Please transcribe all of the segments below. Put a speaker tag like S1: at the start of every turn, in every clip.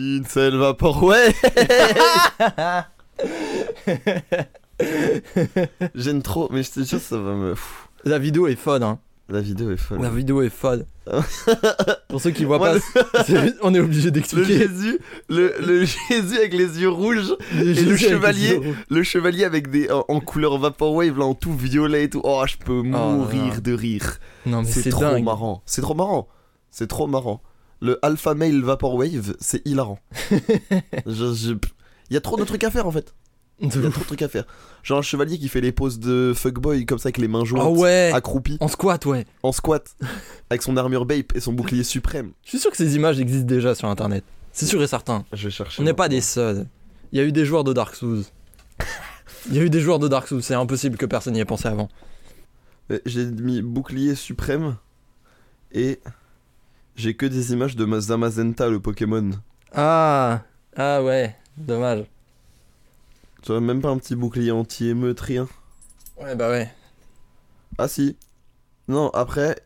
S1: Incel Vapor, ouais J'aime trop, mais je te jure, ça va me. Pfff,
S2: La vidéo est folle, hein.
S1: La vidéo est folle.
S2: La vidéo est folle. Pour ceux qui voient pas, c'est- on est obligé
S1: Le
S2: d'expliquer.
S1: Jésus, le, le Jésus avec les yeux rouges, et le chevalier, le chevalier avec des en, en couleur vaporwave là en tout violet et tout. Oh, je peux
S2: là
S1: mourir
S2: là.
S1: de rire.
S2: Non, mais
S1: C'est
S2: c'est
S1: trop
S2: dingue.
S1: marrant. C'est trop marrant. C'est trop marrant. Le alpha male vaporwave, c'est hilarant. je, je- Il y a trop de trucs à faire en fait. Il y a trop de trucs à faire. Genre un chevalier qui fait les poses de fuckboy comme ça avec les mains jointes,
S2: Ah ouais
S1: accroupi,
S2: En squat, ouais.
S1: en squat, avec son armure bape et son bouclier suprême.
S2: Je suis sûr que ces images existent déjà sur internet. C'est sûr et certain.
S1: Je vais chercher.
S2: On n'est
S1: maintenant.
S2: pas des seuls. Il y a eu des joueurs de Dark Souls. Il y a eu des joueurs de Dark Souls, c'est impossible que personne n'y ait pensé avant.
S1: Euh, J'ai mis bouclier suprême et j'ai que des images de ma- Zamazenta le Pokémon.
S2: Ah Ah ouais, dommage.
S1: Tu vois, même pas un petit bouclier anti-émeute, rien.
S2: Ouais, bah ouais.
S1: Ah si. Non, après,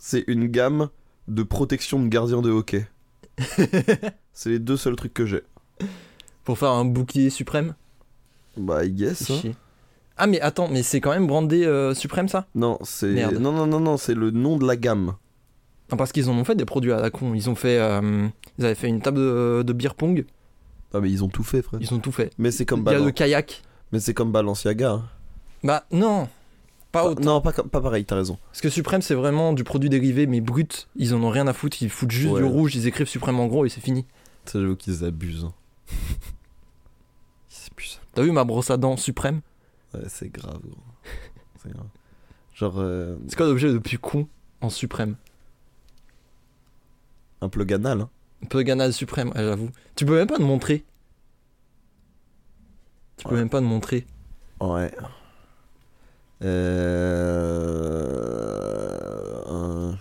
S1: c'est une gamme de protection de gardien de hockey. c'est les deux seuls trucs que j'ai.
S2: Pour faire un bouclier suprême
S1: Bah, I guess. hein.
S2: Chier. Ah mais attends, mais c'est quand même brandé euh, suprême ça
S1: Non, c'est.
S2: Merde.
S1: Non, non, non, non, c'est le nom de la gamme.
S2: Non, parce qu'ils en ont fait des produits à la con. Ils ont fait. euh, ils avaient fait une table de, de beer pong.
S1: Ah, mais ils ont tout fait, frère.
S2: Ils ont tout fait.
S1: Mais c'est comme,
S2: Il y a
S1: Balan-
S2: le kayak.
S1: mais c'est comme Balenciaga. hein.
S2: Bah non Pas
S1: Ah,
S2: autant.
S1: non, pas, comme- pas pareil, t'as raison.
S2: Parce que Suprême, c'est vraiment du produit dérivé, mais brut. Ils en ont rien à foutre. Ils foutent juste
S1: Ouais.
S2: du rouge, ils écrivent Suprême en gros et c'est fini.
S1: Ça, j'avoue qu'ils abusent. hein. Ils abusent.
S2: T'as vu ma brosse à dents Suprême
S1: Ouais, c'est grave, gros. C'est grave. Genre, euh,
S2: C'est quoi l'objet le plus con en Suprême
S1: un plug anal. hein.
S2: Paganal Suprême, ah, j'avoue. Tu peux même pas te montrer. Tu peux
S1: Ouais.
S2: même pas te montrer.
S1: Ouais. Euh... un-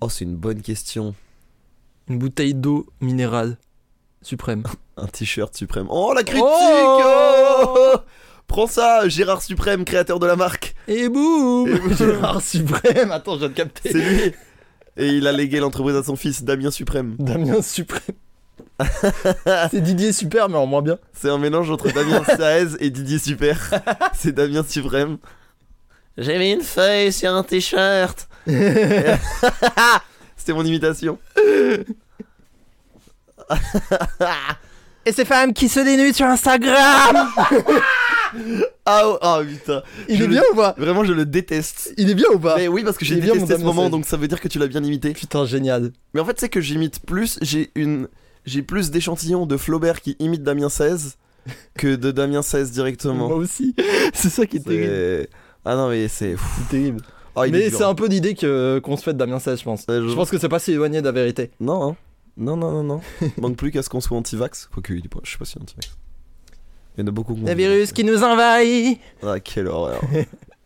S1: Oh, c'est une bonne question.
S2: Une bouteille d'eau minérale Suprême.
S1: Un t-shirt suprême. Oh, la critique
S2: Oh
S1: oh Prends ça, Gérard Suprême, créateur de la marque.
S2: Et boum
S1: Et boum.
S2: Gérard Suprême Attends, je viens de
S1: C'est
S2: capter.
S1: lui. Et il a légué l'entreprise à son fils, Damien Suprême.
S2: Damien Suprême. c'est Didier Super, mais en moins bien.
S1: C'est un mélange entre Damien Saez et Didier Super. C'est Damien Suprême. J'ai mis une feuille sur un t-shirt. C'était mon imitation.
S2: Et ces femmes qui se dénudent sur Instagram
S1: Ah oh, ah, putain.
S2: Il
S1: Je
S2: est
S1: le-
S2: bien ou pas
S1: Vraiment, je le déteste.
S2: Il est bien ou pas
S1: Mais oui, parce que j'ai
S2: Ah. il est bien,
S1: détesté
S2: mon
S1: ce moment,
S2: Damien Saez.
S1: donc ça veut dire que tu l'as bien imité.
S2: Putain, génial.
S1: Mais en fait, c'est que j'imite plus. J'ai une, j'ai plus d'échantillons de Flaubert qui imite Damien Saez que de Damien Saez
S2: Moi
S1: directement.
S2: aussi. C'est ça qui Oh, est terrible.
S1: C'est- Ah non, mais c'est. pff,
S2: C'est terrible.
S1: ah, il est
S2: Mais
S1: dur,
S2: c'est
S1: hein.
S2: un peu l'idée que- qu'on se fait de Damien Saez, je pense.
S1: Ouais, je-
S2: Je pense que c'est pas si éloigné de la vérité.
S1: Non, hein. non, non, non, non. Manque plus qu'à ce qu'on soit anti-vax. Quoique, il est pas- je suis pas si anti-vax. Il y en a beaucoup. qui ont dit-
S2: qui nous envahit
S1: Ah, quelle horreur.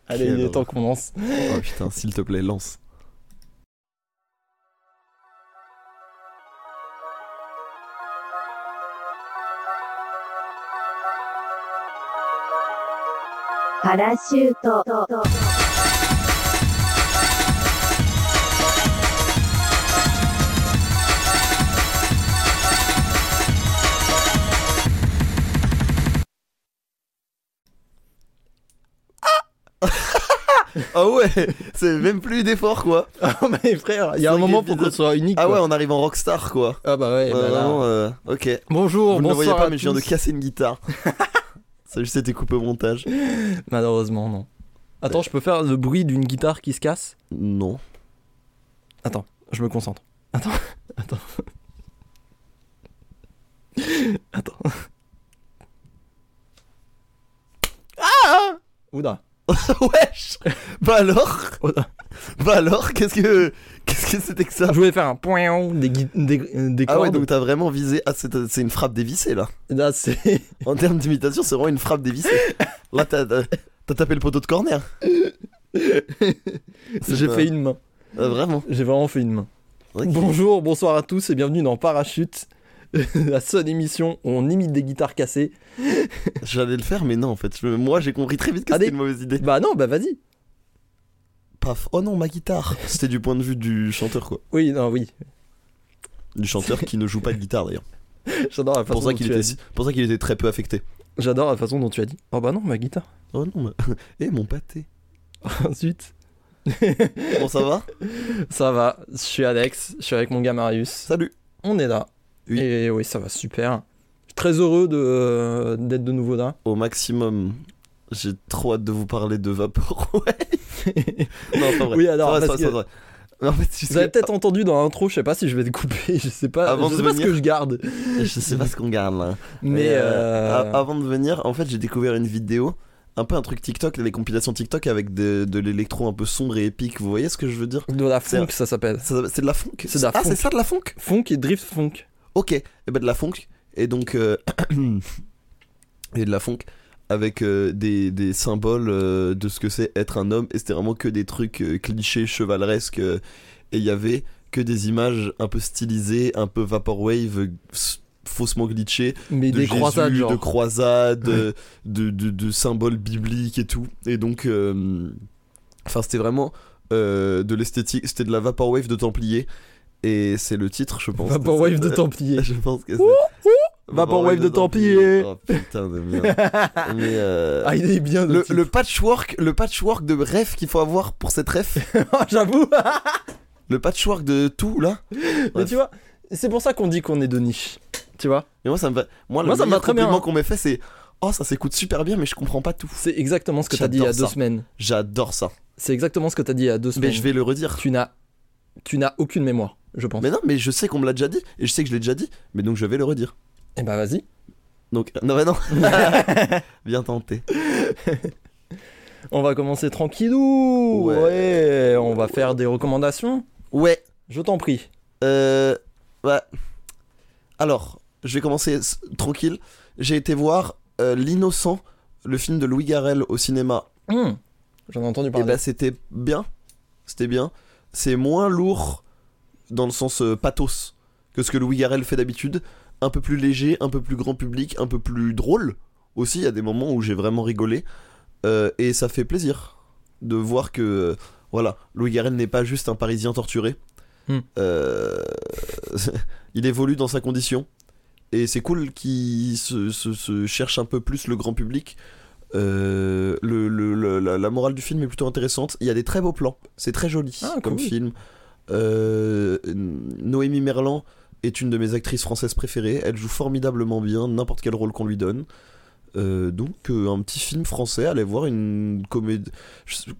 S2: Allez,
S1: Quelle
S2: il est
S1: horreur.
S2: temps qu'on lance.
S1: Oh putain, s'il te plaît, lance.
S3: Parachute.
S1: 'fin. Ah ouais, c'est même plus d'effort quoi.
S2: Ah, mais frère, il y a un
S1: Cinq
S2: moment pour
S1: épisodes.
S2: qu'on soit unique.
S1: Ah ouais,
S2: quoi.
S1: on arrive en rockstar quoi.
S2: Ah bah ouais,
S1: Ouais,
S2: bah là.
S1: vraiment, euh, ok.
S2: Bonjour,
S1: Vous ne le
S2: bonsoir
S1: voyez pas,
S2: à
S1: mais je viens de
S2: tous.
S1: casser une guitare. Ça juste été coupé au montage.
S2: Malheureusement, non. Attends, je peux faire le bruit d'une guitare qui se casse
S1: Non.
S2: Attends, je me concentre. Attends, attends. Attends. Ah Oula,
S1: Wesh Bah alors
S2: oula.
S1: Bah alors Qu'est-ce que qu'est-ce que c'était que ça
S2: Ah, Je voulais faire un point des, gui- des, euh, des
S1: Ah ouais,
S2: cordes.
S1: donc t'as vraiment visé. Ah, c'est c'est une frappe dévissée là.
S2: Là, c'est.
S1: En termes d'imitation, c'est vraiment une frappe dévissée. Là, t'as t'as- t'as tapé le poteau de corner.
S2: J'ai
S1: pas-
S2: fait une main.
S1: Ah, vraiment.
S2: J'ai vraiment fait une main.
S1: Ok.
S2: Bonjour, bonsoir à tous et bienvenue dans Parachute, la seule émission où on imite des guitares cassées.
S1: J'allais le faire, mais non, en fait. Je- Moi, j'ai compris très vite que
S2: Allez.
S1: c'était une mauvaise idée.
S2: Bah non, bah vas-y.
S1: Paf. Oh non, ma guitare. C'était du point de vue du chanteur, quoi.
S2: Oui, non, oui.
S1: du chanteur qui ne joue pas de guitare d'ailleurs.
S2: J'adore la façon
S1: Pour ça
S2: dont
S1: qu'il
S2: tu as
S1: était,
S2: dit.
S1: pour ça qu'il était très peu affecté.
S2: J'adore la façon dont tu as dit. Oh bah non, ma guitare.
S1: Oh non, mais... et mon pâté.
S2: Ensuite,
S1: Bon, ça va
S2: ça va. Je suis Alex, je suis avec mon gars Marius.
S1: Salut.
S2: On est là.
S1: Oui.
S2: Et oui, ça va super. Je suis très heureux de- euh, d'être de nouveau là.
S1: Au maximum, j'ai trop hâte de vous parler de Vaporwave. non, c'est pas vrai.
S2: Oui, alors,
S1: C'est vrai,
S2: parce
S1: c'est vrai, c'est vrai. En fait,
S2: Vous avez
S1: jusqu'à-
S2: peut-être entendu dans l'intro, je sais pas si je vais te couper, je sais pas,
S1: Avant
S2: je
S1: de
S2: sais pas ce
S1: venir.
S2: que je garde.
S1: je sais pas ce qu'on garde là.
S2: Mais
S1: euh,
S2: euh,
S1: a- avant de venir, en fait, j'ai découvert une vidéo, un peu un truc TikTok, les compilations TikTok avec de, de l'électro un peu sombre et épique. Vous voyez ce que je veux dire
S2: de la
S1: ah, c'est-
S2: funk, ça s'appelle.
S1: Ça- C'est de la funk.
S2: C'est de la
S1: ah,
S2: funk.
S1: c'est ça de la funk
S2: Funk et drift funk.
S1: Ok, et ben de la funk. Et donc. euh, et de la funk avec euh, des, des symboles euh, de ce que c'est être un homme. Et c'était vraiment que des trucs euh, clichés, chevaleresques. euh, et il y avait que des images un peu stylisées, un peu vaporwave, euh, s- faussement glitchées.
S2: Mais
S1: de
S2: des
S1: Jésus,
S2: croisades, genre.
S1: de croisades,
S2: Ouais.
S1: euh, de, de- de symboles bibliques et tout. Et donc, euh, enfin, c'était vraiment euh, de l'esthétique. C'était de la vaporwave de Templier. Et c'est le titre, je pense.
S2: Vaporwave de
S1: C'est-
S2: Templier.
S1: je pense que c'est.
S2: Vaporwave de Templier.
S1: Oh putain de merde. Mais euh,
S2: Ah, il est bien
S1: le,
S2: le,
S1: le patchwork, le patchwork de ref qu'il faut avoir pour cette ref,
S2: titre. J'avoue.
S1: le patchwork de tout là.
S2: Mais
S1: Bref.
S2: tu vois, c'est pour ça qu'on dit qu'on est de niche. Tu vois
S1: Mais moi ça me va. Moi,
S2: Moi,
S1: le
S2: ça me va
S1: meilleur
S2: très bien,
S1: compliment
S2: hein.
S1: qu'on m'ait fait c'est oh ça s'écoute super bien mais je comprends pas tout.
S2: C'est exactement ce que t'as dit il y a
S1: J'adore
S2: deux
S1: ça.
S2: semaines.
S1: J'adore ça.
S2: C'est exactement ce que t'as dit il y a deux semaines.
S1: Mais je vais le redire.
S2: Tu n'as, tu n'as aucune mémoire, je pense.
S1: Mais non mais je sais qu'on me l'a déjà dit et je sais que je l'ai déjà dit mais donc je vais le redire.
S2: Eh bah vas-y.
S1: Donc non bah non. bien tenté.
S2: On va commencer tranquillou.
S1: Ouais.
S2: Ouais, On va faire des recommandations.
S1: Ouais.
S2: Je t'en prie.
S1: Euh, bah. Alors, je vais commencer s- tranquille. J'ai été voir euh, L'Innocent, le film de Louis Garrel au cinéma.
S2: Hmm. ben, J'en ai entendu
S1: Et
S2: parler.
S1: bah, c'était bien. C'était bien. C'est moins lourd dans le sens euh, pathos que ce que Louis Garrel fait d'habitude. Un peu plus léger, un peu plus grand public, un peu plus drôle aussi. Il y a des moments où j'ai vraiment rigolé. Euh, et ça fait plaisir de voir que, euh, voilà, Louis Garrel n'est pas juste un Parisien torturé.
S2: Hmm.
S1: Euh, il évolue dans sa condition. Et c'est cool qu'il se, se- se cherche un peu plus le grand public. Euh, le, le- le- la, la morale du film est plutôt intéressante. Il y a des très beaux plans. C'est très joli
S2: Ah,
S1: comme
S2: cool.
S1: film. Euh, Noémie Merlan est une de mes actrices françaises préférées. Elle joue formidablement bien n'importe quel rôle qu'on lui donne. Euh, donc euh, un petit film français, allez voir une comédie... je sais-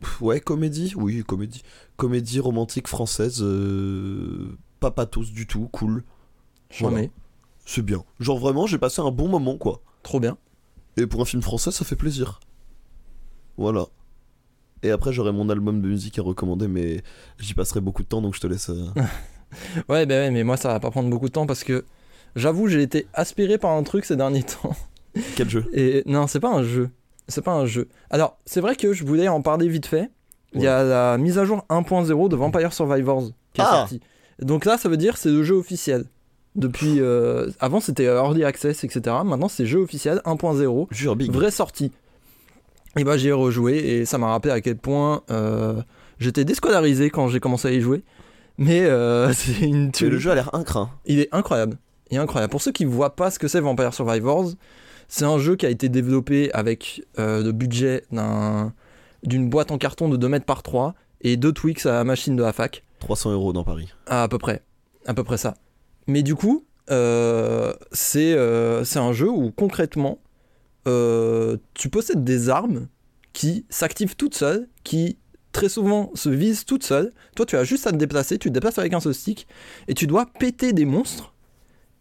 S1: Pff, Ouais, comédie, oui, comédie. Comédie romantique française, euh, pas pathos du tout, cool.
S2: J'en
S1: Voilà.
S2: ai.
S1: C'est bien. Genre vraiment, j'ai passé un bon moment, quoi.
S2: Trop bien.
S1: Et pour un film français, ça fait plaisir. Voilà. Et après, j'aurai mon album de musique à recommander, mais j'y passerai beaucoup de temps, donc je te laisse... euh,
S2: Ouais, bah ouais, mais moi ça va pas prendre beaucoup de temps parce que j'avoue, j'ai été aspiré par un truc ces derniers temps.
S1: Quel jeu
S2: Et non, c'est pas un jeu. C'est pas un jeu. Alors, c'est vrai que je voulais en parler vite fait. Il y a la mise à jour 1.0 de Vampire Survivors qui est
S1: Ah
S2: sortie. Donc là, ça veut dire c'est le jeu officiel. Depuis euh, avant c'était early access etc. Maintenant c'est jeu officiel 1.0
S1: Jure, big.
S2: vraie sortie. Et bah j'y ai rejoué et ça m'a rappelé à quel point euh, j'étais déscolarisé quand j'ai commencé à y jouer. Mais euh, c'est une
S1: Mais
S2: tuerie.
S1: le jeu a l'air incraint.
S2: Il est incroyable. Il est incroyable. Pour ceux qui ne voient pas ce que c'est Vampire Survivors, c'est un jeu qui a été développé avec euh, le budget d'un- d'une boîte en carton de 2 mètres par 3 et deux Twix à la machine de la fac.
S1: 300 euros dans Paris.
S2: À, peu près. À peu près ça. Mais du coup, euh, c'est euh, c'est un jeu où concrètement, euh, tu possèdes des armes qui s'activent toutes seules, qui très souvent se visent toutes seules. Toi, tu as juste à te déplacer, tu te déplaces avec un seul stick, et tu dois péter des monstres.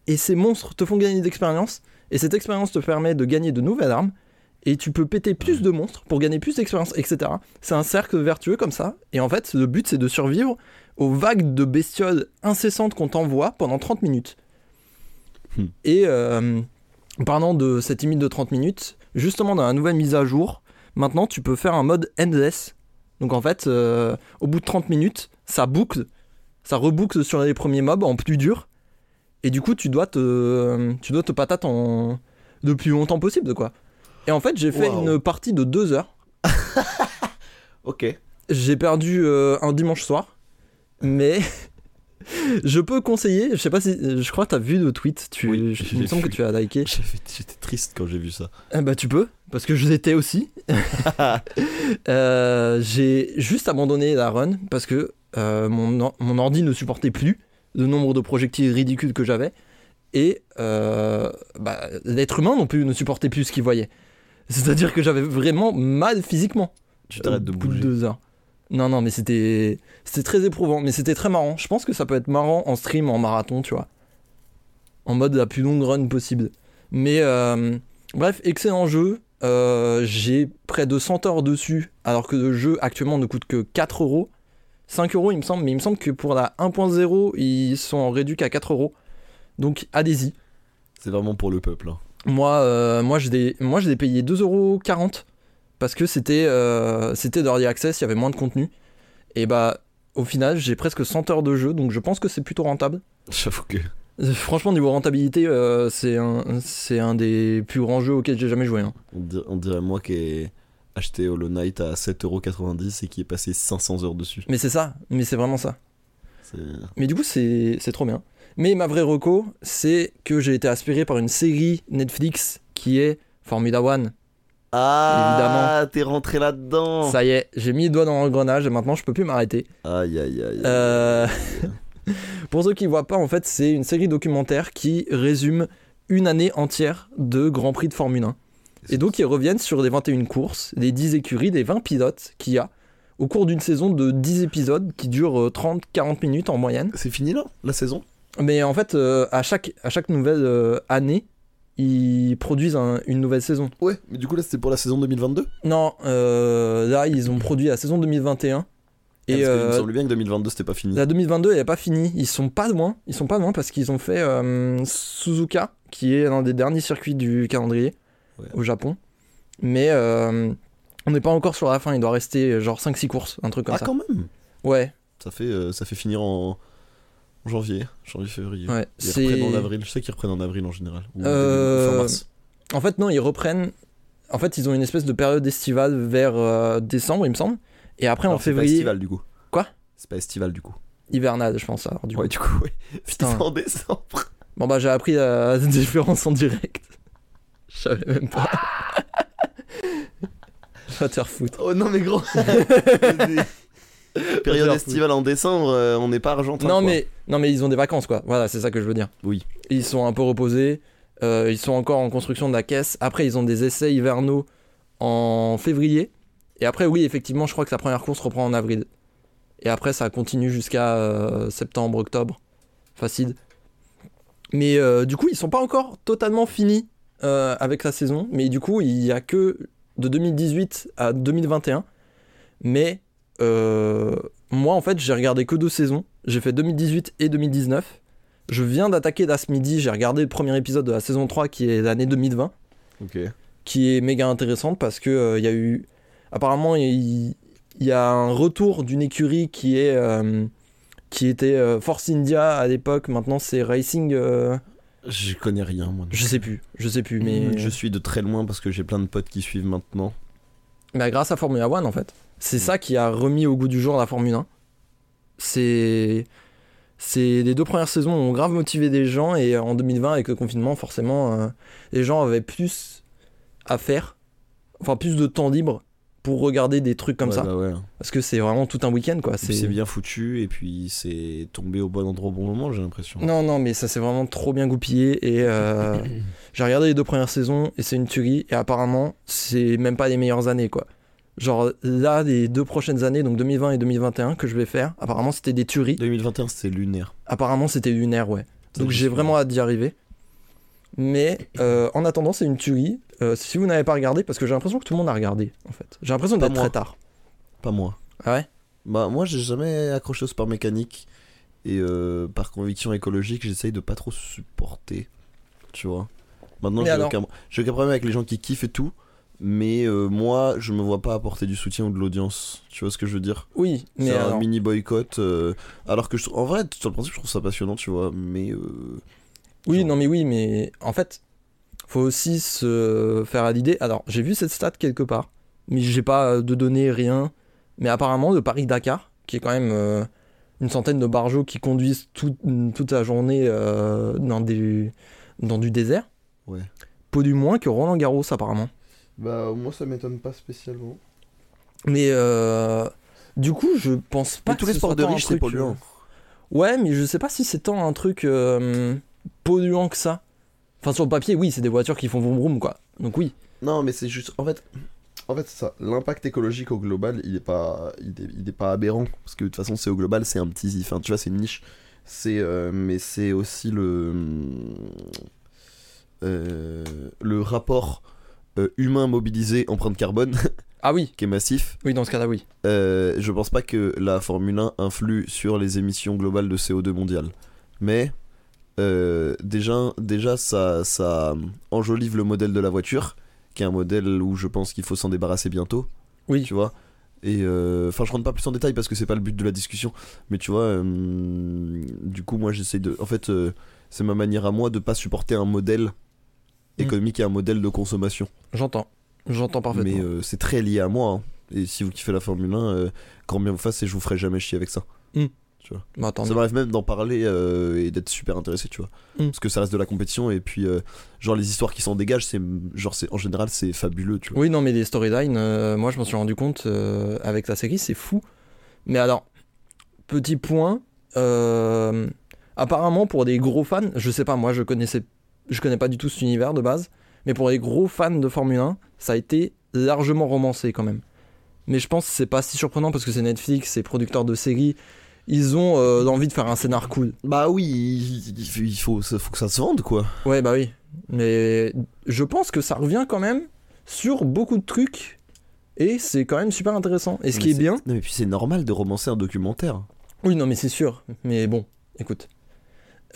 S2: Et ces monstres te font gagner d'expérience, et cette expérience te permet de gagner de nouvelles armes. Et tu peux péter plus de monstres pour gagner plus d'expérience, etc. C'est un cercle vertueux comme ça. Et en fait, le but, c'est de survivre aux vagues de bestioles incessantes qu'on t'envoie pendant 30 minutes.
S1: Hmm.
S2: Et euh, parlant de cette limite de 30 minutes, justement dans la nouvelle mise à jour, maintenant tu peux faire un mode endless. Donc en fait, euh, au bout de 30 minutes, ça boucle, ça reboucle sur les premiers mobs en plus dur. Et du coup, tu dois te, tu dois te patate en, le plus longtemps possible, quoi. Et en fait, j'ai fait
S1: Waouh.
S2: une partie de deux heures
S1: Ok.
S2: j'ai perdu euh, un dimanche soir, mais Je peux conseiller, je sais pas si. Je crois que t'as vu nos tweets, tu,
S1: Oui,
S2: je-
S1: je
S2: il me
S1: l'ai
S2: semble
S1: vu.
S2: que tu as liké.
S1: J'avais- J'étais triste quand j'ai vu ça.
S2: Ah bah tu peux, parce que je l'étais aussi. Euh, j'ai juste abandonné la run parce que euh, mon, or- mon ordi ne supportait plus le nombre de projectiles ridicules que j'avais. Et euh, bah, l'être humain non plus ne supportait plus ce qu'il voyait. C'est-à-dire que j'avais vraiment mal physiquement.
S1: Tu t'arrêtes de
S2: au bout Euh, de
S1: bouger.
S2: deux heures. Non, non, mais c'était c'était très éprouvant, mais c'était très marrant. Je pense que ça peut être marrant en stream, en marathon, tu vois. En mode la plus longue run possible. Mais euh, bref, excellent jeu. Euh, J'ai près de 100 heures dessus, alors que le jeu actuellement ne coûte que 4 euros. 5 euros, il me semble, mais il me semble que pour la 1.0, ils sont réduits qu'à 4 euros. Donc allez-y.
S1: C'est vraiment pour le peuple. hein.
S2: Moi, euh, moi, je l'ai, moi, je l'ai payé 2,40€ parce que c'était, euh, c'était d'Early Access, il y avait moins de contenu. Et bah, au final, j'ai presque 100 heures de jeu, donc je pense que c'est plutôt rentable.
S1: J'avoue que.
S2: Euh, Franchement, niveau rentabilité, euh, c'est, un, c'est un des plus grands jeux auxquels j'ai jamais joué. hein.
S1: On dir- on dirait moi qui ai acheté Hollow Knight à 7,90€ et qui est passé 500 heures dessus.
S2: Mais c'est ça, mais c'est vraiment ça.
S1: C'est-
S2: Mais du coup, c'est c'est trop bien. Mais ma vraie reco, c'est que j'ai été aspiré par une série Netflix qui est Formula One.
S1: Ah, t'es rentré là-dedans.
S2: Ça y est, j'ai mis le doigt dans l'engrenage et maintenant je peux plus m'arrêter.
S1: Aïe aïe aïe.
S2: Euh, Pour ceux qui ne voient pas, en fait, c'est une série documentaire qui résume une année entière de Grand Prix de Formule 1. Et donc, ils reviennent sur les 21 courses, les 10 écuries, les 20 pilotes qu'il y a au cours d'une saison de 10 épisodes qui durent 30-40 minutes en moyenne.
S1: C'est fini là, la saison
S2: Mais en fait, euh, à, chaque, à chaque nouvelle euh, année, ils produisent un- une nouvelle saison.
S1: Ouais, mais du coup là c'était pour la saison 2022
S2: Non, euh, là, ils ont produit la saison 2021.
S1: Et Parce que il
S2: Et
S1: me
S2: euh,
S1: semblait bien que 2022 c'était pas fini.
S2: La 2022, elle n'est pas finie. Ils sont pas loin. Ils sont pas loin parce qu'ils ont fait euh, Suzuka, qui est l'un des derniers circuits du calendrier
S1: Ouais.
S2: au Japon. Mais euh, on n'est pas encore sur la fin. Il doit rester euh, genre 5-6 courses, un truc comme
S1: Ah
S2: ça.
S1: quand même
S2: Ouais,
S1: ça fait, euh, ça fait finir en en janvier, janvier-février.
S2: ouais.
S1: Ils
S2: C'est-
S1: reprennent en avril, je sais qu'ils reprennent en avril en général. Ou
S2: Euh,
S1: début- fin mars.
S2: En fait, non, ils reprennent. En fait, ils ont une espèce de période estivale vers euh, décembre, il me semble. Et après, en
S1: Alors, C'est pas
S2: février,
S1: estival du coup.
S2: Quoi
S1: C'est pas estival du coup.
S2: hivernale, je pense. alors, du coup.
S1: Ouais, du coup, ouais. C'est
S2: Putain.
S1: en décembre.
S2: Bon, bah, j'ai appris la différence en direct. Je savais même pas. Va te faire foutre.
S1: Oh non, mais gros. Période
S2: Genre,
S1: estivale en décembre, euh, on n'est pas argentin.
S2: Non
S1: quoi.
S2: mais, non mais ils ont des vacances quoi, voilà c'est ça que je veux dire.
S1: Oui.
S2: Ils sont un peu reposés, euh, ils sont encore en construction de la caisse, après ils ont des essais hivernaux en février, et après oui effectivement je crois que la première course reprend en avril. Et après ça continue jusqu'à euh, septembre, octobre, facile. Mais euh, du coup ils sont pas encore totalement finis euh, avec la saison, mais du coup il y a que de 2018 à 2021, mais... euh, moi, en fait, j'ai regardé que deux saisons. J'ai fait 2018 et 2019. Je viens d'attaquer là ce midi. J'ai regardé le premier épisode de la saison 3 qui est l'année 2020
S1: Ok.
S2: qui est méga intéressante parce que euh, il y a eu apparemment il il y a un retour d'une écurie qui est euh, qui était euh, Force India à l'époque maintenant c'est Racing euh,
S1: Je connais rien, moi.
S2: je sais plus je sais plus mais
S1: Je suis de très loin parce que j'ai plein de potes qui suivent maintenant.
S2: Bah, grâce à Formula One en fait. C'est ça qui a remis au goût du jour la Formule 1. C'est. C'est les deux premières saisons ont grave motivé des gens et euh, en 2020 avec le confinement forcément euh, les gens avaient plus à faire, enfin plus de temps libre pour regarder des trucs comme
S1: Ouais,
S2: ça
S1: bah ouais.
S2: parce que c'est vraiment tout un week-end quoi.
S1: Et puis C'est bien foutu et puis c'est tombé au bon endroit au bon moment, j'ai l'impression.
S2: Non, non, mais ça s'est vraiment trop bien goupillé. Et euh, j'ai regardé les deux premières saisons et c'est une tuerie. Et apparemment, c'est même pas les meilleures années, quoi. Genre là, les deux prochaines années, donc 2020 et 2021, que je vais faire, apparemment c'était des tueries.
S1: 2021, c'est lunaire.
S2: Apparemment c'était lunaire, ouais.
S1: Ça,
S2: Donc
S1: je
S2: j'ai
S1: suis-
S2: vraiment hâte d'y arriver. Mais euh, en attendant, c'est une tuerie. Euh, si vous n'avez pas regardé, parce que j'ai l'impression que tout le monde a regardé, en fait. J'ai l'impression
S1: Pas
S2: d'être
S1: moi.
S2: très tard.
S1: Pas moi.
S2: Ah ouais
S1: Bah, moi, j'ai jamais accroché au sport mécanique et euh, par conviction écologique, j'essaye de pas trop supporter. Tu vois Maintenant,
S2: Mais
S1: j'ai
S2: alors
S1: aucun... j'ai aucun problème avec les gens qui kiffent et tout, mais euh, moi, je me vois pas apporter du soutien ou de l'audience. Tu vois ce que je veux dire
S2: Oui, mais
S1: C'est un
S2: alors-
S1: mini boycott. euh, alors que je trou- en vrai, sur le principe, je trouve ça passionnant, tu vois. Mais euh,
S2: Oui,
S1: Genre-
S2: non, mais oui, mais en fait, faut aussi se faire à l'idée. Alors, j'ai vu cette stat quelque part, mais j'ai pas de données, rien. Mais apparemment, le Paris-Dakar, qui est quand même euh, une centaine de barjots qui conduisent tout- mm, toute la journée euh, dans, des, dans du désert.
S1: Ouais.
S2: Pas du moins que Roland Garros, apparemment.
S1: Bah, moi, ça m'étonne pas spécialement.
S2: Mais euh, du coup, je pense pas
S1: Mais tous
S2: que
S1: les
S2: ce
S1: sports
S2: soit
S1: de
S2: tant un
S1: riches, c'est
S2: truc,
S1: polluant.
S2: euh, Ouais, mais je sais pas si c'est tant un truc euh, polluant que ça. Enfin, sur le papier, oui, c'est des voitures qui font vroom vroom, quoi. Donc oui.
S1: Non, mais c'est juste. En fait, en fait c'est ça. L'impact écologique au global, il est pas, il est, il est pas aberrant. Parce que de toute façon, c'est au global, c'est un petit. Enfin, tu vois, c'est une niche. C'est, euh, mais c'est aussi le. euh, le rapport euh, humain mobilisé empreinte carbone
S2: Ah oui,
S1: qui est massif.
S2: oui, dans ce cas-là, oui.
S1: Euh, je pense pas que la Formule 1 influe sur les émissions globales de CO2 mondiale. Mais euh, déjà, déjà ça, ça enjolive le modèle de la voiture, qui est un modèle où je pense qu'il faut s'en débarrasser bientôt.
S2: Oui.
S1: Tu vois et euh, enfin, je rentre pas plus en détail parce que c'est pas le but de la discussion, mais tu vois, euh, du coup, moi j'essaie de. En fait, euh, c'est ma manière à moi de pas supporter un modèle
S2: Mm.
S1: économique et un modèle de consommation.
S2: J'entends. J'entends parfaitement.
S1: Mais euh, c'est très lié à moi. hein. Et si vous kiffez la Formule 1, euh, grand bien vous fasse, et je vous ferai jamais chier avec ça.
S2: Mais Bah, attends,
S1: Ça m'arrive même d'en parler euh, et d'être super intéressé, tu vois.
S2: Mm.
S1: Parce que ça reste de la compétition, et puis, euh, genre, les histoires qui s'en dégagent, c'est genre, c'est en général, c'est fabuleux, tu vois.
S2: Oui, non, mais les storylines, euh, moi je m'en suis rendu compte euh, avec la série, c'est fou. Mais alors, petit point, euh, apparemment pour des gros fans, je sais pas, moi je connaissais, je connais pas du tout cet univers de base, mais pour les gros fans de Formule 1, ça a été largement romancé quand même. Mais je pense que c'est pas si surprenant parce que c'est Netflix, c'est producteur de séries, ils ont euh, l'envie de faire un scénar cool.
S1: Bah oui, il il faut, il faut, ça- faut que ça se vende, quoi.
S2: Ouais, bah oui. Mais je pense que ça revient quand même sur beaucoup de trucs. Et c'est quand même super intéressant. Et ce
S1: Mais
S2: qui est
S1: c'est-
S2: bien.
S1: Non, mais puis c'est normal de romancer un documentaire.
S2: Oui, non, mais c'est sûr. Mais bon, écoute.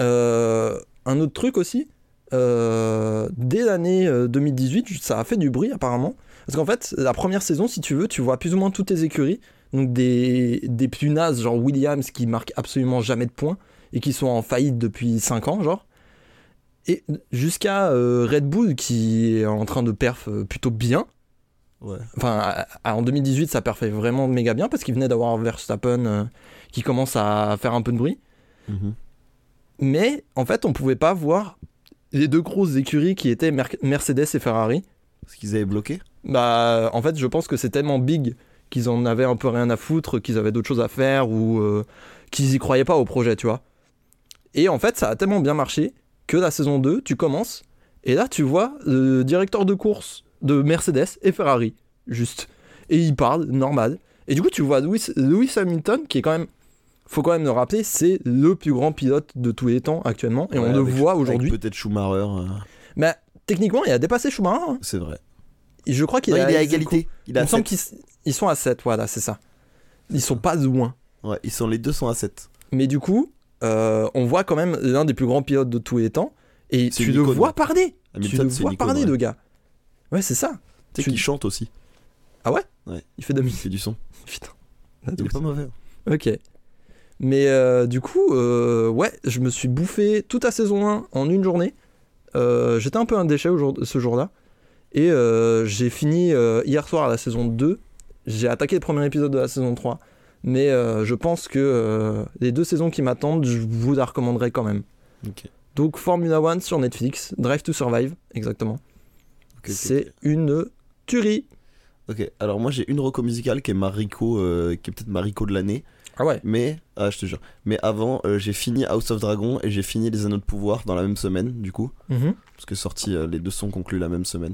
S2: Euh, un autre truc aussi, euh, dès l'année euh, 2018, ça a fait du bruit apparemment. Parce qu'en fait, la première saison, si tu veux, tu vois plus ou moins toutes tes écuries. Donc des, des plus nazes, genre Williams, qui marquent absolument jamais de points et qui sont en faillite depuis 5 ans, genre. Et jusqu'à euh, Red Bull, qui est en train de perf euh, plutôt bien.
S1: Ouais.
S2: Enfin, à- à- en 2018, ça perfait vraiment méga bien parce qu'il venait d'avoir Verstappen euh, qui commence à faire un peu de bruit.
S1: Mm-hmm.
S2: Mais en fait, on pouvait pas voir les deux grosses écuries qui étaient Mer- Mercedes et Ferrari.
S1: Parce qu'ils avaient bloqué.
S2: Bah, en fait, je pense que c'est tellement big qu'ils en avaient un peu rien à foutre, qu'ils avaient d'autres choses à faire ou euh, qu'ils y croyaient pas au projet, tu vois. Et en fait, ça a tellement bien marché que la saison 2, tu commences et là, tu vois le directeur de course de Mercedes et Ferrari, juste. Et il parle, normal. Et du coup, tu vois Lewis, Lewis Hamilton qui est quand même. Faut quand même le rappeler, c'est le plus grand pilote de tous les temps actuellement, et
S1: Ouais,
S2: on le
S1: avec-
S2: voit
S1: avec
S2: aujourd'hui.
S1: Peut-être Schumacher, euh,
S2: Mais techniquement, il a dépassé Schumacher. hein.
S1: c'est vrai.
S2: Et Je crois qu'il
S1: Non,
S2: a
S1: il est à
S2: Zeko.
S1: égalité. Il
S2: Il
S1: est
S2: me
S1: à
S2: semble
S1: 7.
S2: qu'ils s- ils sont à 7, voilà, c'est ça. Ils sont pas loin.
S1: Ouais, ils sont les deux sont à 7.
S2: Mais du coup, euh, on voit quand même l'un des plus grands pilotes de tous les temps. Et
S1: C'est
S2: tu
S1: une
S2: le
S1: icône.
S2: vois parler. Tu
S1: Hamilton,
S2: le
S1: c'est
S2: vois
S1: une icône,
S2: parler,
S1: ouais.
S2: le gars. Ouais, c'est ça.
S1: Tu
S2: Tu-
S1: sais qu'il chante aussi.
S2: Il fait de la
S1: Il
S2: musique.
S1: fait du son.
S2: Putain.
S1: Il est Ah, pas mauvais.
S2: Ok. Mais euh, du coup, euh, ouais, je me suis bouffé toute la saison 1 en une journée. Euh, J'étais un peu un déchet aujourd'hui- ce jour-là. Et euh, j'ai fini euh, hier soir à la saison 2. J'ai attaqué le premier épisode de la saison 3. Mais euh, je pense que euh, les deux saisons qui m'attendent, je vous la recommanderai quand même.
S1: Ok.
S2: Donc Formula One sur Netflix, Drive to Survive, exactement.
S1: Ok, ok,
S2: C'est
S1: ok.
S2: une tuerie.
S1: Ok, alors moi j'ai une reco musicale qui est Mariko, euh, qui est peut-être Mariko de l'année,
S2: Ah ouais
S1: mais, ah je te jure, mais avant euh, j'ai fini House of Dragon et j'ai fini Les Anneaux de Pouvoir dans la même semaine du coup,
S2: Mhm.
S1: parce que sorti, euh, les deux sont conclus la même semaine.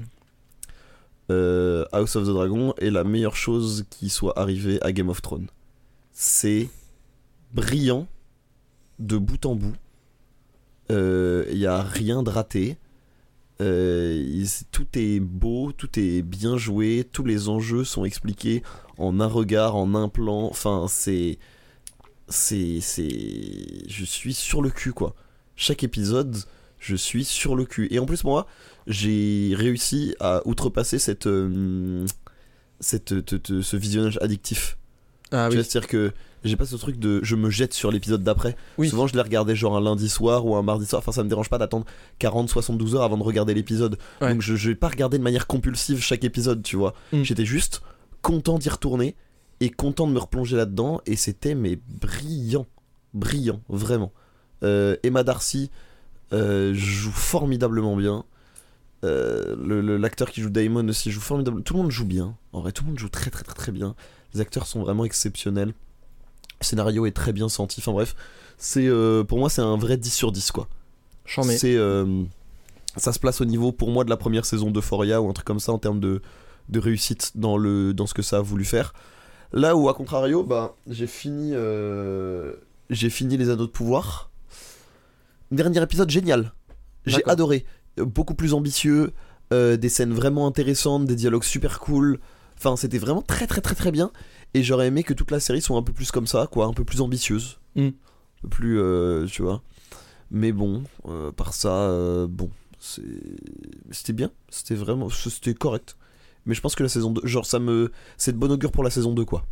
S1: Euh, House of the Dragon est la meilleure chose qui soit arrivée à Game of Thrones. C'est brillant de bout en bout. Il n'y a rien de raté. Euh, il- c'est- tout est beau, tout est bien joué, tous les enjeux sont expliqués en un regard, en un plan. Enfin, c'est. C'est. c'est- Je suis sur le cul, quoi. Chaque épisode, je suis sur le cul. Et en plus, moi, j'ai réussi à outrepasser cette. euh, cette te- te- ce visionnage addictif.
S2: Ah
S1: Tu vois,
S2: oui.
S1: C'est-à-dire que j'ai pas ce truc de je me jette sur l'épisode d'après.
S2: Oui.
S1: Souvent, je les regardais genre un lundi soir ou un mardi soir. Enfin, ça me dérange pas d'attendre 40-72 heures avant de regarder l'épisode.
S2: Ouais.
S1: Donc, je, je vais pas regarder de manière compulsive chaque épisode, tu vois.
S2: Mm.
S1: J'étais juste content d'y retourner et content de me replonger là-dedans. Et c'était, mais brillant. brillant, vraiment. Euh, Emma Darcy euh, joue formidablement bien. Euh, le- le- L'acteur qui joue Damon aussi joue formidable. Tout le monde joue bien. En vrai, tout le monde joue très très très très bien. Les acteurs sont vraiment exceptionnels. Le scénario est très bien senti. Enfin bref, c'est euh, pour moi c'est un vrai 10 sur 10 quoi.
S2: J'en ai.
S1: C'est euh, ça se place au niveau pour moi de la première saison d'Euphoria ou un truc comme ça en termes de, de réussite dans le dans ce que ça a voulu faire. Là où à contrario, bah, j'ai fini euh, j'ai fini les anneaux de pouvoir. Dernier épisode génial. J'ai
S2: D'accord.
S1: adoré. Euh, Beaucoup plus ambitieux, euh, des scènes vraiment intéressantes, des dialogues super cool. Enfin, c'était vraiment très très très très bien. Et j'aurais aimé que toute la série soit un peu plus comme ça, quoi, un peu plus ambitieuse.
S2: Mm.
S1: Un peu Plus, euh, tu vois. Mais bon, euh, par ça, euh, bon, c'est- c'était bien, c'était vraiment, c'était correct. Mais je pense que la saison 2, genre ça me, c'est de bon augure pour la saison 2 quoi.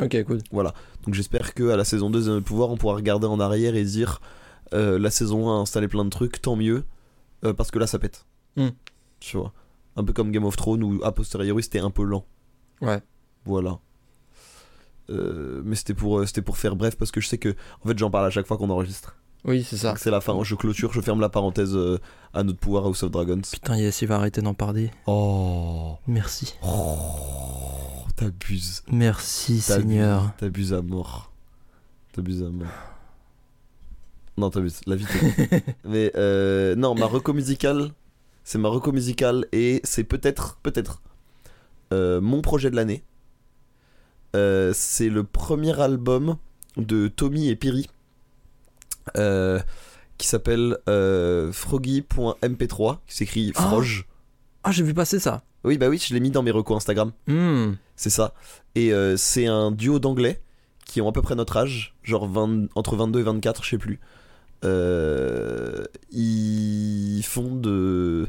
S2: Ok, cool.
S1: Donc j'espère que à la saison 2 de pouvoir, on pourra regarder en arrière et dire euh, la saison 1 a installé plein de trucs, tant mieux, euh, parce que là ça pète.
S2: Hmm.
S1: Tu vois, un peu comme Game of Thrones où a posteriori c'était un peu lent.
S2: Ouais.
S1: Voilà. Euh, mais c'était pour, euh, c'était pour faire bref parce que je sais que en fait j'en parle à chaque fois qu'on enregistre.
S2: Oui, c'est ça.
S1: Donc C'est la fin, je clôture, je ferme la parenthèse euh, à notre pouvoir House of Dragons.
S2: Putain, Yes, il va arrêter d'en parler.
S1: Oh,
S2: Merci. Oh,
S1: t'abuses,
S2: Merci,
S1: T'as vu.
S2: Seigneur.
S1: t'abuses à mort. T'abuses à mort. Non, t'abuses, la vie t'abuse. Mais euh, non, ma reco musicale, c'est ma reco musicale et c'est peut-être, peut-être, euh, mon projet de l'année. Euh, c'est le premier album de Tommy et Piri euh, qui s'appelle euh, froggy.mp3 qui s'écrit
S2: Ah.
S1: Froge.
S2: Ah, j'ai vu passer ça.
S1: Oui, bah oui, je l'ai mis dans mes recos Instagram,
S2: Hmm.
S1: c'est ça. Et euh, c'est un duo d'anglais qui ont à peu près notre âge, genre 20 entre 22 et 24, je sais plus. Euh, ils font de,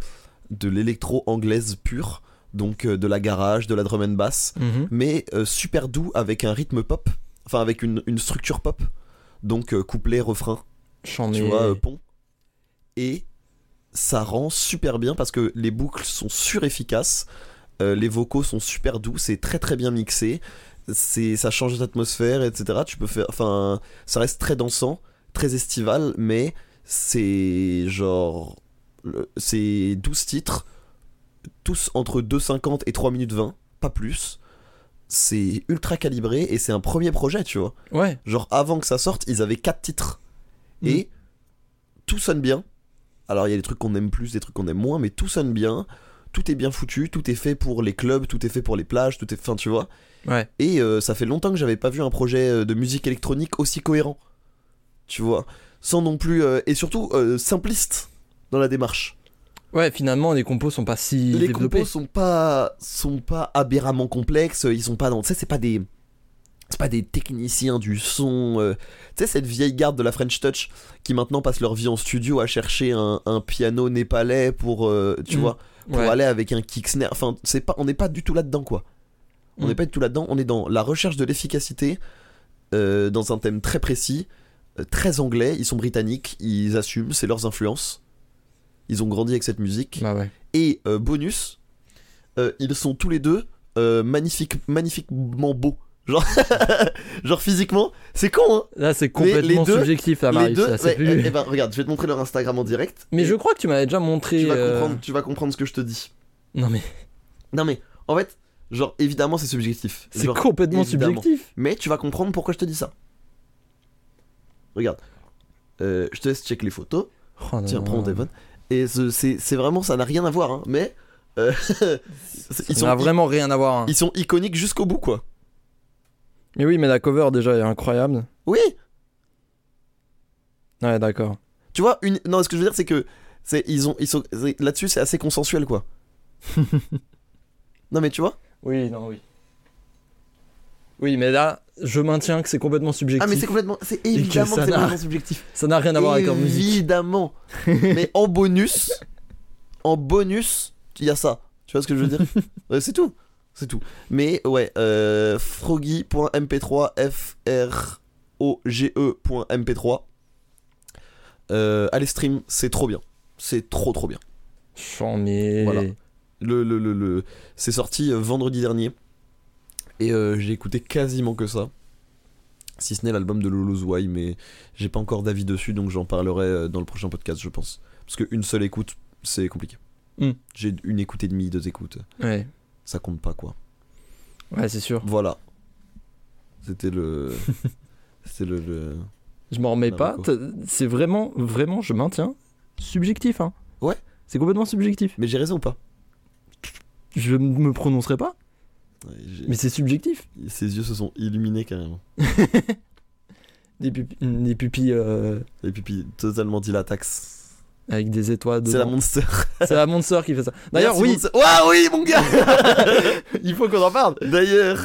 S1: de l'électro anglaise pure, donc euh, de la garage, de la drum and bass,
S2: Mhm.
S1: mais euh, super doux avec un rythme pop, enfin avec une, une structure pop, donc euh, couplet, refrain
S2: J'en
S1: tu
S2: ai.
S1: vois, euh, pont. Et ça rend super bien parce que les boucles sont surefficaces, euh, les vocaux sont super doux, c'est très très bien mixé, c'est ça change d'atmosphère, etc. Tu peux faire, enfin, ça reste très dansant, très estival, mais c'est genre, le- c'est 12 titres, tous entre 2,50 et 3 minutes 20, pas plus. C'est ultra calibré et c'est un premier projet, tu vois.
S2: Ouais.
S1: Genre avant que ça sorte, ils avaient 4 titres.
S2: Mm.
S1: Et tout sonne bien. Alors il y a des trucs qu'on aime plus, des trucs qu'on aime moins, mais tout sonne bien. Tout est bien foutu, tout est fait pour les clubs, tout est fait pour les plages, tout est fin, tu vois.
S2: Ouais.
S1: Et euh, ça fait longtemps que j'avais pas vu un projet euh, de musique électronique aussi cohérent. Tu vois, sans non plus euh, et surtout euh, simpliste dans la démarche.
S2: Ouais, finalement, les compos sont pas si
S1: les
S2: développés.
S1: compos sont pas sont pas aberramment complexes, ils sont pas dans tu sais c'est pas des c'est pas des techniciens du son, euh, tu sais cette vieille garde de la French Touch qui maintenant passe leur vie en studio à chercher un, un piano népalais pour euh, tu
S2: Mm.
S1: vois pour
S2: Ouais.
S1: aller avec un kick snare. Enfin, c'est pas, on n'est pas du tout là-dedans, quoi. On
S2: Mm.
S1: n'est pas du tout là-dedans. On est dans la recherche de l'efficacité euh, dans un thème très précis, euh, très anglais. Ils sont britanniques, ils assument, c'est leurs influences. Ils ont grandi avec cette musique.
S2: Bah ouais.
S1: Et euh, bonus, euh, ils sont tous les deux euh, magnifiques, magnifiquement beaux. Genre, genre physiquement, c'est con, hein.
S2: Là, c'est
S1: Les- les
S2: complètement
S1: deux-
S2: subjectif, la Marie.
S1: les deux,
S2: ça, c'est
S1: ouais,
S2: plus-
S1: eh- eh ben, regarde, je vais te montrer leur Instagram en direct.
S2: Mais
S1: et
S2: je crois que tu m'avais déjà montré.
S1: tu vas
S2: euh,
S1: comprendre, tu vas comprendre ce que je te dis.
S2: Non, mais
S1: Non mais en fait, genre évidemment c'est subjectif.
S2: c'est
S1: Genre,
S2: complètement
S1: évidemment.
S2: subjectif.
S1: Mais tu vas comprendre pourquoi je te dis ça. Regarde, Euh, je te laisse check les photos.
S2: Oh, non,
S1: Tiens,
S2: non,
S1: prends
S2: non.
S1: mon téléphone. Et ce- c'est c'est vraiment ça n'a rien à voir, hein, mais euh, c'est- ils
S2: Ça n'a
S1: sont
S2: vraiment rien à voir. hein.
S1: ils sont iconiques jusqu'au bout quoi.
S2: Mais oui, mais la cover déjà est incroyable.
S1: Oui,
S2: Ouais, d'accord.
S1: tu vois une. Non, ce que je veux dire c'est que c'est ils ont ils sont c'est- là-dessus c'est assez consensuel quoi. non mais tu vois.
S2: Oui, non, oui. Oui, mais là, je maintiens que c'est complètement subjectif.
S1: Ah mais c'est complètement, c'est
S2: que
S1: évidemment que
S2: ça
S1: c'est
S2: n'a-
S1: complètement subjectif.
S2: Ça n'a rien à voir avec leur musique.
S1: Évidemment. Mais en bonus, en bonus, il y a ça. Tu vois ce que je veux dire Ouais, C'est tout. C'est tout. Mais ouais, euh, froggy.mp3, f r o g e e.mp3. Euh, allez stream, c'est trop bien. C'est trop trop bien.
S2: J'en ai.
S1: Voilà. Le, le, le, le- C'est sorti euh, vendredi dernier. Et euh, j'ai écouté quasiment que ça. Si ce n'est l'album de Lulu's Why, mais j'ai pas encore d'avis dessus, donc j'en parlerai euh, dans le prochain podcast, je pense. Parce qu'une seule écoute, c'est compliqué.
S2: Hmm.
S1: J'ai une écoute et demie, deux écoutes.
S2: Ouais,
S1: Ça compte pas, quoi.
S2: ouais c'est sûr.
S1: Voilà. C'était le. C'était le, le-
S2: Je m'en remets
S1: Ah,
S2: pas.
S1: d'accord.
S2: T'as- C'est vraiment, vraiment, je maintiens, subjectif. Hein.
S1: Ouais.
S2: C'est complètement subjectif.
S1: Mais j'ai raison ou pas
S2: Je m- me prononcerai pas,
S1: Ouais, j'ai-
S2: mais c'est subjectif.
S1: Ses yeux se sont illuminés carrément.
S2: Des, pup- des pupilles euh,
S1: Les pupilles totalement dilatax.
S2: avec des étoiles.
S1: C'est la
S2: dedans.
S1: monster.
S2: C'est la Monster qui fait ça. D'ailleurs,
S1: Merci,
S2: oui,
S1: Monster. Ouah, oui, mon gars
S2: il faut qu'on en parle.
S1: D'ailleurs,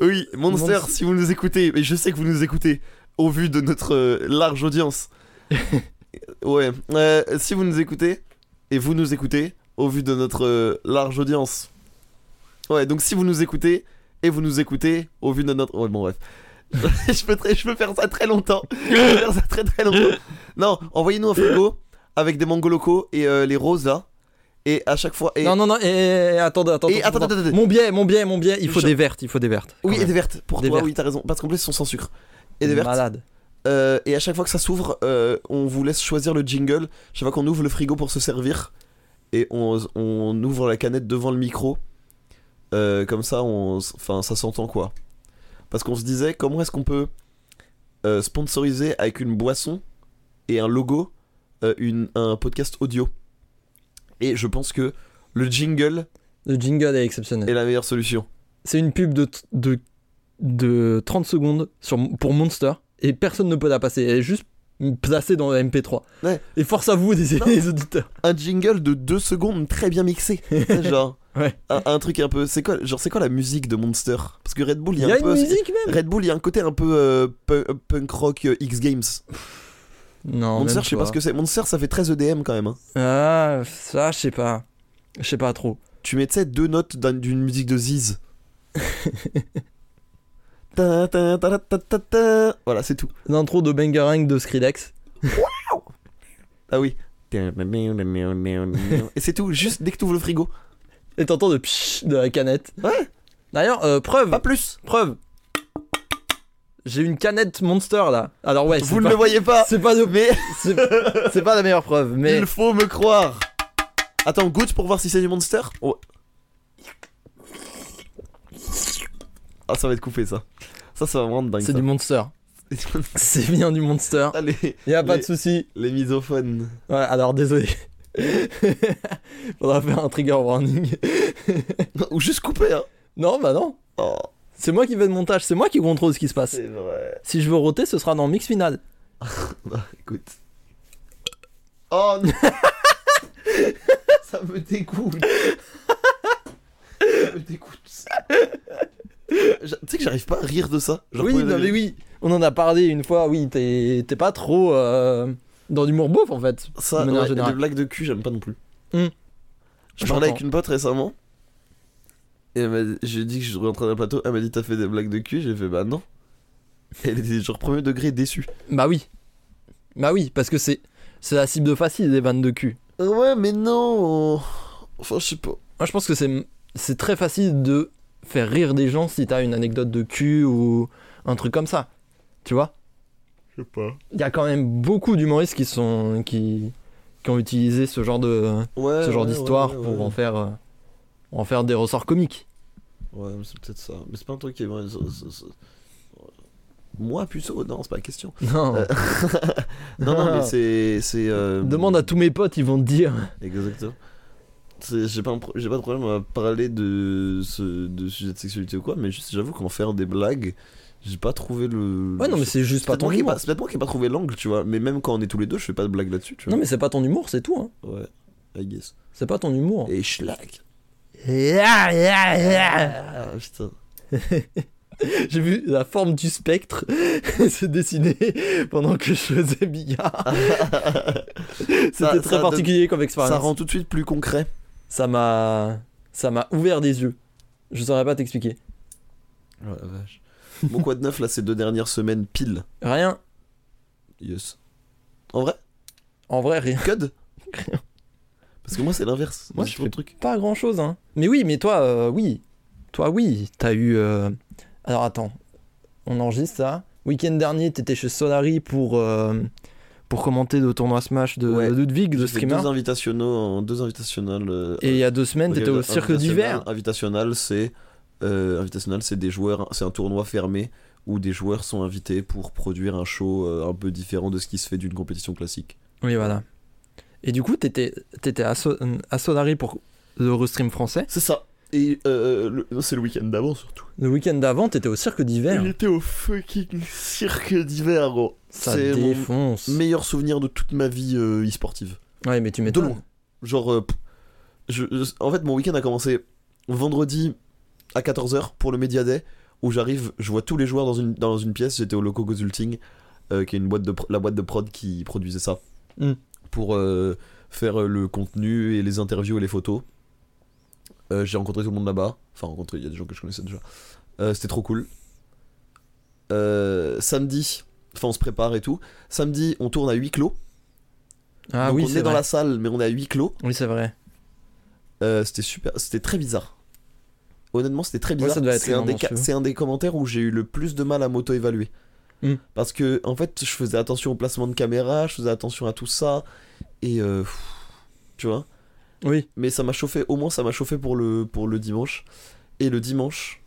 S1: oui, Monster,
S2: Monst-
S1: si vous nous écoutez, et je sais que vous nous écoutez, au vu de notre euh, large audience. ouais, euh, si vous nous écoutez, et vous nous écoutez, au vu de notre euh, large audience. Ouais, donc si vous nous écoutez, et vous nous écoutez, au vu de notre. Ouais, bon, bref. je, peux très- je peux faire ça très longtemps. Je peux faire ça très très longtemps. Non, envoyez-nous un frigo avec des mangos locaux et euh, les roses là. Et à chaque fois. Et...
S2: Non, non, non, et, attendez, attendez.
S1: Et
S2: attendez,
S1: attends, attends, attends.
S2: Mon biais, mon biais, mon biais, il faut
S1: Je-
S2: des vertes, il faut des vertes.
S1: Oui,
S2: quand
S1: et
S2: même.
S1: des vertes. Pour
S2: Des
S1: toi,
S2: vertes.
S1: oui, t'as raison. Parce qu'en plus, ils sont sans sucre. Et des vertes.
S2: Malade.
S1: Euh, et à chaque fois que ça s'ouvre, euh, on vous laisse choisir le jingle. Chaque fois qu'on ouvre le frigo pour se servir, et on, on ouvre la canette devant le micro. Euh, comme ça, on, s- enfin, ça s'entend quoi. Parce qu'on se disait, comment est-ce qu'on peut euh, sponsoriser avec une boisson et un logo euh, une, un podcast audio Et je pense que le jingle
S2: Le jingle est exceptionnel.
S1: est la meilleure solution.
S2: C'est une pub de, t- de, de 30 secondes sur, pour Monster et personne ne peut la passer. Elle est juste placée dans le MP3.
S1: Ouais.
S2: Et force à vous, des,
S1: Non.
S2: les auditeurs.
S1: un jingle de 2 secondes très bien mixé. C'est genre.
S2: Ouais.
S1: Un, un truc un peu. C'est quoi, genre, c'est quoi la musique de Monster Parce que Red Bull, il y
S2: Il
S1: a,
S2: y
S1: un
S2: a une
S1: peu.
S2: musique même
S1: Red Bull, il y a un côté un peu euh, pu- euh, punk rock euh, X Games.
S2: Non,
S1: Monster,
S2: même
S1: je sais pas ce que c'est. Monster, ça fait très EDM quand même. hein.
S2: Ah, ça, je sais pas. Je sais pas trop.
S1: Tu mets, tu sais, deux notes d'un- d'une musique de Ziz. Ta- ta- ta- ta- ta- ta- ta. Voilà, c'est tout.
S2: L'intro de Bangarang de Skrillex.
S1: Ah oui. Et c'est tout, juste dès que tu ouvres le frigo.
S2: Et t'entends le psh de la canette.
S1: Ouais.
S2: D'ailleurs, euh, preuve.
S1: Pas plus.
S2: Preuve. J'ai une canette Monster là. Alors ouais, c'est
S1: Vous ne
S2: pas,
S1: le voyez pas,
S2: c'est pas, de-
S1: mais
S2: c'est, c'est pas la meilleure preuve, mais
S1: Il faut me croire. Attends, goûte pour voir si c'est du monster. Oh. Ah, ça va être coupé ça. Ça, ça va me rendre dingue.
S2: c'est
S1: ça.
S2: du Monster. C'est bien du Monster.
S1: Ah, les,
S2: Y a pas
S1: les-
S2: de souci.
S1: les misophones.
S2: Ouais, alors désolé. Faudra faire un trigger warning.
S1: Ou juste coupé, hein.
S2: Non, bah non.
S1: Oh,
S2: C'est moi qui fais le montage, c'est moi qui contrôle ce qui se passe.
S1: c'est vrai.
S2: Si je veux roter, ce sera dans mix final.
S1: Bah, écoute. Oh non Ça me dégoûte. Ça me dégoûte. Je- Tu sais que j'arrive pas à rire de ça. Genre,
S2: oui,
S1: pour les
S2: non, mais
S1: amis.
S2: oui. On en a parlé une fois. Oui, t'es, t'es pas trop euh, dans l'humour beauf en fait.
S1: Ça,
S2: de manière
S1: ouais, les
S2: générale.
S1: blagues de cul, j'aime pas non plus.
S2: Hmm.
S1: Je parlais avec
S2: J'entends.
S1: une pote récemment. Et elle m'a dit- j'ai dit que je rentrais d'un plateau. Elle m'a dit T'as fait des blagues de cul J'ai fait Bah non. Et elle était genre premier degré déçue.
S2: Bah oui. Bah oui, parce que c'est, c'est la cible de facile des vannes de cul.
S1: Euh, Ouais, mais non Enfin, je sais pas.
S2: Moi, je pense que c'est, c'est très facile de faire rire des gens si t'as une anecdote de cul ou un truc comme ça. Tu vois
S1: Je sais pas.
S2: Il y a quand même beaucoup d'humoristes qui sont qui, qui ont utilisé ce genre de
S1: Ouais.
S2: ce genre
S1: ouais,
S2: d'histoire
S1: ouais, ouais,
S2: pour
S1: ouais.
S2: en faire euh, pour en faire des ressorts comiques.
S1: Ouais, mais c'est peut-être ça. Mais c'est pas un truc qui est vrai. ça- ça- ça- Moi, puceau Non, c'est pas la question.
S2: Non.
S1: Euh, Non, non, mais c'est. c'est euh,
S2: Demande à tous mes potes, ils vont te dire.
S1: Exactement. C'est- J'ai pas, un pro- j'ai pas de problème à parler de ce de sujet de sexualité ou quoi, mais juste, j'avoue qu'en faire des blagues, j'ai pas trouvé le.
S2: Ouais, non, mais c'est juste pas
S1: peut-être
S2: ton
S1: moi qui ai
S2: humour.
S1: pas- c'est peut-être moi qui ai pas trouvé l'angle, tu vois. Mais même quand on est tous les deux, je fais pas de blagues là-dessus, tu vois.
S2: Non, mais c'est pas ton humour, c'est tout. Hein.
S1: Ouais, I guess.
S2: C'est pas ton humour.
S1: Et schlack.
S2: J'ai
S1: Ah putain.
S2: vu la forme du spectre se dessiner pendant que je faisais billard.
S1: Ça-
S2: C'était
S1: ça
S2: très
S1: donne-
S2: particulier comme expérience.
S1: Ça rend tout de suite plus concret.
S2: Ça m'a ça m'a ouvert des yeux. Je saurais pas t'expliquer.
S1: Ouais, vache. Bon, quoi de neuf là ces deux dernières semaines pile
S2: Rien.
S1: Yes. En vrai
S2: En vrai, rien.
S1: Code Parce que moi, c'est l'inverse.
S2: Moi,
S1: J'ai
S2: je
S1: fait
S2: fais-
S1: le truc.
S2: Pas grand chose, hein. Mais oui, mais toi, euh, oui. Toi, oui. T'as eu. euh, Alors attends. On enregistre ça. week-end dernier, t'étais chez Sonari pour, euh, pour commenter le tournoi Smash de,
S1: Ouais.
S2: de Ludwig, de
S1: J'ai fait
S2: streamer.
S1: Deux invitationnaux, en- deux invitationnels. euh,
S2: Et il y a deux semaines, t'étais au
S1: Regarde,
S2: cirque
S1: Invitational-
S2: d'hiver.
S1: Invitational, c'est euh, Invitational, c'est des joueurs, c'est un tournoi fermé où des joueurs sont invités pour produire un show euh, un peu différent de ce qui se fait d'une compétition classique.
S2: Oui, voilà. Et du coup, t'étais t'étais à, So- à Sonari pour le restream français.
S1: C'est ça. Et euh, le- non, c'est le week-end d'avant surtout.
S2: Le week-end d'avant, t'étais au cirque d'hiver.
S1: Il était au fucking cirque d'hiver, gros.
S2: Ça
S1: C'est mon
S2: défonce.
S1: meilleur souvenir de toute ma vie euh, e-sportive.
S2: Ouais, mais tu
S1: De
S2: m'étonnes.
S1: loin. Genre, euh, pff, je- je- en fait, mon week-end a commencé vendredi à 14h pour le Media Day, où j'arrive, je vois tous les joueurs dans une, dans une pièce. J'étais au Loco Consulting, euh, qui est une boîte de, pro- la boîte de prod qui produisait ça,
S2: Mm.
S1: pour euh, faire euh, le contenu et les interviews et les photos. Euh, J'ai rencontré tout le monde là-bas. Enfin, rencontré, il y a des gens que je connaissais déjà. Euh, C'était trop cool. Euh, samedi, enfin, on se prépare et tout. Samedi, on tourne à huis clos.
S2: Ah
S1: Donc
S2: oui,
S1: on est
S2: c'est
S1: dans
S2: vrai.
S1: la salle, mais on est à huis clos.
S2: Oui, c'est vrai.
S1: Euh, c'était super, c'était très bizarre. Honnêtement, c'était très
S2: Ouais,
S1: bizarre.
S2: ça doit être
S1: c'est un, des
S2: énorme,
S1: ca-
S2: sûr.
S1: c'est un des commentaires où j'ai eu le plus de mal à m'auto-évaluer.
S2: Hmm.
S1: Parce que, en fait, je faisais attention au placement de caméra, je faisais attention à tout ça. Et. euh, pff, tu vois
S2: Oui.
S1: Mais ça m'a chauffé, au moins ça m'a chauffé pour le, pour le dimanche. Et le dimanche,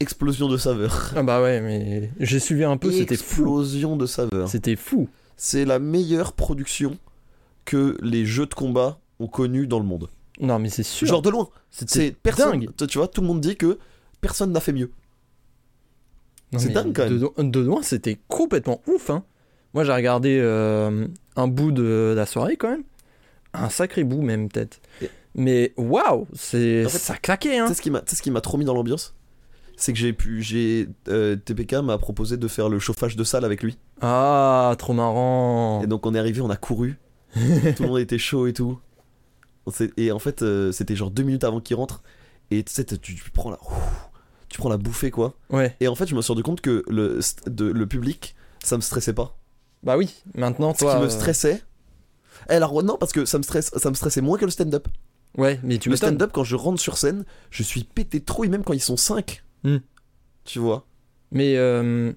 S1: explosion de saveurs.
S2: Ah bah ouais, mais j'ai suivi un peu, c'était fou.
S1: Explosion de saveurs.
S2: C'était fou.
S1: C'est la meilleure production que les jeux de combat ont connue dans le monde.
S2: Non, mais c'est sûr.
S1: Genre de loin.
S2: C'était
S1: C'est personne.
S2: dingue.
S1: Tu tu vois, tout le monde dit que personne n'a fait mieux.
S2: Non,
S1: C'est
S2: mais
S1: dingue, quand même.
S2: De, lo- de loin, c'était complètement ouf. hein. Moi, j'ai regardé euh, un bout de la soirée quand même. Un sacré bout, même peut-être.
S1: Et-
S2: Mais waouh, c'est
S1: En fait,
S2: ça claquait. Hein.
S1: Tu sais ce qui m'a- tu sais ce qui m'a trop mis dans l'ambiance C'est que j'ai pu. j'ai euh, TPK m'a proposé de faire le chauffage de salle avec lui.
S2: Ah, trop marrant.
S1: Et donc on est arrivé, on a couru. tout le monde était chaud et tout. On s'est- Et en fait, euh, c'était genre deux minutes avant qu'il rentre. Et tu sais, tu, tu prends la. ouf, tu prends la bouffée quoi.
S2: Ouais,
S1: Et en fait, je me suis rendu compte que le, st- de- le public, ça me stressait pas.
S2: bah oui. Maintenant,
S1: Ce
S2: toi.
S1: qui me
S2: euh,
S1: stressait. Eh, alors, non, parce que ça me, stresse, ça me stressait moins que le stand-up.
S2: Ouais, mais tu
S1: le
S2: m'étonnes.
S1: stand-up, quand je rentre sur scène, je suis pété de trouille, même quand ils sont 5.
S2: Hmm.
S1: Tu vois
S2: Mais euh,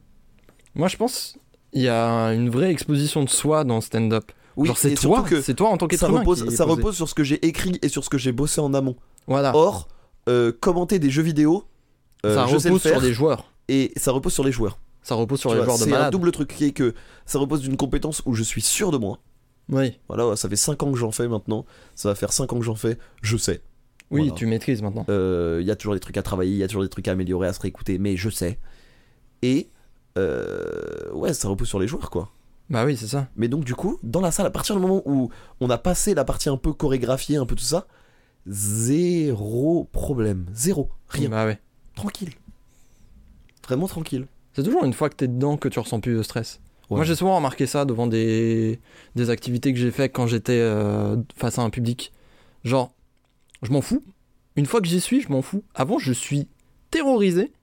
S2: moi, je pense il y a une vraie exposition de soi dans le stand-up.
S1: Oui,
S2: Genre, c'est
S1: et surtout
S2: toi,
S1: que
S2: c'est toi en tant
S1: ça,
S2: qu'être humain.
S1: repose,
S2: qui est
S1: ça
S2: posé.
S1: repose sur ce que j'ai écrit et sur ce que j'ai bossé en amont.
S2: Voilà.
S1: Or, euh, commenter des jeux vidéo, euh,
S2: ça
S1: je sais le
S2: repose sur
S1: faire,
S2: des joueurs.
S1: et ça repose sur les joueurs.
S2: Ça repose sur
S1: Tu
S2: les
S1: vois,
S2: joueurs de
S1: c'est un
S2: malade.
S1: double truc qui est que ça repose d'une compétence où je suis sûr de moi.
S2: Oui.
S1: Voilà, ça fait 5 ans que j'en fais maintenant. Ça va faire 5 ans que j'en fais. Je sais.
S2: Oui,
S1: Voilà.
S2: tu maîtrises maintenant.
S1: Euh, Il y a toujours des trucs à travailler, il y a toujours des trucs à améliorer, à se réécouter, mais je sais. Et euh, ouais, ça repose sur les joueurs, quoi.
S2: Bah oui, c'est ça.
S1: Mais donc du coup, dans la salle, à partir du moment où on a passé la partie un peu chorégraphiée, un peu tout ça, zéro problème, zéro, rien,
S2: Bah ouais.
S1: tranquille. Vraiment tranquille.
S2: C'est toujours une fois que t'es dedans que tu ressens plus de stress.
S1: Ouais.
S2: Moi, j'ai souvent remarqué ça devant des, des activités que j'ai fait quand j'étais euh, face à un public. Genre, je m'en fous. Une fois que j'y suis, je m'en fous. Avant, je suis terrorisé.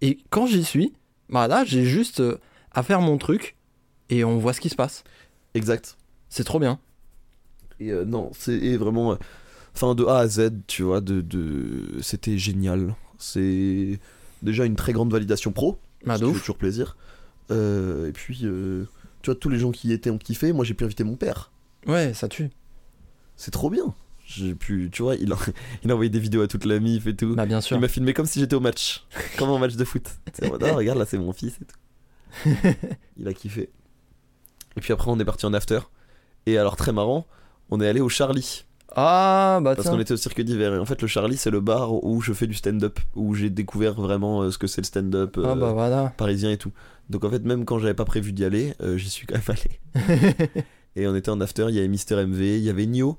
S2: Et quand j'y suis, bah là, j'ai juste euh, à faire mon truc et on voit ce qui se passe.
S1: Exact.
S2: C'est trop bien.
S1: Et euh, non, c'est et vraiment, euh, enfin de A à Z, tu vois, de, de... c'était génial. C'est déjà une très grande validation pro.
S2: Bah
S1: Ça
S2: de
S1: fait
S2: ouf.
S1: toujours plaisir. Euh, et puis, euh, tu vois, tous les gens qui y étaient ont kiffé. Moi, j'ai pu inviter mon père.
S2: Ouais, ça tue.
S1: C'est trop bien. J'ai pu, tu vois, il a, il a envoyé des vidéos à toute la mif et tout.
S2: Bah bien sûr.
S1: Il m'a filmé comme si j'étais au match, comme un match de foot. C'est en mode, Ah, regarde, là, c'est mon fils et tout. Il a kiffé. Et puis après, on est parti en after. Et alors, très marrant, on est allé au Charlie.
S2: Ah bah
S1: Parce
S2: tiens.
S1: qu'on était au circuit d'hiver. Et en fait, le Charlie, c'est le bar où je fais du stand-up, où j'ai découvert vraiment euh, ce que c'est le stand-up.
S2: Ah
S1: euh,
S2: bah voilà.
S1: parisien et tout. Donc en fait, même quand j'avais pas prévu d'y aller, euh, j'y suis quand même allé. et on était en after, il y avait Mister MV, il y avait Nio.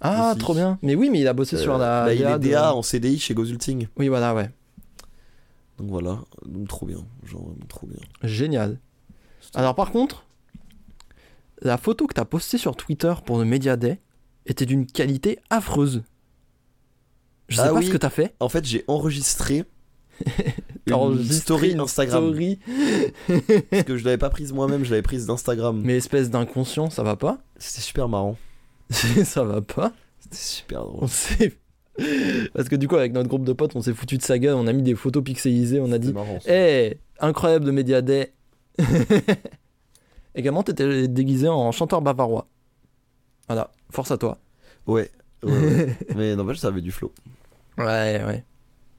S2: Ah
S1: Ici.
S2: trop bien. Mais oui, mais il a bossé
S1: Euh,
S2: sur la.
S1: bah, il
S2: IA
S1: est
S2: de-
S1: DA en CDI chez Gozulting.
S2: Oui voilà ouais.
S1: Donc voilà, donc trop bien, genre vraiment trop bien.
S2: Génial. Alors par contre, la photo que t'as postée sur Twitter pour le Media Day était d'une qualité affreuse. Je sais
S1: Ah
S2: pas
S1: oui.
S2: ce que t'as fait.
S1: En fait, j'ai enregistré une
S2: T'as enregistré
S1: story
S2: une
S1: Instagram
S2: story.
S1: parce que je l'avais pas prise moi-même, je l'avais prise d'Instagram.
S2: Mais espèce d'inconscient, ça va pas
S1: C'était super marrant,
S2: Ça va pas
S1: c'était super
S2: On
S1: drôle.
S2: s'est Parce que du coup, avec notre groupe de potes, on s'est foutu de saga, on a mis des photos pixelisées, on a
S1: C'est
S2: dit
S1: marrant.
S2: Hé,
S1: ça.
S2: incroyable de Media Day Également, t'étais déguisé en chanteur bavarois. Voilà, force à toi.
S1: Ouais. ouais, ouais. Mais n'empêche, ça avait du flow.
S2: Ouais, ouais.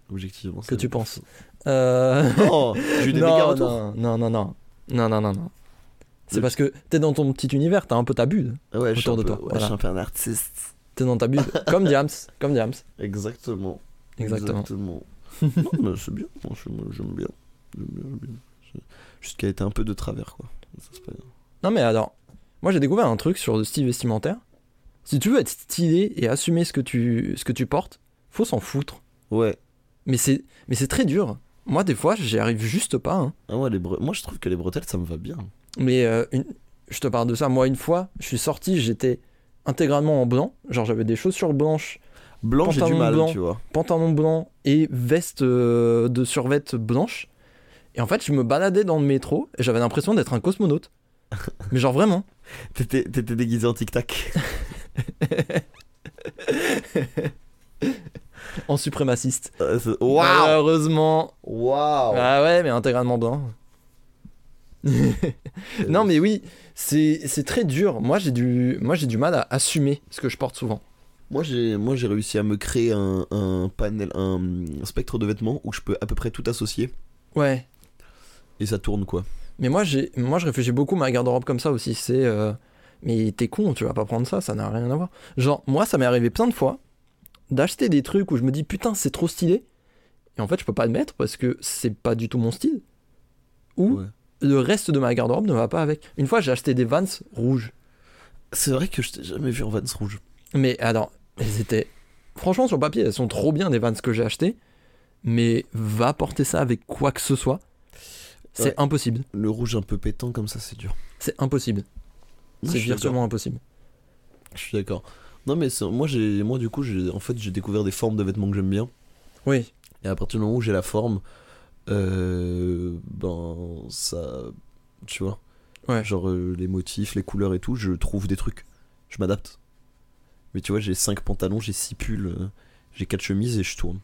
S1: Objectivement.
S2: Que
S1: c'est-
S2: tu penses Euh...
S1: Non, j'ai eu des méga
S2: non,
S1: retours.
S2: non, non, non, non. Non, non, non, non. C'est
S1: Le-
S2: parce que t'es dans ton petit univers, t'as un peu ta bulle.
S1: Ouais, je suis
S2: autour
S1: un
S2: de
S1: peu-
S2: toi,
S1: ouais,
S2: voilà.
S1: je suis un peu un artiste.
S2: T'es dans ta bulle. comme Diams, comme Diams.
S1: Exactement.
S2: Exactement.
S1: Exactement. non, mais c'est bien. Moi, je- moi, j'aime bien. J'aime bien, j'aime bien. C'est- Juste qu'elle était un peu de travers, quoi. Ça, c'est pas bien.
S2: Non mais alors, moi j'ai découvert un truc sur le style vestimentaire. Si tu veux être stylé et assumer ce que tu, ce que tu portes, faut s'en foutre.
S1: Ouais.
S2: Mais c'est, mais c'est très dur. Moi des fois j'y arrive juste pas. hein.
S1: Ah ouais, les bre- Moi, je trouve que les bretelles, ça me va bien.
S2: Mais euh, une- je te parle de ça. Moi une fois, je suis sorti, j'étais intégralement en blanc. Genre j'avais des chaussures blanches,
S1: Blanc, j'ai du
S2: Pantalon
S1: mal,
S2: blanc.
S1: tu vois.
S2: pantalon blanc et veste euh, de survêt blanche. Et en fait je me baladais dans le métro et j'avais l'impression d'être un cosmonaute. Mais genre vraiment.
S1: T'étais t'étais déguisé en tic-tac.
S2: En suprémaciste.
S1: Euh, c'est- Waouh!
S2: Malheureusement,
S1: Waouh!
S2: Ah ouais, mais intégralement blanc. non, mais oui, c'est c'est très dur. Moi, j'ai du, moi, j'ai du mal à assumer ce que je porte souvent.
S1: Moi j'ai moi j'ai réussi à me créer un, un panel un, spectre de vêtements où je peux à peu près tout associer
S2: Ouais.
S1: et ça tourne quoi.
S2: Mais moi, j'ai, moi, je réfléchis beaucoup à ma garde-robe comme ça aussi. C'est, euh, mais t'es con, tu vas pas prendre ça, ça n'a rien à voir. Genre, moi, ça m'est arrivé plein de fois d'acheter des trucs où je me dis putain, c'est trop stylé. Et en fait, je peux pas le mettre parce que c'est pas du tout mon style. Ou
S1: Ouais.
S2: le reste de ma garde-robe ne va pas avec. Une fois, j'ai acheté des Vans rouges.
S1: C'est vrai que je t'ai jamais vu en Vans rouge.
S2: Mais alors, elles étaient. Franchement, sur le papier, elles sont trop bien des Vans que j'ai achetées. Mais va porter ça avec quoi que ce soit. C'est
S1: Ouais.
S2: impossible.
S1: Le rouge un peu pétant comme ça c'est dur.
S2: C'est impossible.
S1: Non, je
S2: C'est
S1: suis d'accord.
S2: virtuellement impossible.
S1: Je suis d'accord. Non mais c'est- moi j'ai moi du coup j'ai en fait j'ai découvert des formes de vêtements que j'aime bien
S2: Oui.
S1: et à partir du moment où j'ai la forme euh, ben ça tu vois
S2: Ouais.
S1: genre euh, les motifs les couleurs et tout je trouve des trucs je m'adapte. Mais tu vois j'ai 5 pantalons j'ai 6 pulls euh, j'ai 4 chemises et je tourne.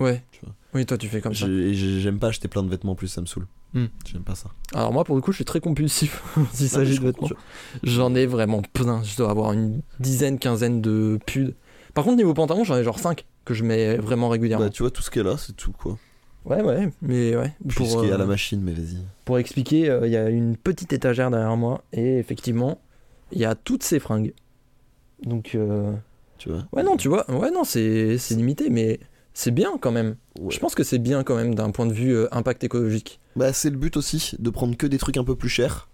S2: Ouais.
S1: Tu vois.
S2: Oui, toi, tu fais comme ça.
S1: J'ai- j'ai- J'aime pas acheter plein de vêtements en plus, ça me saoule.
S2: Hmm.
S1: J'aime pas ça.
S2: Alors, moi, pour le coup, je suis très compulsif s'il
S1: Non, mais
S2: s'agit
S1: je
S2: de vêtements.
S1: comprends,
S2: J'en ai vraiment plein. Je dois avoir une dizaine, quinzaine de pulls. Par contre, niveau pantalon, j'en ai genre 5 que je mets vraiment
S1: tu-
S2: régulièrement.
S1: Bah, tu vois, tout ce qui est là, c'est tout quoi.
S2: ouais, ouais. Mais ouais.
S1: Pour ce qui est à
S2: euh,
S1: la machine, mais vas-y.
S2: Pour expliquer, euh, il y a une petite étagère derrière moi et effectivement, il y a toutes ces fringues. Donc euh,
S1: Tu vois
S2: ouais non, tu vois, ouais non, c'est c'est limité mais c'est bien quand même.
S1: Ouais.
S2: Je pense que c'est bien quand même d'un point de vue euh, impact écologique.
S1: Bah, c'est le but aussi, de prendre que des trucs un peu plus chers.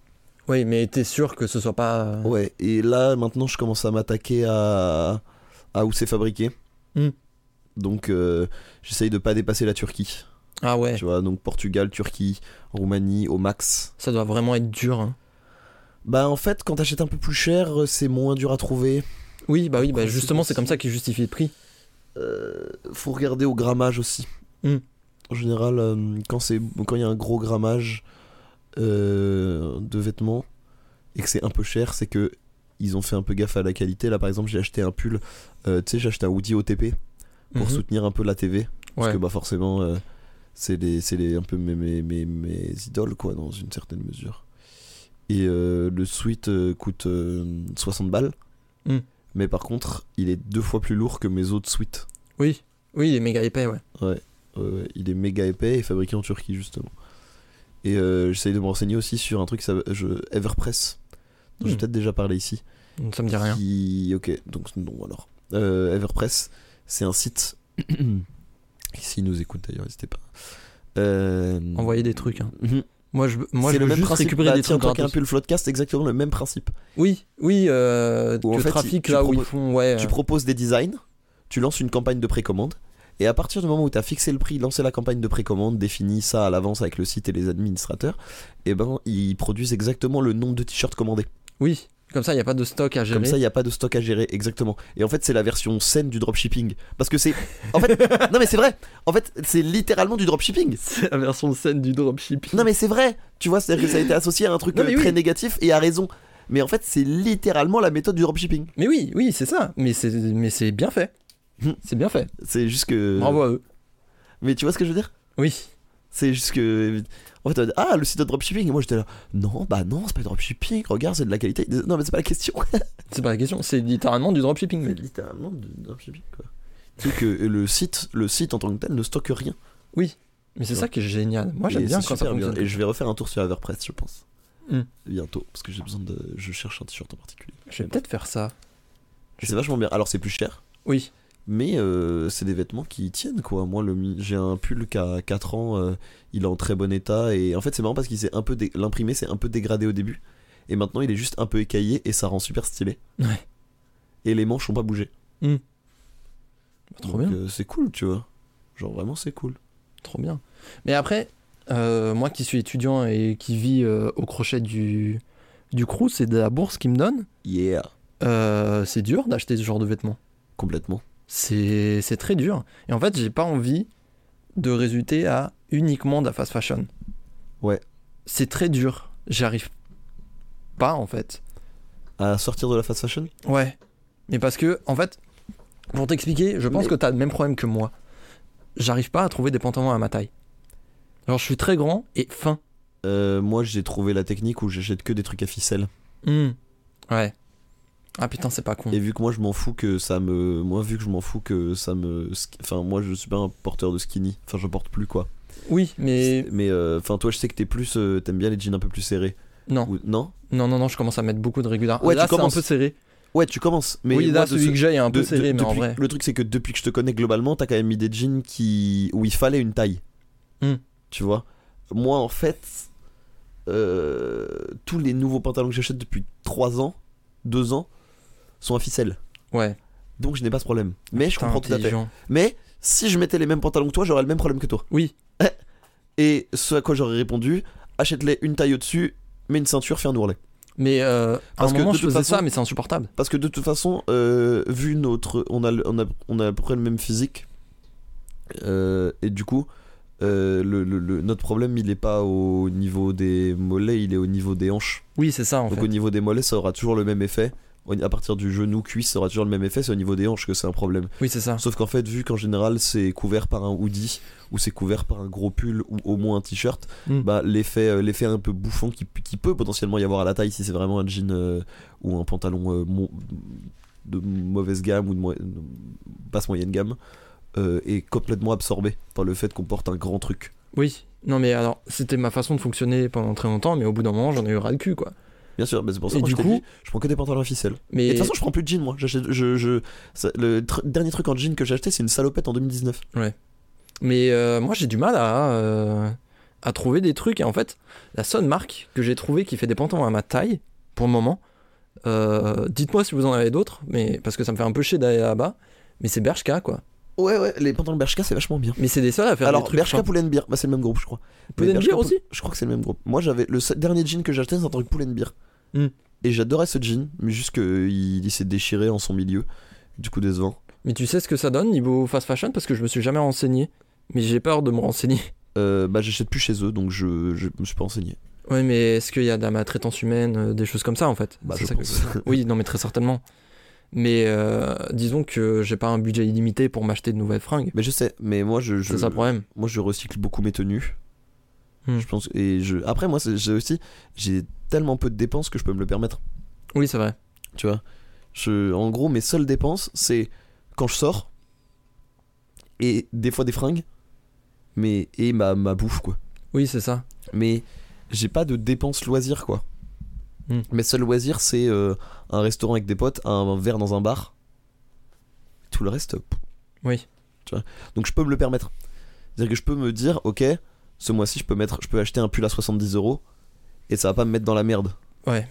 S2: Oui, mais t'es sûr que ce soit pas euh,
S1: Ouais, et là, maintenant, je commence à m'attaquer à... à où c'est fabriqué.
S2: Hmm.
S1: Donc, euh, j'essaye de pas dépasser la Turquie.
S2: Ah ouais,
S1: Tu vois, donc Portugal, Turquie, Roumanie, au max.
S2: ça doit vraiment être dur. hein.
S1: Bah, en fait, quand t'achètes un peu plus cher, euh, c'est moins dur à trouver.
S2: Oui, bah oui, bah
S1: Ouais,
S2: justement,
S1: c'est
S2: c'est comme ça qu'ils justifient le prix.
S1: Euh, faut regarder au grammage aussi.
S2: Hmm.
S1: En général, euh, quand c'est quand il y a un gros grammage euh, de vêtements et que c'est un peu cher, c'est que ils ont fait un peu gaffe à la qualité. Là, par exemple, j'ai acheté un pull. euh, tu sais, j'ai acheté un hoodie OTP pour
S2: Mhm.
S1: soutenir un peu la TV parce
S2: Ouais.
S1: que bah forcément, euh, c'est les c'est les un peu mes mes, mes mes idoles quoi dans une certaine mesure. Et euh, le sweat euh, coûte euh, 60 balles.
S2: Hmm.
S1: Mais par contre, il est deux fois plus lourd que mes autres sweats.
S2: Oui. Oui, il est méga épais, ouais.
S1: Ouais, ouais, Euh, il est méga épais et fabriqué en Turquie justement. Et euh, j'essaye de me renseigner aussi sur un truc, ça, je, Everpress, dont j'ai
S2: Hmm.
S1: peut-être déjà parlé ici.
S2: Ça me dit rien.
S1: Qui- ok, donc non alors. Euh, Everpress, c'est un site. S'ils nous écoutent d'ailleurs, n'hésitez pas. Euh,
S2: Envoyer des trucs, hein.
S1: mhm.
S2: Moi je moi
S1: c'est
S2: je
S1: le
S2: veux
S1: même
S2: juste
S1: principe.
S2: récupérer
S1: bah,
S2: des
S1: tiens,
S2: trucs
S1: toi qui as
S2: gratuits.
S1: un peu le floodcast, exactement le même principe.
S2: Oui, oui, euh,
S1: Ou en
S2: que
S1: fait,
S2: trafic
S1: tu
S2: là où
S1: proposes-
S2: ils font, ouais.
S1: Tu
S2: euh,
S1: proposes des designs, tu lances une campagne de précommande, et à partir du moment où tu as fixé le prix, lancé la campagne de précommande, défini ça à l'avance avec le site et les administrateurs, et ben ils produisent exactement le nombre de t-shirts commandés.
S2: Oui, comme ça, il n'y a pas de stock à gérer.
S1: Comme ça, il n'y a pas de stock à gérer, exactement. Et en fait, c'est la version saine du dropshipping. Parce que c'est. En fait, non mais c'est vrai En fait, c'est littéralement du dropshipping
S2: c'est la version saine du dropshipping.
S1: Non mais c'est vrai Tu vois, c'est-à-dire que ça a été associé à un truc
S2: Non,
S1: euh,
S2: mais oui.
S1: très négatif et à raison. Mais en fait, c'est littéralement la méthode du dropshipping.
S2: Mais oui, oui, c'est ça. Mais c'est, mais c'est bien fait.
S1: Hum.
S2: C'est bien fait.
S1: C'est juste que.
S2: Bravo à eux.
S1: Mais tu vois ce que je veux dire
S2: Oui.
S1: C'est juste que. En fait, on va dire, ah, le site de dropshipping. Et moi, j'étais là, non, bah non, c'est pas du dropshipping. Regarde, c'est de la qualité. Non, mais c'est pas la question.
S2: C'est pas la question. C'est littéralement du dropshipping.
S1: C'est
S2: mec.
S1: littéralement du dropshipping, quoi. C'est que le site, le site en tant que tel ne stocke rien.
S2: Oui. Mais c'est ça qui est génial. Moi, j'aime
S1: Et
S2: bien
S1: c'est
S2: quand ça
S1: super bien.
S2: fonctionne.
S1: Et je vais refaire un tour sur Everpress, je pense.
S2: Hmm.
S1: Bientôt, parce que j'ai besoin de. Je cherche un t-shirt en particulier.
S2: Je vais peut-être faire ça.
S1: C'est vachement bien. Alors, c'est plus cher,
S2: Oui.
S1: mais euh, c'est des vêtements qui tiennent, quoi. Moi, le mi- j'ai un pull qui a 4 ans, euh, il est en très bon état. Et en fait, c'est marrant parce qu'il s'est un peu. dé- L'imprimé s'est un peu dégradé au début. Et maintenant, il est juste un peu écaillé et ça rend super stylé.
S2: Ouais.
S1: Et les manches ont pas bougé.
S2: Bah, trop
S1: Donc,
S2: bien.
S1: euh, c'est cool, tu vois. Genre, vraiment, c'est cool.
S2: Trop bien. Mais après, euh, moi qui suis étudiant et qui vis euh, au crochet du, du Crous et de la bourse qu'ils me donnent,
S1: Yeah.
S2: euh, c'est dur d'acheter ce genre de vêtements.
S1: Complètement.
S2: C'est c'est très dur. Et en fait, j'ai pas envie de résulter à uniquement de la fast fashion.
S1: Ouais.
S2: C'est très dur. J'arrive pas en fait.
S1: À sortir de la fast fashion
S2: Ouais. Mais parce que, en fait, pour t'expliquer, je pense
S1: Mais-
S2: que t'as le même problème que moi. J'arrive pas à trouver des pantalons à ma taille. Alors, je suis très grand et fin.
S1: Euh, moi, j'ai trouvé la technique où j'achète que des trucs à ficelle.
S2: Hmm. Ouais. Ah putain, c'est pas con.
S1: Et vu que moi, je m'en fous que ça me. Moi, vu que je m'en fous que ça me. Enfin, moi, je suis pas un porteur de skinny. Enfin, je porte plus, quoi.
S2: Oui, mais
S1: Mais, euh, enfin, toi, je sais que t'es plus. euh, T'aimes bien les jeans un peu plus serrés.
S2: non.
S1: Ou- Non
S2: Non, non, non, je commence à mettre beaucoup de régular.
S1: Ouais,
S2: là,
S1: tu
S2: c'est un
S1: commences.
S2: peu serré.
S1: Ouais, tu commences. Mais
S2: oui,
S1: moi,
S2: là,
S1: de
S2: celui
S1: ce-
S2: que j'ai est un peu
S1: de- de-
S2: serré, mais en
S1: depuis-
S2: vrai.
S1: Le truc, c'est que depuis que je te connais globalement, t'as quand même mis des jeans qui... où il fallait une taille.
S2: Hmm.
S1: Tu vois Moi, en fait, euh, tous les nouveaux pantalons que j'achète depuis 3 ans, 2 ans, sont à ficelle.
S2: Ouais.
S1: Donc, je n'ai pas ce problème. Mais je
S2: Putain,
S1: comprends tout à fait.
S2: intelligent.
S1: Mais si je mettais les mêmes pantalons que toi, j'aurais le même problème que toi. Eh.
S2: Oui.
S1: Et ce à quoi j'aurais répondu achète-les une taille au-dessus, mets une ceinture, fais un ourlet.
S2: Mais euh, à
S1: Parce
S2: un
S1: que
S2: moment,
S1: de
S2: je
S1: toute
S2: faisais
S1: façon-
S2: ça, mais c'est insupportable.
S1: Parce que de toute façon, euh, vu notre. On a, le- on, a, on a à peu près le même physique. Euh, et du coup, euh, le, le- le- notre problème, il est pas au niveau des mollets, il est au niveau des hanches.
S2: Oui, c'est ça, en
S1: Donc
S2: fait.
S1: au niveau des mollets, ça aura toujours le même effet. Au- À partir du genou cuisse, ça aura toujours le même effet. C'est au niveau des hanches que c'est un problème.
S2: Oui, c'est ça.
S1: Sauf qu'en fait, vu qu'en général c'est couvert par un hoodie ou c'est couvert par un gros pull ou au moins un t-shirt,
S2: Mm.
S1: bah l'effet euh, l'effet un peu bouffant qui, qui peut potentiellement y avoir à la taille si c'est vraiment un jean euh, ou un pantalon euh, mo- de mauvaise gamme ou de mo- de basse moyenne gamme euh, est complètement absorbé par le fait qu'on porte un grand truc.
S2: Oui. Non, mais alors, c'était ma façon de fonctionner pendant très longtemps, mais au bout d'un moment, j'en ai eu ras le cul, quoi.
S1: Bien sûr, mais c'est pour ça
S2: Et
S1: que
S2: du
S1: je t'ai
S2: coup-
S1: dit, je prends que des pantalons à ficelle. Et
S2: Mais
S1: de toute façon, je prends plus de jeans moi. J'achète, je, je- ça- le tr- dernier truc en jean que j'ai acheté, c'est une salopette en 2019.
S2: Mais euh, moi, j'ai du mal à, euh, à trouver des trucs. Et en fait, la seule marque que j'ai trouvée qui fait des pantalons à ma taille, pour le moment, euh, dites-moi si vous en avez d'autres, mais parce que ça me fait un peu chier d'aller là-bas. Mais c'est Bershka, quoi.
S1: Ouais, ouais, les pantalons Bershka, c'est vachement bien.
S2: Mais c'est des seuls à faire
S1: Alors,
S2: des trucs.
S1: Bershka
S2: enfin,
S1: Pull&Beer, bah, c'est le même groupe, je crois.
S2: Pull
S1: Mais
S2: and
S1: Bershka
S2: Beer aussi
S1: Je crois que c'est le même groupe. Moi, j'avais le se- dernier jean que j'ai acheté, c'est un truc Pull&Beer.
S2: Hmm.
S1: Et j'adorais ce jean, mais juste qu'il il s'est déchiré en son milieu. Du coup, décevant.
S2: Mais tu sais ce que ça donne niveau fast fashion Parce que je me suis jamais renseigné. Mais j'ai peur de me renseigner.
S1: Euh, bah, j'achète plus chez eux, donc je, je me suis pas renseigné.
S2: Ouais, mais est-ce qu'il y a de la maltraitance humaine, euh, des choses comme ça en fait
S1: Bah,
S2: C'est
S1: je
S2: ça que-
S1: pense.
S2: Oui, non, mais très certainement. Mais euh, disons que j'ai pas un budget illimité pour m'acheter de nouvelles fringues.
S1: mais je sais, mais moi, je, je,
S2: C'est ça le problème.
S1: moi, je recycle beaucoup mes tenues.
S2: Hmm.
S1: Je pense, et je, après, moi, c'est- j'ai aussi, j'ai tellement peu de dépenses que je peux me le permettre.
S2: Oui, c'est vrai.
S1: Tu vois je, En gros, mes seules dépenses, c'est quand je sors, et des fois des fringues, mais, et ma, ma bouffe, quoi.
S2: Oui, c'est ça.
S1: Mais j'ai pas de dépenses loisirs, quoi.
S2: Hmm.
S1: Mes seuls loisirs, c'est euh, un restaurant avec des potes, un, un verre dans un bar. Tout le reste, pff.
S2: Oui.
S1: Tu vois Donc je peux me le permettre. C'est-à-dire que je peux me dire, ok, ce mois-ci, je peux, mettre, je peux acheter un pull à 70 euros, et ça va pas me mettre dans la merde.
S2: Ouais.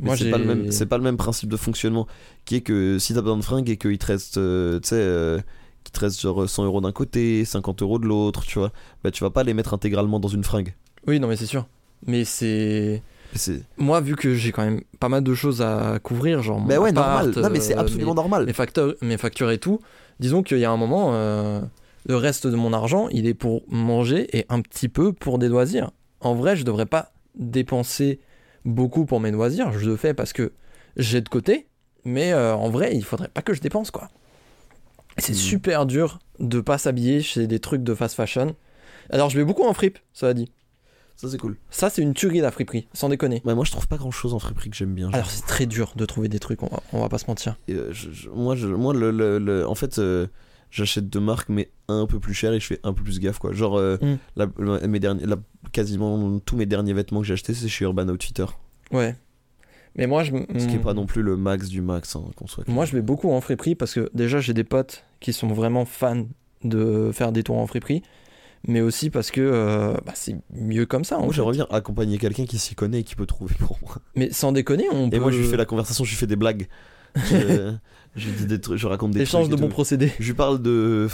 S1: Mais
S2: Moi,
S1: c'est
S2: j'ai.
S1: pas le même c'est pas le même principe de fonctionnement qui est que si t'as besoin de fringues et qu'il te reste euh, tu sais euh, qu'il te reste genre 100 euros d'un côté 50 euros de l'autre tu vois bah tu vas pas les mettre intégralement dans une fringue
S2: Oui, non, mais c'est sûr. Mais c'est.
S1: Mais c'est
S2: Moi, vu que j'ai quand même pas mal de choses à couvrir, genre. mon
S1: mais ouais
S2: appart,
S1: normal non mais c'est
S2: euh,
S1: absolument
S2: mes-
S1: normal
S2: Mes, facteurs- mes factures et tout. Disons qu'il y a un moment, euh, le reste de mon argent, il est pour manger et un petit peu pour des loisirs. En vrai, je devrais pas dépenser beaucoup pour mes loisirs. Je le fais parce que j'ai de côté. Mais euh, en vrai, il faudrait pas que je dépense, quoi. C'est
S1: Mhm.
S2: super dur de pas s'habiller chez des trucs de fast fashion. Alors je vais beaucoup en fripe, ça dit.
S1: Ça, c'est cool.
S2: Ça c'est une tuerie la friperie, sans déconner.
S1: Bah, moi, je trouve pas grand chose en friperie que j'aime bien.
S2: Alors c'est très dur de trouver des trucs, on va, on va pas se mentir.
S1: Et, euh, je- je- moi, je, moi le, le- le- en fait, euh, j'achète deux marques, mais un peu plus cher et je fais un peu plus gaffe, quoi. Genre, euh,
S2: Mm.
S1: la- la- mes derniers, la- quasiment tous mes derniers vêtements que j'ai achetés, c'est chez Urban Outfitter.
S2: Ouais. Mais moi je m-
S1: Ce qui est pas non plus le max du max, hein, qu'on soit clair.
S2: Mm. moi je vais beaucoup en friperie parce que déjà j'ai des potes qui sont vraiment fans de faire des tours en friperie, mais aussi parce que euh, bah, c'est mieux comme ça. en
S1: Ah, Moi,
S2: fait.
S1: j'aimerais bien accompagner quelqu'un qui s'y connaît et qui peut trouver pour moi.
S2: Mais sans déconner, on
S1: Et
S2: peut
S1: moi, je lui fais la conversation, je lui fais des blagues. je, je lui dis des trucs, je raconte des
S2: échange de
S1: trucs. et
S2: bons
S1: tout.
S2: procédés.
S1: Je lui parle de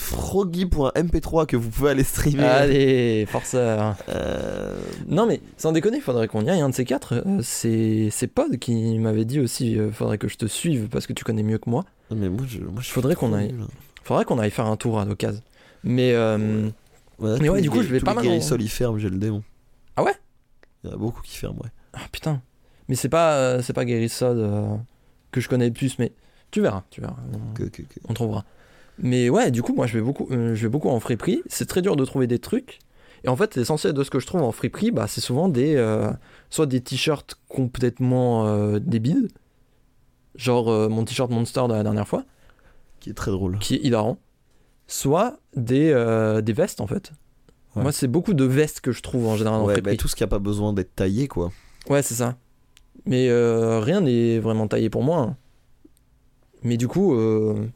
S1: froggy.mp3 que vous pouvez aller streamer.
S2: Ah, Allez, forceur.
S1: Euh,
S2: Non mais sans déconner, faudrait qu'on y aille. Un de ces quatre, euh, c'est c'est Pod qui m'avait dit aussi, euh, faudrait que je te suive parce que tu connais mieux que moi.
S1: Mais moi, je, moi, je suis
S2: Faudrait
S1: trop
S2: qu'on aille.
S1: nul, hein.
S2: Faudrait qu'on aille faire un tour à l'occasion. Mais euh, Mais
S1: tous
S2: ouais,
S1: les
S2: du coup,
S1: gué-
S2: je vais
S1: tous
S2: pas
S1: les
S2: mal en-
S1: guérissols, ils ferment, j'ai le démon.
S2: Ah ouais
S1: Il y en a beaucoup qui ferment, ouais.
S2: ah putain, mais c'est pas euh, c'est pas Guérissod euh, que je connais le plus, mais tu verras, tu verras, on,
S1: Ok, ok, ok.
S2: on trouvera. Mais ouais, du coup, moi je vais beaucoup, euh, je vais beaucoup en friperie. C'est très dur de trouver des trucs. Et en fait, l'essentiel de ce que je trouve en friperie, bah, c'est souvent des euh, soit des t-shirts complètement euh, débiles, genre euh, mon t-shirt Monster de la dernière fois.
S1: Qui est très drôle.
S2: qui est hilarant, soit des, euh, des vestes en fait.
S1: Ouais.
S2: Moi, c'est beaucoup de vestes que je trouve en général en
S1: ouais,
S2: friperie.
S1: bah, tout ce qui a pas besoin d'être taillé, quoi.
S2: Ouais, c'est ça. Mais euh, rien n'est vraiment taillé pour moi. hein. Mais du coup, euh,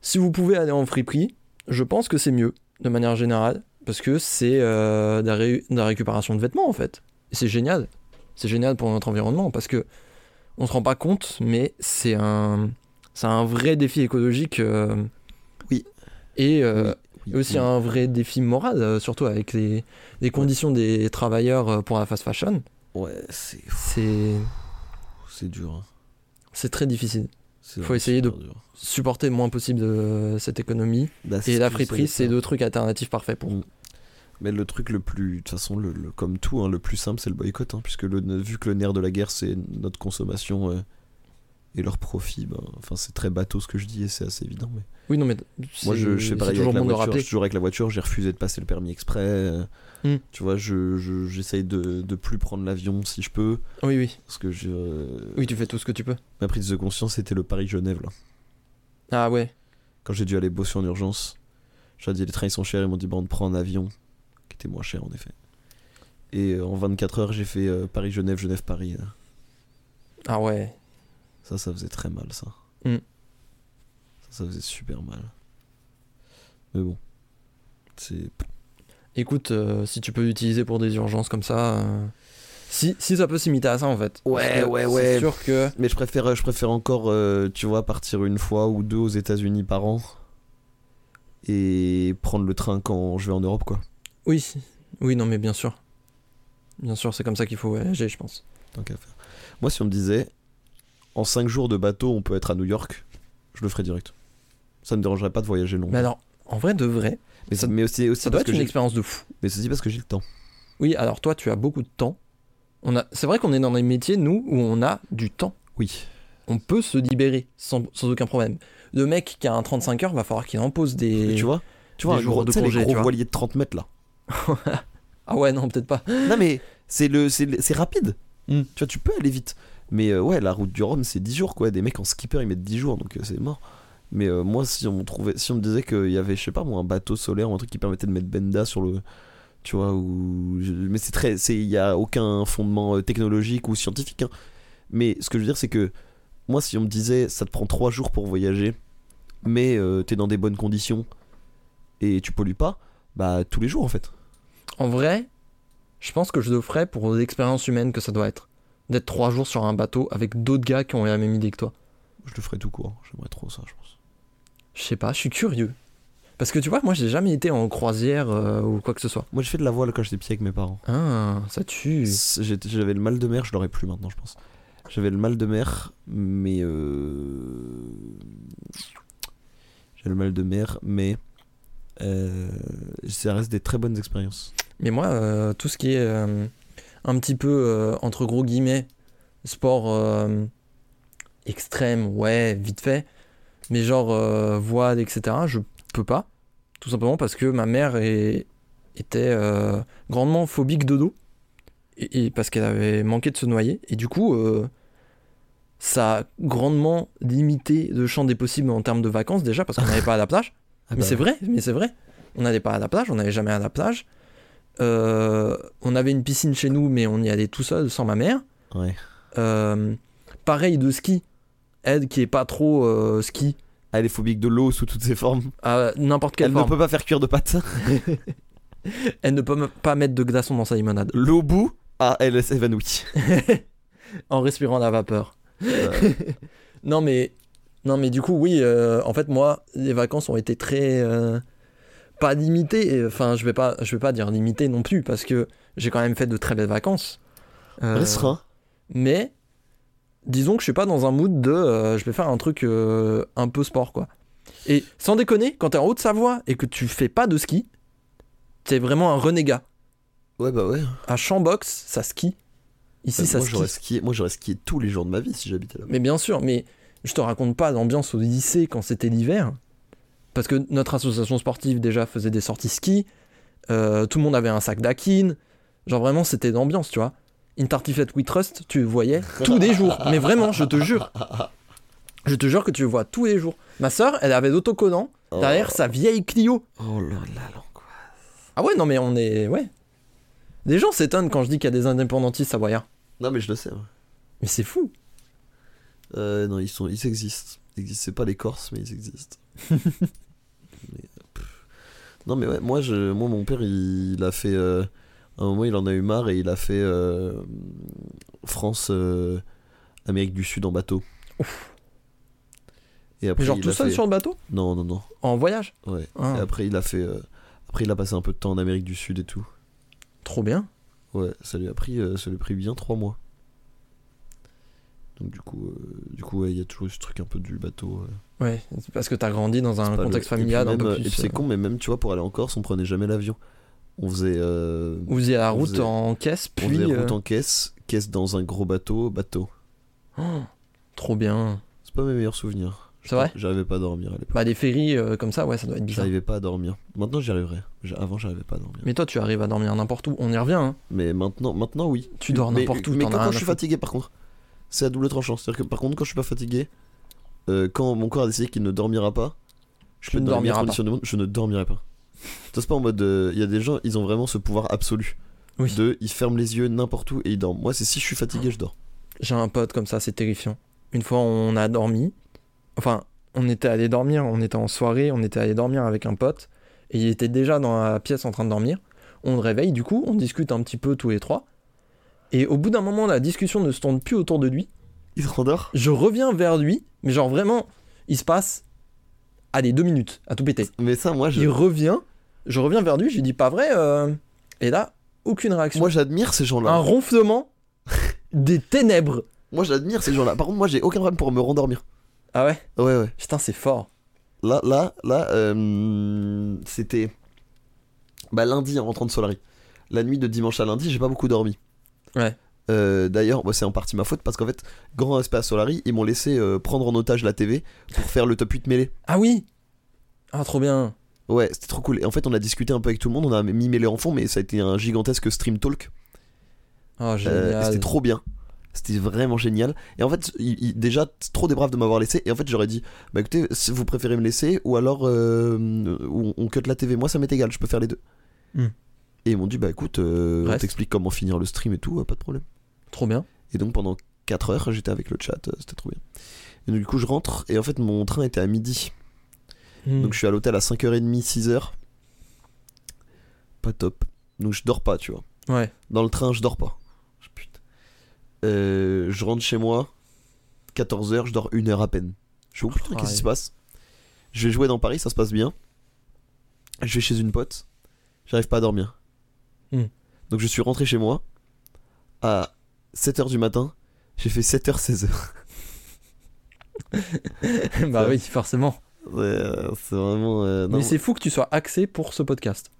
S2: si vous pouvez aller en friperie, je pense que c'est mieux de manière générale parce que c'est euh, de, la ré- de la récupération de vêtements en fait. Et C'est génial. C'est génial pour notre environnement parce que on se rend pas compte, mais c'est un c'est un vrai défi écologique. euh,
S1: Oui.
S2: Et euh,
S1: Oui,
S2: et aussi
S1: oui.
S2: un vrai défi moral, euh, surtout avec les, les conditions des travailleurs euh, pour la fast fashion.
S1: Ouais, c'est
S2: C'est,
S1: c'est dur. hein.
S2: c'est très difficile.
S1: C'est
S2: Faut
S1: vraiment
S2: essayer de-
S1: super dur.
S2: Supporter le moins possible euh, cette économie.
S1: Bah, c'est
S2: Et
S1: ce
S2: la
S1: que j'essaie
S2: friperie,
S1: de
S2: c'est
S1: faire.
S2: le truc alternatif parfait pour.
S1: Mais le truc le plus. De toute façon, le, le- comme tout, hein, le plus simple, c'est le boycott. hein, puisque le, vu que le nerf de la guerre, c'est notre consommation euh, et leur profit, ben, enfin, c'est très bateau ce que je dis et c'est assez évident. Mais...
S2: Oui, non, mais
S1: Moi,
S2: c'est-
S1: je, je
S2: c'est
S1: fais pareil
S2: toujours
S1: avec la
S2: bon de
S1: voiture.
S2: rappeler.
S1: Je suis toujours avec la voiture. J'ai refusé de passer le permis exprès. euh,
S2: Hmm.
S1: Tu vois, je, je- j'essaye de, de plus prendre l'avion si je peux.
S2: Oui, oui,
S1: Parce que je, euh,
S2: oui, tu fais tout ce que tu peux.
S1: ma prise de conscience, c'était le Paris-Genève. Là.
S2: Ah ouais.
S1: Quand j'ai dû aller bosser en urgence, j'ai dit les trains ils sont chers. Ils m'ont dit bah, on te prend un avion. Qui était moins cher en effet. Et euh, en 24 heures, j'ai fait euh, Paris-Genève, Genève-Paris. là.
S2: Ah ouais.
S1: Ça, ça faisait très mal, ça.
S2: Hmm.
S1: Ça, ça faisait super mal. Mais bon. C'est.
S2: Écoute, euh, si tu peux l'utiliser pour des urgences comme ça. euh, Si, si ça peut s'imiter à ça en fait.
S1: Ouais,
S2: Parce que
S1: ouais, ouais.
S2: C'est sûr que.
S1: Mais je préfère, je préfère encore, euh, tu vois, partir une fois ou deux aux États-Unis par an et prendre le train quand je vais en Europe, quoi.
S2: Oui, oui, non, mais bien sûr. Bien sûr, c'est comme ça qu'il faut voyager, je pense.
S1: Tant qu'à faire. Moi, si on me disait, en 5 jours de bateau, on peut être à New York, je le ferais direct. Ça me dérangerait pas de voyager longtemps.
S2: Mais alors, en vrai, de vrai,
S1: mais,
S2: Bah, ça-
S1: mais aussi, aussi
S2: ça doit
S1: parce
S2: être
S1: que
S2: une
S1: j'ai,
S2: expérience de fou.
S1: mais c'est aussi parce que j'ai le temps.
S2: Oui, alors toi, tu as beaucoup de temps. On a... C'est vrai qu'on est dans des métiers, nous, où on a du temps.
S1: Oui.
S2: On peut se libérer sans, sans aucun problème. Le mec qui a un 35 heures, va falloir qu'il en pose
S1: Mais
S2: des.
S1: tu vois, tu vois,
S2: des
S1: un
S2: jours
S1: gros,
S2: de
S1: tu sais, les
S2: congé,
S1: gros
S2: tu vois.
S1: voilier de 30 mètres là.
S2: Ah ouais, non, peut-être pas.
S1: non mais c'est le, c'est le- c'est rapide.
S2: Mm.
S1: Tu vois, tu peux aller vite. Mais euh, ouais, la route du Rhum, c'est 10 jours quoi. Des mecs en skipper, ils mettent 10 jours, donc euh, c'est mort. Mais euh, moi, si on, me trouvait, si on me disait qu'il y avait, je sais pas moi, un bateau solaire ou un truc qui permettait de mettre Benda sur le. Tu vois, ou. je- Mais c'est très. c'est- Il y a aucun fondement euh, technologique ou scientifique. hein. Mais ce que je veux dire, c'est que moi, si on me disait ça te prend 3 jours pour voyager, mais euh, t'es dans des bonnes conditions et tu pollues pas, bah tous les jours en fait.
S2: En vrai, je pense que je le ferais pour l'expérience humaine que ça doit être. D'être trois jours sur un bateau avec d'autres gars qui ont la même idée que toi.
S1: Je le ferais tout court. J'aimerais trop ça, je pense.
S2: Je sais pas, je suis curieux. Parce que tu vois, moi, j'ai jamais été en croisière euh, ou quoi que ce soit.
S1: Moi, j'ai fait de la voile quand j'étais petit avec mes parents.
S2: Ah, ça tue.
S1: C'est- j'étais- J'avais le mal de mer, je l'aurais plus maintenant, je pense. J'avais le mal de mer, mais. euh, J'ai le mal de mer, mais. euh, Ça reste des très bonnes expériences.
S2: Mais moi, euh, tout ce qui est euh, un petit peu, euh, entre gros guillemets, sport euh, extrême, ouais, vite fait, mais genre euh, voile, etc., je peux pas. Tout simplement parce que ma mère est- était euh, grandement phobique de d'eau. Et, et parce qu'elle avait manqué de se noyer. Et du coup, euh, ça a grandement limité le champ des possibles en termes de vacances déjà, parce qu'on n'avait pas à la plage.
S1: Ah
S2: mais
S1: bah
S2: c'est vrai, mais c'est vrai. On n'allait pas à la plage, on n'allait jamais à la plage. Euh, on avait une piscine chez nous, mais on y allait tout seul, sans ma mère.
S1: Ouais.
S2: Euh, pareil de ski. Elle qui est pas trop euh, ski,
S1: Ah, Elle est phobique de l'eau sous toutes ses formes.
S2: à n'importe quelle
S1: Elle
S2: forme.
S1: ne peut pas faire cuire de pâtes.
S2: Elle ne peut me- pas mettre de glaçons dans sa limonade
S1: L'eau bout, ah, elle s'évanouit.
S2: en respirant la vapeur. Non mais non mais du coup oui. euh, en fait moi les vacances ont été très euh, pas limitées. et, Enfin je vais pas je vais pas dire limitées non plus parce que j'ai quand même fait de très belles vacances. Euh,
S1: Restreint.
S2: mais disons que je suis pas dans un mood de euh, je vais faire un truc euh, un peu sport quoi. Et sans déconner, quand t'es en Haute-Savoie et que tu fais pas de ski, t'es vraiment un renégat.
S1: Ouais, bah ouais.
S2: À Chambox, ça skie. Ici,
S1: Bah,
S2: ça
S1: moi,
S2: skie.
S1: j'aurais skié, moi, j'aurais skié tous les jours de ma vie si j'habitais là.
S2: Mais bien sûr, mais je te raconte pas l'ambiance au lycée quand c'était l'hiver. Parce que notre association sportive déjà faisait des sorties ski. euh, tout le monde avait un sac d'Akin. Genre vraiment, c'était l'ambiance, tu vois. Une tartiflette We Trust, tu le voyais tous les jours. Mais vraiment, je te jure. Je te jure que tu le vois tous les jours. Ma sœur, elle avait l'autocollant
S1: Oh.
S2: derrière sa vieille Clio.
S1: Oh là là, l'angoisse.
S2: Ah ouais, non mais on est... Ouais. Les gens s'étonnent quand je dis qu'il y a des indépendantistes savoyards.
S1: Non, mais je le sais. hein. ouais.
S2: Mais c'est fou.
S1: Euh, non, ils, sont, ils existent. Ils existent. C'est pas les Corses, mais ils existent. Mais, euh, pff. non, mais ouais, moi, je, moi, mon père, il, il a fait. euh, à un moment, il en a eu marre et il a fait euh, France, euh, Amérique du Sud en bateau. Et après,
S2: Mais genre
S1: il
S2: tout
S1: a
S2: seul
S1: fait-
S2: sur le bateau
S1: Non, non, non.
S2: En voyage
S1: Ouais.
S2: Ah.
S1: Et après, il a fait. euh, Après, il a passé un peu de temps en Amérique du Sud et tout.
S2: Trop bien.
S1: Ouais, ça lui a pris, euh, ça lui a pris bien 3 mois. Donc, du coup, euh, du coup, ouais, il y a toujours ce truc un peu du bateau. euh.
S2: Ouais, c'est parce que t'as grandi dans
S1: Pas
S2: un
S1: le-
S2: contexte
S1: et puis
S2: familial un
S1: même,
S2: peu
S1: euh,
S2: plus.
S1: Et puis
S2: euh,
S1: c'est con, mais même, tu vois, pour aller en Corse, on prenait jamais l'avion. On faisait, euh,
S2: Vous faisiez la
S1: on
S2: route
S1: faisait-
S2: en caisse,
S1: on
S2: puis.
S1: faisait route
S2: euh,
S1: en caisse, caisse dans un gros bateau, bateau.
S2: oh, trop bien.
S1: C'est pas mes meilleurs souvenirs.
S2: C'est vrai
S1: J'arrivais pas à dormir à l'époque.
S2: Bah, les ferries euh, comme ça, ouais, ça doit être bizarre.
S1: J'arrivais pas à dormir. Maintenant, j'y arriverai. J'- Avant, j'arrivais pas à dormir. Mais,
S2: Mais toi, tu arrives à dormir n'importe où. On y revient, hein.
S1: maintenant, maintenant, oui.
S2: Tu dors
S1: Mais-
S2: n'importe où,
S1: Mais
S2: t'en
S1: que
S2: as rien
S1: quand
S2: à
S1: je suis
S2: foutre.
S1: fatigué, par contre, c'est à double tranchant. C'est-à-dire que, par contre, quand je suis pas fatigué, euh, quand mon corps a décidé qu'il ne dormira pas, je
S2: Tu
S1: peux
S2: ne
S1: dans les
S2: dormiras
S1: meilleures
S2: pas.
S1: conditions du monde, je ne dormirai pas. Ça, c'est pas en mode. euh, Il y a des gens, ils ont vraiment ce pouvoir absolu.
S2: Oui.
S1: De, ils ferment les yeux n'importe où et ils dorment. Moi, c'est si je suis fatigué, je dors.
S2: J'ai un pote comme ça, c'est terrifiant. Une fois, on a dormi. Enfin, on était allé dormir, on était en soirée, on était allé dormir avec un pote. Et il était déjà dans la pièce en train de dormir. On le réveille, du coup, on discute un petit peu tous les trois. Et au bout d'un moment, la discussion ne se tourne plus autour de lui.
S1: Il se rendort
S2: je reviens vers lui, mais genre vraiment, il se passe, allez, deux minutes, à tout péter.
S1: Mais ça, moi, je-
S2: Il revient, je reviens vers lui, je lui dis pas vrai, euh, et là, aucune réaction.
S1: moi j'admire ces gens-là.
S2: Un ronflement des ténèbres.
S1: Moi, j'admire ces gens-là. Par contre, moi, j'ai aucun problème pour me rendormir.
S2: Ah ouais
S1: Ouais, ouais.
S2: Putain, c'est fort.
S1: Là, là, là, euh, c'était. Bah, lundi en rentrant de Solari. La nuit de dimanche à lundi, j'ai pas beaucoup dormi.
S2: Ouais.
S1: Euh, D'ailleurs, moi, c'est en partie ma faute parce qu'en fait, grand respect à Solari, ils m'ont laissé euh, prendre en otage la TV pour faire le top 8 mêlé.
S2: Ah oui Ah, trop bien.
S1: Ouais, c'était trop cool. Et en fait, on a discuté un peu avec tout le monde, on a mis mêlé en fond, mais ça a été un gigantesque stream talk.
S2: Oh,
S1: Euh, et
S2: génial.
S1: c'était trop bien. C'était vraiment génial. Et en fait, il- il- déjà, c'est trop des braves de m'avoir laissé. Et en fait, j'aurais dit, bah écoutez, si vous préférez me laisser, ou alors euh, on, on cut la TV. Moi, ça m'est égal, je peux faire les deux.
S2: Hmm.
S1: Et ils m'ont dit, bah écoute, euh, on
S2: Reste.
S1: t'explique comment finir le stream et tout, euh, pas de problème.
S2: Trop bien.
S1: Et donc pendant 4 heures, j'étais avec le chat, euh, c'était trop bien. Et donc, du coup, je rentre, et en fait, mon train était à midi.
S2: Hmm.
S1: Donc je suis à l'hôtel à 5h30, 6h. Pas top. Donc je dors pas, tu vois.
S2: Ouais.
S1: Dans le train, je dors pas. Je, putain. Euh, je rentre chez moi, 14h, je dors une heure à peine. Je suis oh putain,
S2: Ah
S1: qu'est-ce qui
S2: ouais.
S1: se passe Je vais jouer dans Paris, ça se passe bien. Je vais chez une pote, j'arrive pas à dormir.
S2: Hmm.
S1: Donc je suis rentré chez moi à 7h du matin, j'ai fait 7h, 16h.
S2: bah oui, forcément.
S1: Ouais, euh, c'est vraiment. euh, non,
S2: Mais c'est fou que tu sois axé pour ce podcast.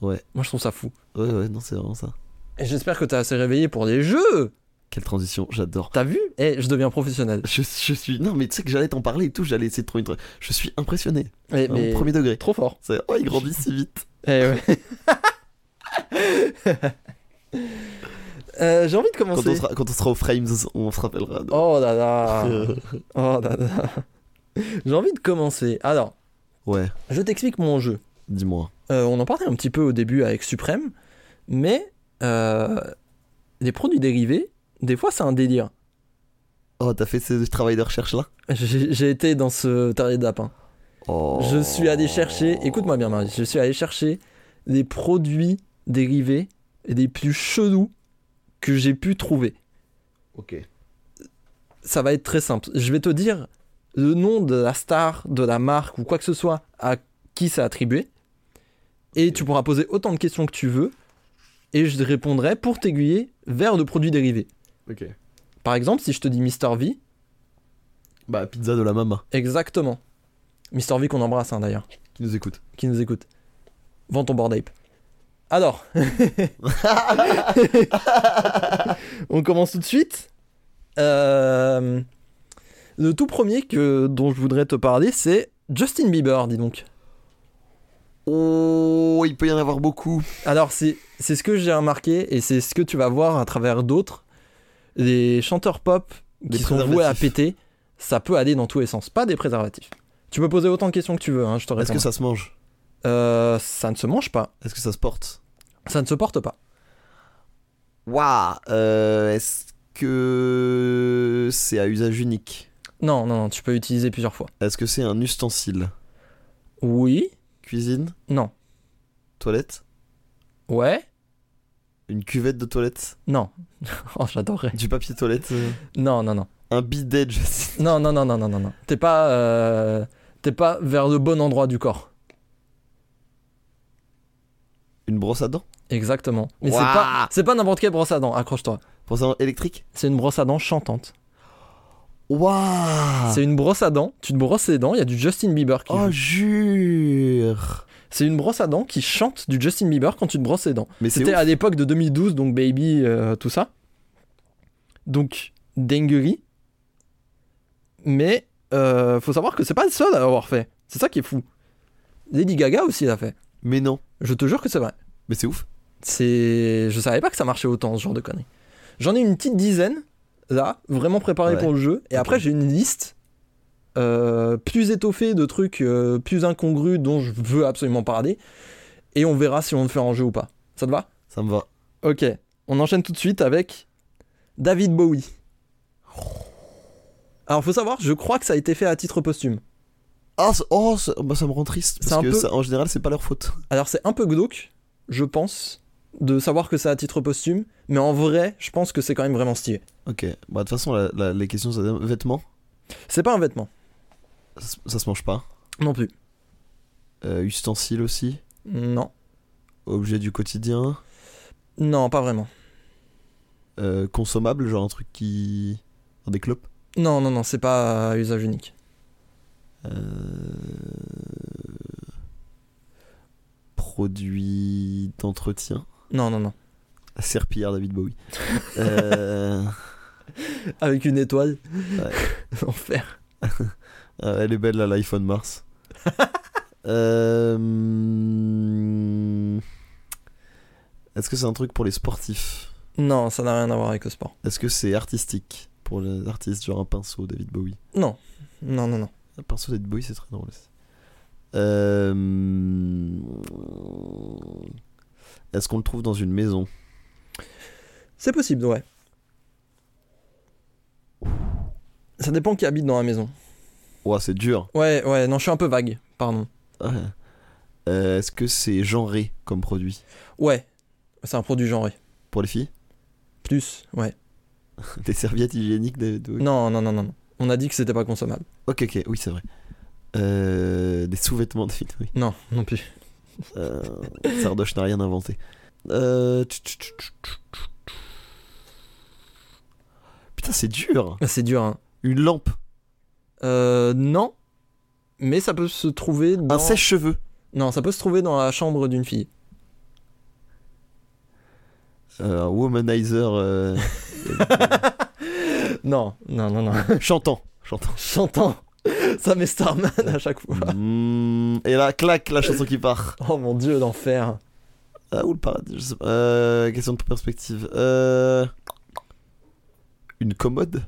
S1: Ouais.
S2: Moi, je trouve ça fou.
S1: Ouais, ouais, non, c'est vraiment ça.
S2: Et j'espère que t'as assez réveillé pour des jeux
S1: Quelle transition, j'adore.
S2: T'as vu Eh, je deviens professionnel.
S1: Je, je suis. Non, mais tu sais que j'allais t'en parler et tout, j'allais essayer de trouver une. tra- Je suis impressionné.
S2: Eh,
S1: Au
S2: mais-
S1: premier degré.
S2: Trop fort.
S1: C'est- Oh, il grandit si vite.
S2: Eh ouais. Euh, J'ai envie de
S1: Quand on,
S2: commencer.
S1: sera, quand on sera aux frames, on se rappellera. euh, de-
S2: Oh là
S1: Ah.
S2: là. Oh là là. J'ai envie de commencer. Alors,
S1: ouais,
S2: je t'explique mon jeu.
S1: dis-moi.
S2: Euh, on en parlait un petit peu au début avec Suprême, mais euh, les produits dérivés, des fois c'est un délire.
S1: Oh, t'as fait ce travail de recherche là
S2: J'ai j'ai été dans ce taré d'apin.
S1: Oh.
S2: Je suis allé chercher, écoute-moi bien Marie, je suis allé chercher des produits dérivés les plus chelous que j'ai pu trouver.
S1: Ok.
S2: Ça va être très simple. Je vais te dire le nom de la star, de la marque ou quoi que ce soit à qui c'est attribué. Et tu pourras poser autant de questions que tu veux. Et je te répondrai pour t'aiguiller vers le produit dérivé.
S1: Ok.
S2: Par exemple, si je te dis Mister V,
S1: Bah, pizza de la maman
S2: exactement. Mister V qu'on embrasse hein, d'ailleurs,
S1: qui nous écoute.
S2: qui nous écoute. Vends ton board ape. Alors, on commence tout de suite. Euh, le tout premier que, dont je voudrais te parler, c'est Justin Bieber, dis donc.
S1: Oh, il peut y en avoir beaucoup.
S2: Alors, c'est c'est ce que j'ai remarqué et c'est ce que tu vas voir à travers d'autres. Les chanteurs pop
S1: Des
S2: qui sont voués à
S1: préservatifs.
S2: péter, ça peut aller dans tous les sens, pas des préservatifs. Tu peux poser autant de questions que tu veux, hein, je te
S1: Est-ce
S2: réponds.
S1: que ça se mange
S2: Euh, ça ne se mange pas,
S1: Est-ce que ça se porte
S2: ça ne se porte pas.
S1: Waouh euh, Est-ce que c'est à usage unique
S2: Non, non, non, tu peux utiliser plusieurs fois.
S1: Est-ce que c'est un ustensile
S2: Oui,
S1: Cuisine
S2: non,
S1: Toilette
S2: ouais,
S1: Une cuvette de toilette
S2: non. oh, j'adorerais.
S1: Du papier toilette euh,
S2: Non, non, non.
S1: Un bidet Justin
S2: Non, non, non, non, non, non. non. T'es pas, euh, t'es pas vers le bon endroit du corps.
S1: Une brosse à dents
S2: Exactement. Mais c'est
S1: Ouah.
S2: pas, c'est pas n'importe quelle brosse à dents, accroche-toi.
S1: Brosse à dents électrique
S2: C'est une brosse à dents chantante.
S1: Waouh
S2: C'est une brosse à dents. Tu te brosses les dents. Il y a du Justin Bieber qui.
S1: Ah. Oh
S2: joue.
S1: jure
S2: C'est une brosse à dents qui chante du Justin Bieber quand tu te brosses les dents.
S1: Mais c'est
S2: C'était à l'époque de 2012, donc Baby, euh, tout ça. Donc dinguerie. Mais euh, faut savoir que c'est pas le seul à l'avoir fait. C'est ça qui est fou. Lady Gaga aussi l'a fait.
S1: ouf. Mais non
S2: Je te jure que c'est vrai.
S1: Mais c'est ouf
S2: C'est, je savais pas que ça marchait autant ce genre de conneries. J'en ai une petite dizaine là, vraiment préparée
S1: Ouais.
S2: pour le jeu. Et
S1: Ok.
S2: après j'ai une liste euh, plus étoffée de trucs euh, plus incongrus dont je veux absolument parler. Et on verra si on le fait en jeu ou pas. Ça te va
S1: Ça me va
S2: Ok, on enchaîne tout de suite avec David Bowie. Alors faut savoir, je crois que ça a été fait à titre posthume.
S1: Ah ça- oh, ça, bah, ça me rend triste
S2: C'est un
S1: Parce que
S2: peu-
S1: ça, en général c'est pas leur faute
S2: Alors c'est un peu glauque, je pense, de savoir que c'est à titre posthume, mais en vrai, je pense que c'est quand même vraiment stylé.
S1: Ok Bah de toute façon la- la- les questions ça donne- Vêtements
S2: C'est pas un vêtement,
S1: ça, se- ça se mange pas
S2: non plus.
S1: Euh, Ustensiles aussi
S2: Non,
S1: Objet du quotidien
S2: non, pas vraiment.
S1: Euh, Consommable genre un truc qui... Des clopes
S2: Non, non, non, c'est pas à usage unique.
S1: Euh, Produit d'entretien
S2: Non, non, non.
S1: Serpillard David Bowie. Euh,
S2: Avec une étoile.
S1: Ouais.
S2: Enfer.
S1: euh, elle est belle là, l'iPhone Mars. Euh, hmm, Est-ce que c'est un truc pour les sportifs
S2: Non, ça n'a rien à voir avec le sport.
S1: Est-ce que c'est artistique pour les artistes, genre un pinceau David Bowie
S2: Non, non, non, non.
S1: Un pinceau David Bowie, c'est très drôle. aussi. Euh, hmm, Est-ce qu'on le trouve dans une maison
S2: C'est possible, ouais. Ça dépend qui habite dans la maison.
S1: Ouah, c'est dur.
S2: Ouais, ouais, non, je suis un peu vague, pardon.
S1: Ouais. Euh, Est-ce que c'est genré comme produit
S2: Ouais, c'est un produit genré.
S1: pour les filles
S2: Plus, ouais.
S1: Des serviettes hygiéniques David Bowie
S2: Non, non, non, non, non. On a dit que c'était pas consommable.
S1: Ok, ok, oui, c'est vrai. Euh, des sous-vêtements, David, oui.
S2: Non, non plus.
S1: Euh, Sardoche n'a rien inventé. Euh, tch, tch, tch, tch, tch, tch. Putain, c'est dur!
S2: C'est dur, hein.
S1: Une lampe,
S2: Euh, non. Mais ça peut se trouver dans...
S1: un sèche-cheveux.
S2: Non, ça peut se trouver dans la chambre d'une fille.
S1: Euh, un womanizer euh,
S2: non, non, non, non.
S1: Chantant. Chantant.
S2: J'entends. Ça met Starman à chaque fois.
S1: Mm, et là, clac, la chanson qui part.
S2: Oh mon dieu, l'enfer.
S1: Ah, ou le paradis, je sais pas. Euh, question de perspective. Euh, Une commode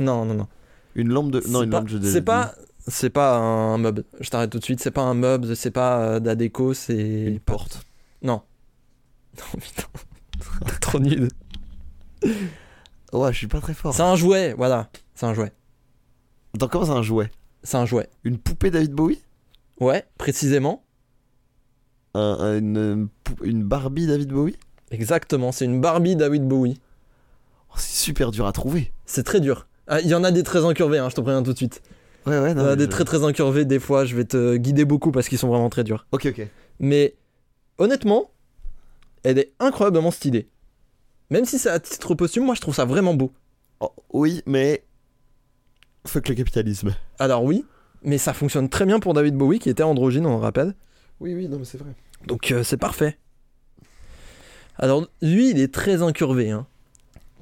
S2: Non, non, non.
S1: Une lampe de. Non,
S2: C'est
S1: une
S2: pas-
S1: lampe, je
S2: C'est pas. C'est pas un meuble. Je t'arrête tout de suite. C'est pas un meuble. C'est pas euh, de la déco. C'est
S1: Une porte.
S2: Non. Non putain. T'es trop nul.
S1: Ouais, je suis pas très fort.
S2: C'est un jouet. Voilà. C'est un jouet.
S1: Attends, comment c'est un jouet
S2: C'est un jouet.
S1: Une poupée David Bowie
S2: Ouais. Précisément.
S1: Un- un- une, euh, pou- une Barbie David Bowie
S2: Exactement. C'est une Barbie David Bowie.
S1: Oh, C'est super dur à trouver.
S2: C'est très dur. Ah, Il y en a des très incurvés. hein, je te préviens tout de suite.
S1: Ouais, ouais,
S2: Il
S1: non.
S2: y en a
S1: mais
S2: des
S1: je-
S2: très très incurvés. Des fois, je vais te guider beaucoup parce qu'ils sont vraiment très durs.
S1: Ok, ok.
S2: Mais honnêtement, elle est incroyablement stylée. Même si c'est à titre posthume, moi je trouve ça vraiment beau.
S1: Oh, oui, mais. Fuck le capitalisme.
S2: Alors oui, mais ça fonctionne très bien pour David Bowie qui était androgyne, on le rappelle.
S1: Oui, oui, non, mais c'est vrai.
S2: Donc euh, c'est parfait. Alors lui, il est très incurvé. hein.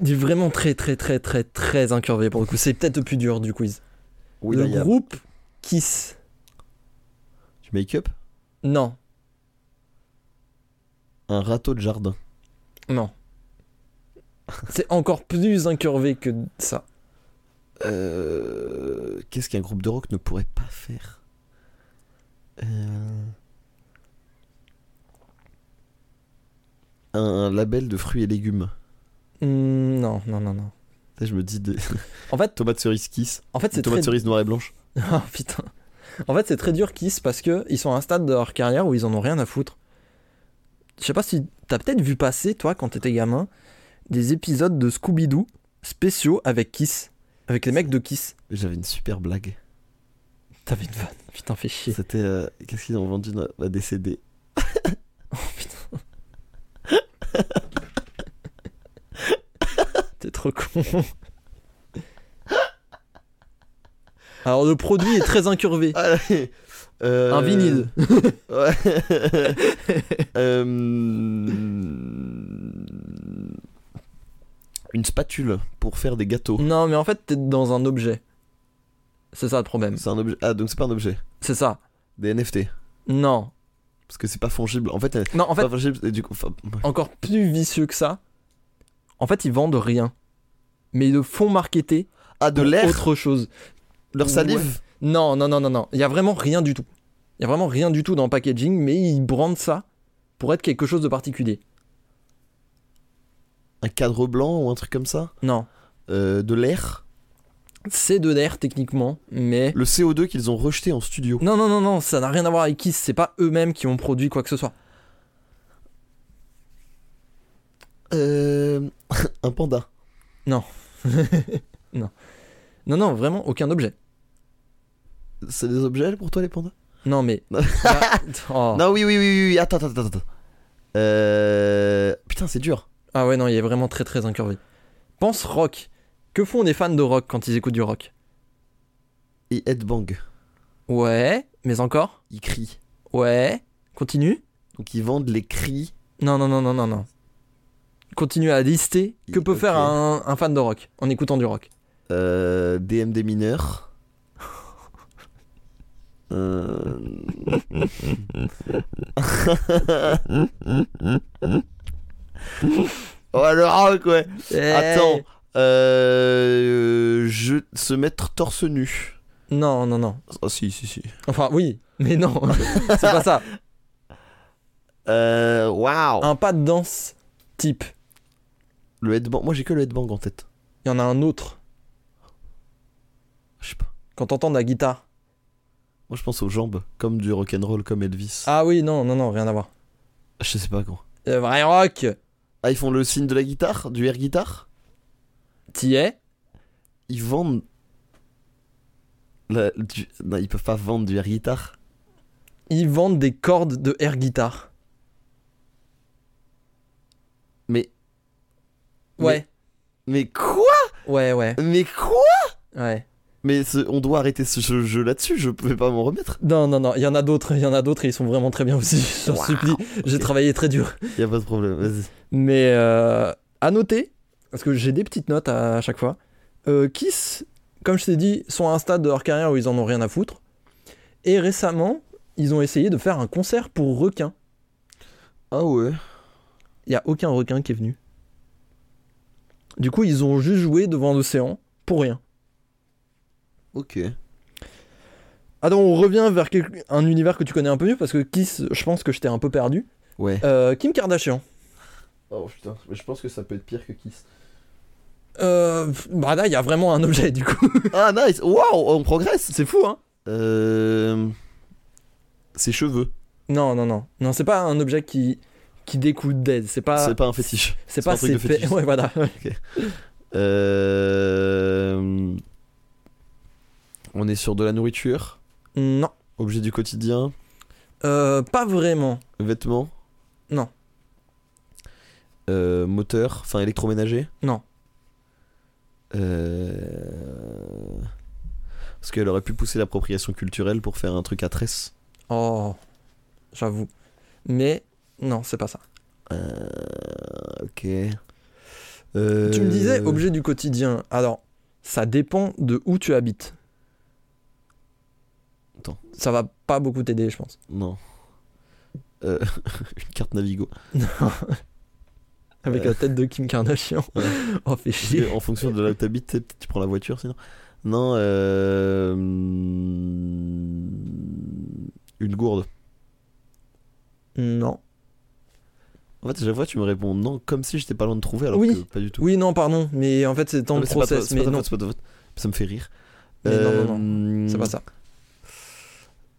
S2: Il est vraiment très très très très très incurvé pour le coup. C'est peut-être le plus dur du quiz.
S1: Oui,
S2: le
S1: là, il y a
S2: groupe Kiss.
S1: du make-up,
S2: Non,
S1: un râteau de jardin.
S2: non. c'est encore plus incurvé que ça.
S1: Euh, Qu'est-ce qu'un groupe de rock ne pourrait pas faire Euh, un, un label de fruits et légumes.
S2: Hmm, non, non, non, non.
S1: Tu sais, Je me dis des
S2: En fait,
S1: tomates cerises kiss,
S2: en fait c'est
S1: des
S2: très
S1: tomates cerises noires et blanches.
S2: Ah putain. En fait, c'est très dur Kiss parce que ils sont à un stade de leur carrière où ils en ont rien à foutre. Je sais pas si t'as peut-être vu passer toi quand t'étais gamin des épisodes de Scooby Doo spéciaux avec Kiss, avec les mecs de Kiss.
S1: J'avais une super blague.
S2: T'avais une vanne. Putain, fais chier.
S1: C'était euh, qu'est-ce qu'ils ont vendu dans- bah, des CD.
S2: T'es trop con. Alors le produit est très incurvé.
S1: Allez, euh,
S2: Un vinyle.
S1: Ouais. Euh, Une spatule pour faire des gâteaux.
S2: Non, mais en fait, t'es dans un objet. C'est ça le problème.
S1: C'est un objet. Ah, donc c'est pas un objet.
S2: C'est ça.
S1: Des NFT.
S2: Non.
S1: Parce que c'est pas fongible. En fait, euh,
S2: Non, en fait,
S1: pas fongible. Et du coup, enfin, ouais.
S2: encore plus vicieux que ça. En fait, ils vendent rien. Mais ils le font marketer
S1: ah, de
S2: pour
S1: l'air,
S2: autre chose.
S1: leur salive.
S2: Non, non, non, non, non. Il y a vraiment rien du tout. Il y a vraiment rien du tout dans le packaging, mais ils brandent ça pour être quelque chose de particulier.
S1: Un cadre blanc ou un truc comme ça.
S2: Non.
S1: Euh, de l'air.
S2: C'est de l'air techniquement, mais.
S1: Le CO2 qu'ils ont rejeté en studio.
S2: Non, non, non, non, ça n'a rien à voir avec Kiss. C'est pas eux-mêmes qui ont produit quoi que ce soit.
S1: Euh, un panda.
S2: Non, non, vraiment aucun objet.
S1: C'est des objets pour toi, les pandas
S2: Non, mais.
S1: Non.
S2: Ah, oh.
S1: Non, oui, oui, oui, oui, oui. Attends, attends, attends. attends. Euh... Putain, c'est dur.
S2: Ah ouais, non, il est vraiment très très incurvé. Pense rock. Que font les fans de rock quand ils écoutent du rock
S1: Et headbang.
S2: Ouais, mais encore
S1: Ils crient.
S2: Ouais, continue
S1: Donc ils vendent les cris.
S2: Non, non, non, non, non, non. Continue à lister que peut
S1: Ok.
S2: faire un, un fan de rock en écoutant du rock.
S1: Euh, DMD mineurs. Euh... oh le rock ouais.
S2: Eh.
S1: Attends, euh, je se mettre torse nu.
S2: Non, non, non.
S1: Ah si si si.
S2: Enfin, oui, mais non, c'est pas ça.
S1: Euh, Waouh.
S2: Un pas de danse type.
S1: Le headbang. Moi j'ai que le headbang en tête.
S2: Il y en a un autre.
S1: Je sais pas.
S2: Quand t'entends de la guitare.
S1: Moi je pense aux jambes, comme du rock'n'roll, comme Elvis.
S2: Ah oui, non, non, non, rien à voir.
S1: Je sais pas quoi.
S2: Le vrai rock,
S1: Ah ils font le signe de la guitare, du air guitare.
S2: t'y es
S1: ils vendent. la- du- Non, ils peuvent pas vendre du air guitar.
S2: Ils vendent des cordes de air guitare.
S1: Mais.
S2: Ouais,
S1: Mais quoi
S2: ouais, ouais,
S1: Mais quoi
S2: ouais.
S1: Mais ce- on doit arrêter ce jeu, jeu là-dessus, je pouvais pas m'en remettre.
S2: Non, non, non, il y en a d'autres, il y en a d'autres et ils sont vraiment très bien aussi. Je t'en
S1: Waouh,
S2: supplie, j'ai
S1: ok.
S2: travaillé très dur.
S1: Y a pas de problème, vas-y.
S2: Mais euh, à noter parce que j'ai des petites notes à, à chaque fois. Euh, Kiss, comme je t'ai dit, sont à un stade de leur carrière où ils en ont rien à foutre. Et récemment, ils ont essayé de faire un concert pour requins.
S1: Ah ouais.
S2: Il y a aucun requin qui est venu. Du coup, ils ont juste joué devant l'océan pour rien.
S1: Ok.
S2: Ah non, on revient vers quel- un univers que tu connais un peu mieux parce que Kiss, je pense que je t'ai un peu perdu.
S1: Ouais.
S2: Euh, Kim Kardashian.
S1: Oh putain, mais je pense que ça peut être pire que Kiss.
S2: Euh, pff, bah là, il y a vraiment un objet du coup.
S1: ah nice Waouh, on progresse
S2: C'est fou, hein
S1: Euh. Ses cheveux,
S2: Non, non, non. Non, c'est pas un objet qui, qui découle d'aide. C'est pas.
S1: c'est pas un fétiche.
S2: C'est
S1: c'est pas
S2: pas.
S1: un truc de
S2: ses
S1: fétichiste.
S2: pe- Ouais, voilà.
S1: Euh. On est sur de la nourriture,
S2: non.
S1: objets du quotidien,
S2: Euh, pas vraiment.
S1: vêtements.
S2: Non.
S1: Euh, moteur, enfin électroménager.
S2: Non.
S1: Euh... Parce qu'elle aurait pu pousser l'appropriation culturelle pour faire un truc à tresse.
S2: Oh, j'avoue. Mais non, c'est pas ça.
S1: Ok. Euh,
S2: Tu me disais objet du quotidien. Alors, ça dépend de où tu habites.
S1: Attends.
S2: Ça va pas beaucoup t'aider, je pense.
S1: Non. Euh, une carte Navigo.
S2: Avec
S1: Euh.
S2: la tête de Kim Kardashian.
S1: Ouais.
S2: oh,
S1: Parce
S2: fais
S1: que
S2: chier.
S1: en fonction de là où t'habites, t'es- tu prends la voiture sinon. Non, euh... une gourde.
S2: Non.
S1: En fait, à chaque fois, tu me réponds non, comme si j'étais pas loin de trouver, alors
S2: Oui.
S1: que pas du tout.
S2: Oui, non, pardon. Mais en fait, c'est
S1: Non,
S2: dans le
S1: mais c'est pas ta-
S2: process.
S1: c'est
S2: Mais
S1: pas ta
S2: non,
S1: faute, c'est pas ta faute. Ça me fait rire.
S2: Mais non, non,
S1: non,
S2: c'est pas ça.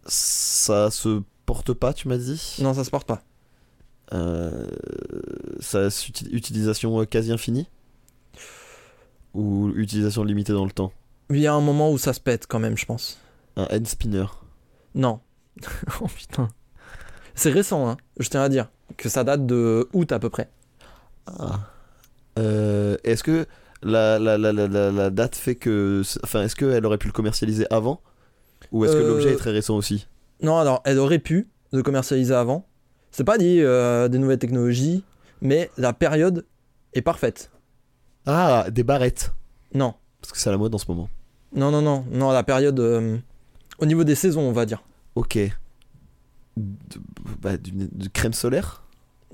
S1: Ça se porte pas, tu m'as dit
S2: Non, ça se porte pas.
S1: Euh, ça s- uti- utilisation euh, quasi infinie Ou utilisation limitée dans le temps
S2: Il y a un moment où ça se pète quand même, je pense.
S1: Un hand spinner.
S2: Non. oh putain. C'est récent, hein. Je tiens à dire que ça date de août à peu près.
S1: Ah. Euh, Est-ce que la, la, la, la, la- la date fait que. c'est- Enfin, est-ce qu'elle aurait pu le commercialiser avant Ou est-ce que
S2: Euh,
S1: l'objet est très récent aussi
S2: Non, alors elle aurait pu le commercialiser avant. C'est pas dit euh, des nouvelles technologies, mais la période est parfaite.
S1: Ah, des barrettes
S2: Non,
S1: Parce que c'est à la mode en ce moment.
S2: non, non, non, non, la période euh, au niveau des saisons, on va dire.
S1: Ok. De- bah, du, du crème solaire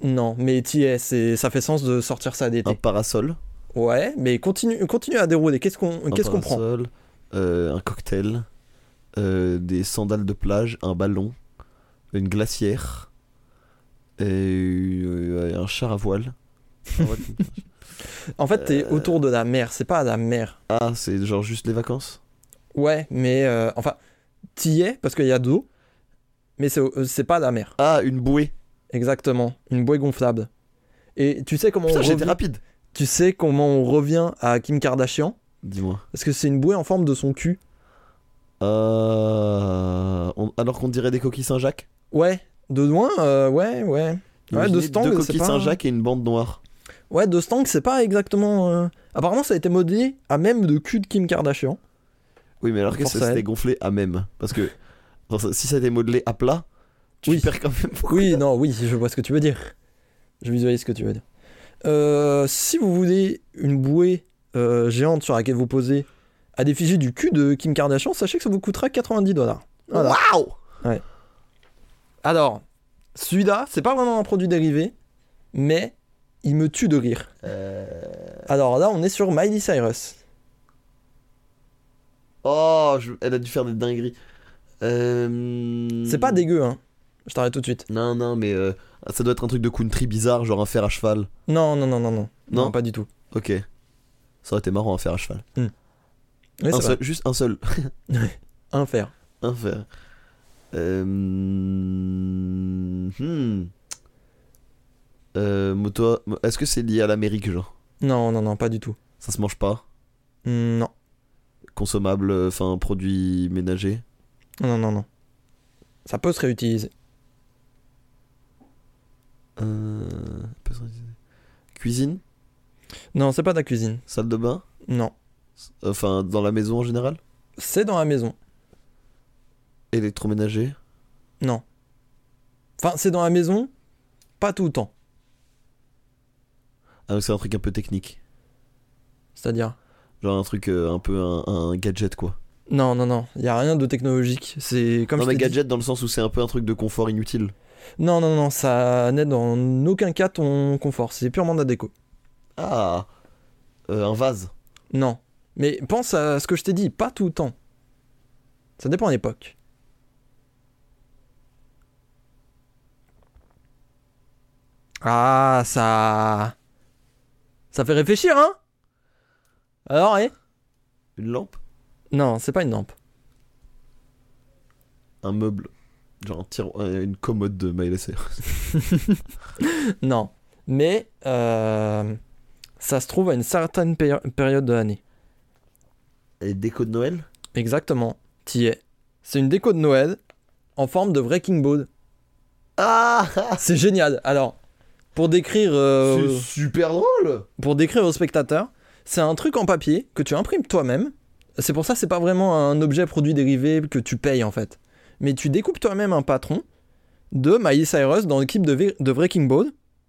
S2: Non, mais t'y es, c'est- ça fait sens de sortir ça
S1: Un
S2: d'été.
S1: parasol
S2: Ouais, mais continue, continue à dérouler. Qu'est-ce qu'on,
S1: un
S2: qu'est-ce qu'on prend
S1: parasol, euh, Un cocktail, euh, des sandales de plage, un ballon, une glacière, et, euh, un char à voile. Un voile-
S2: En fait, t'es
S1: Euh.
S2: autour de la mer, c'est pas à la mer.
S1: ah, c'est genre juste les vacances
S2: Ouais, mais euh, enfin, t'y es parce qu'il y a de l'eau, mais c'est, euh, c'est pas à la mer.
S1: Ah, une bouée
S2: Exactement, une bouée gonflable. Et tu sais comment
S1: Putain,
S2: on
S1: j'étais
S2: revient-
S1: rapide
S2: Tu sais comment on revient à Kim Kardashian
S1: Dis-moi.
S2: Parce que c'est une bouée en forme de son cul.
S1: Euh, on- alors qu'on dirait des coquilles Saint-Jacques
S2: Ouais, de loin, euh, ouais, ouais. Ouais,
S1: Imaginez
S2: de ce temps,
S1: Deux
S2: c'est
S1: coquilles
S2: pas-
S1: Saint-Jacques et une bande noire.
S2: Ouais, de Stang, c'est pas exactement. euh, Apparemment, ça a été modelé à même de cul de Kim Kardashian.
S1: Oui, mais alors que
S2: Force
S1: ça
S2: à elle.
S1: c'était gonflé à même. Parce que enfin, ça- si ça était modelé à plat, tu
S2: Oui.
S1: perds quand même beaucoup.
S2: Oui, non, oui, je vois ce que tu veux dire. Je visualise ce que tu veux dire. Euh, si vous voulez une bouée euh, géante sur laquelle vous posez à l'effigie du cul de Kim Kardashian, sachez que ça vous coûtera 90 dollars. Voilà.
S1: Waouh
S2: Alors, celui-là, c'est pas vraiment un produit dérivé, mais il me tue de rire.
S1: Euh,
S2: Alors là, on est sur Miley Cyrus.
S1: Oh, je- elle a dû faire des dingueries. Euh,
S2: C'est pas dégueu, hein. Je t'arrête tout de suite.
S1: Non, non, mais euh, ça doit être un truc de country bizarre, genre un fer à cheval.
S2: Non, non, non, non, non.
S1: Non
S2: pas du tout.
S1: Ok. Ça aurait été marrant, un fer à cheval.
S2: Oui,
S1: un
S2: c'est vrai.
S1: seul, juste un seul.
S2: Un fer.
S1: un fer. Euh, hmm. Euh, moto. Est-ce que c'est lié à l'Amérique, genre
S2: Non, non, non, pas du tout.
S1: Ça se mange pas
S2: Mm, Non,
S1: Consommable, euh, enfin, produit ménager
S2: non, non, non. Ça peut se réutiliser.
S1: Euh, peut se réutiliser. Cuisine
S2: Non, c'est pas de la cuisine.
S1: Salle de bain
S2: Non.
S1: Enfin, dans la maison en général
S2: C'est dans la maison.
S1: Électroménager
S2: Non. Enfin, c'est dans la maison, pas tout le temps.
S1: Ah, donc c'est un truc un peu technique.
S2: C'est-à-dire
S1: Genre un truc euh, un peu un, un gadget quoi.
S2: Non, non, non. Il y a rien de technologique. C'est comme
S1: non
S2: je
S1: mais
S2: t'ai dit-
S1: gadget dans le sens où c'est un peu un truc de confort inutile.
S2: Non, non, non. Ça n'aide en aucun cas ton confort. C'est purement de la déco.
S1: Ah Euh, Un vase.
S2: Non. Mais pense à ce que je t'ai dit. Pas tout le temps. Ça dépend de l'époque. Ah, ça. Ça fait réfléchir, hein Alors, eh
S1: Une lampe
S2: Non, c'est pas une lampe.
S1: Un meuble. Genre un tiroir, euh, une commode de Miley Cyrus.
S2: Non. Mais euh, ça se trouve à une certaine péri- période de l'année.
S1: Et déco de Noël
S2: Exactement. T'y es. C'est une déco de Noël en forme de Wrecking Ball.
S1: Ah
S2: C'est génial. Alors, pour décrire, euh,
S1: C'est super drôle
S2: pour décrire aux spectateurs, c'est un truc en papier que tu imprimes toi-même. C'est pour ça que c'est pas vraiment un objet produit dérivé que tu payes en fait. Mais tu découpes toi-même un patron de Miley Cyrus dans l'équipe de, Ve- de Wrecking Ball,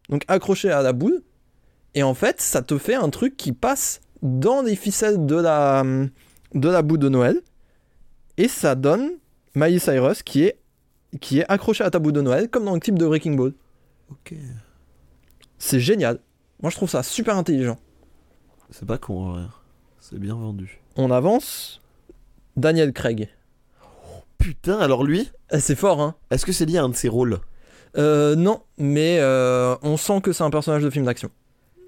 S2: donc accroché à la boule. Et en fait, ça te fait un truc qui passe dans les ficelles de la, de la boule de Noël. Et ça donne Miley Cyrus qui est, qui est accroché à ta boule de Noël, comme dans le clip de Wrecking Ball.
S1: Ok.
S2: C'est génial. Moi, je trouve ça super intelligent.
S1: C'est pas con en vrai. C'est bien vendu.
S2: On avance. Daniel Craig.
S1: Putain, alors lui,
S2: Eh, C'est fort, hein
S1: est-ce que c'est lié à un de ses rôles
S2: Euh, Non, mais euh, on sent que c'est un personnage de film d'action.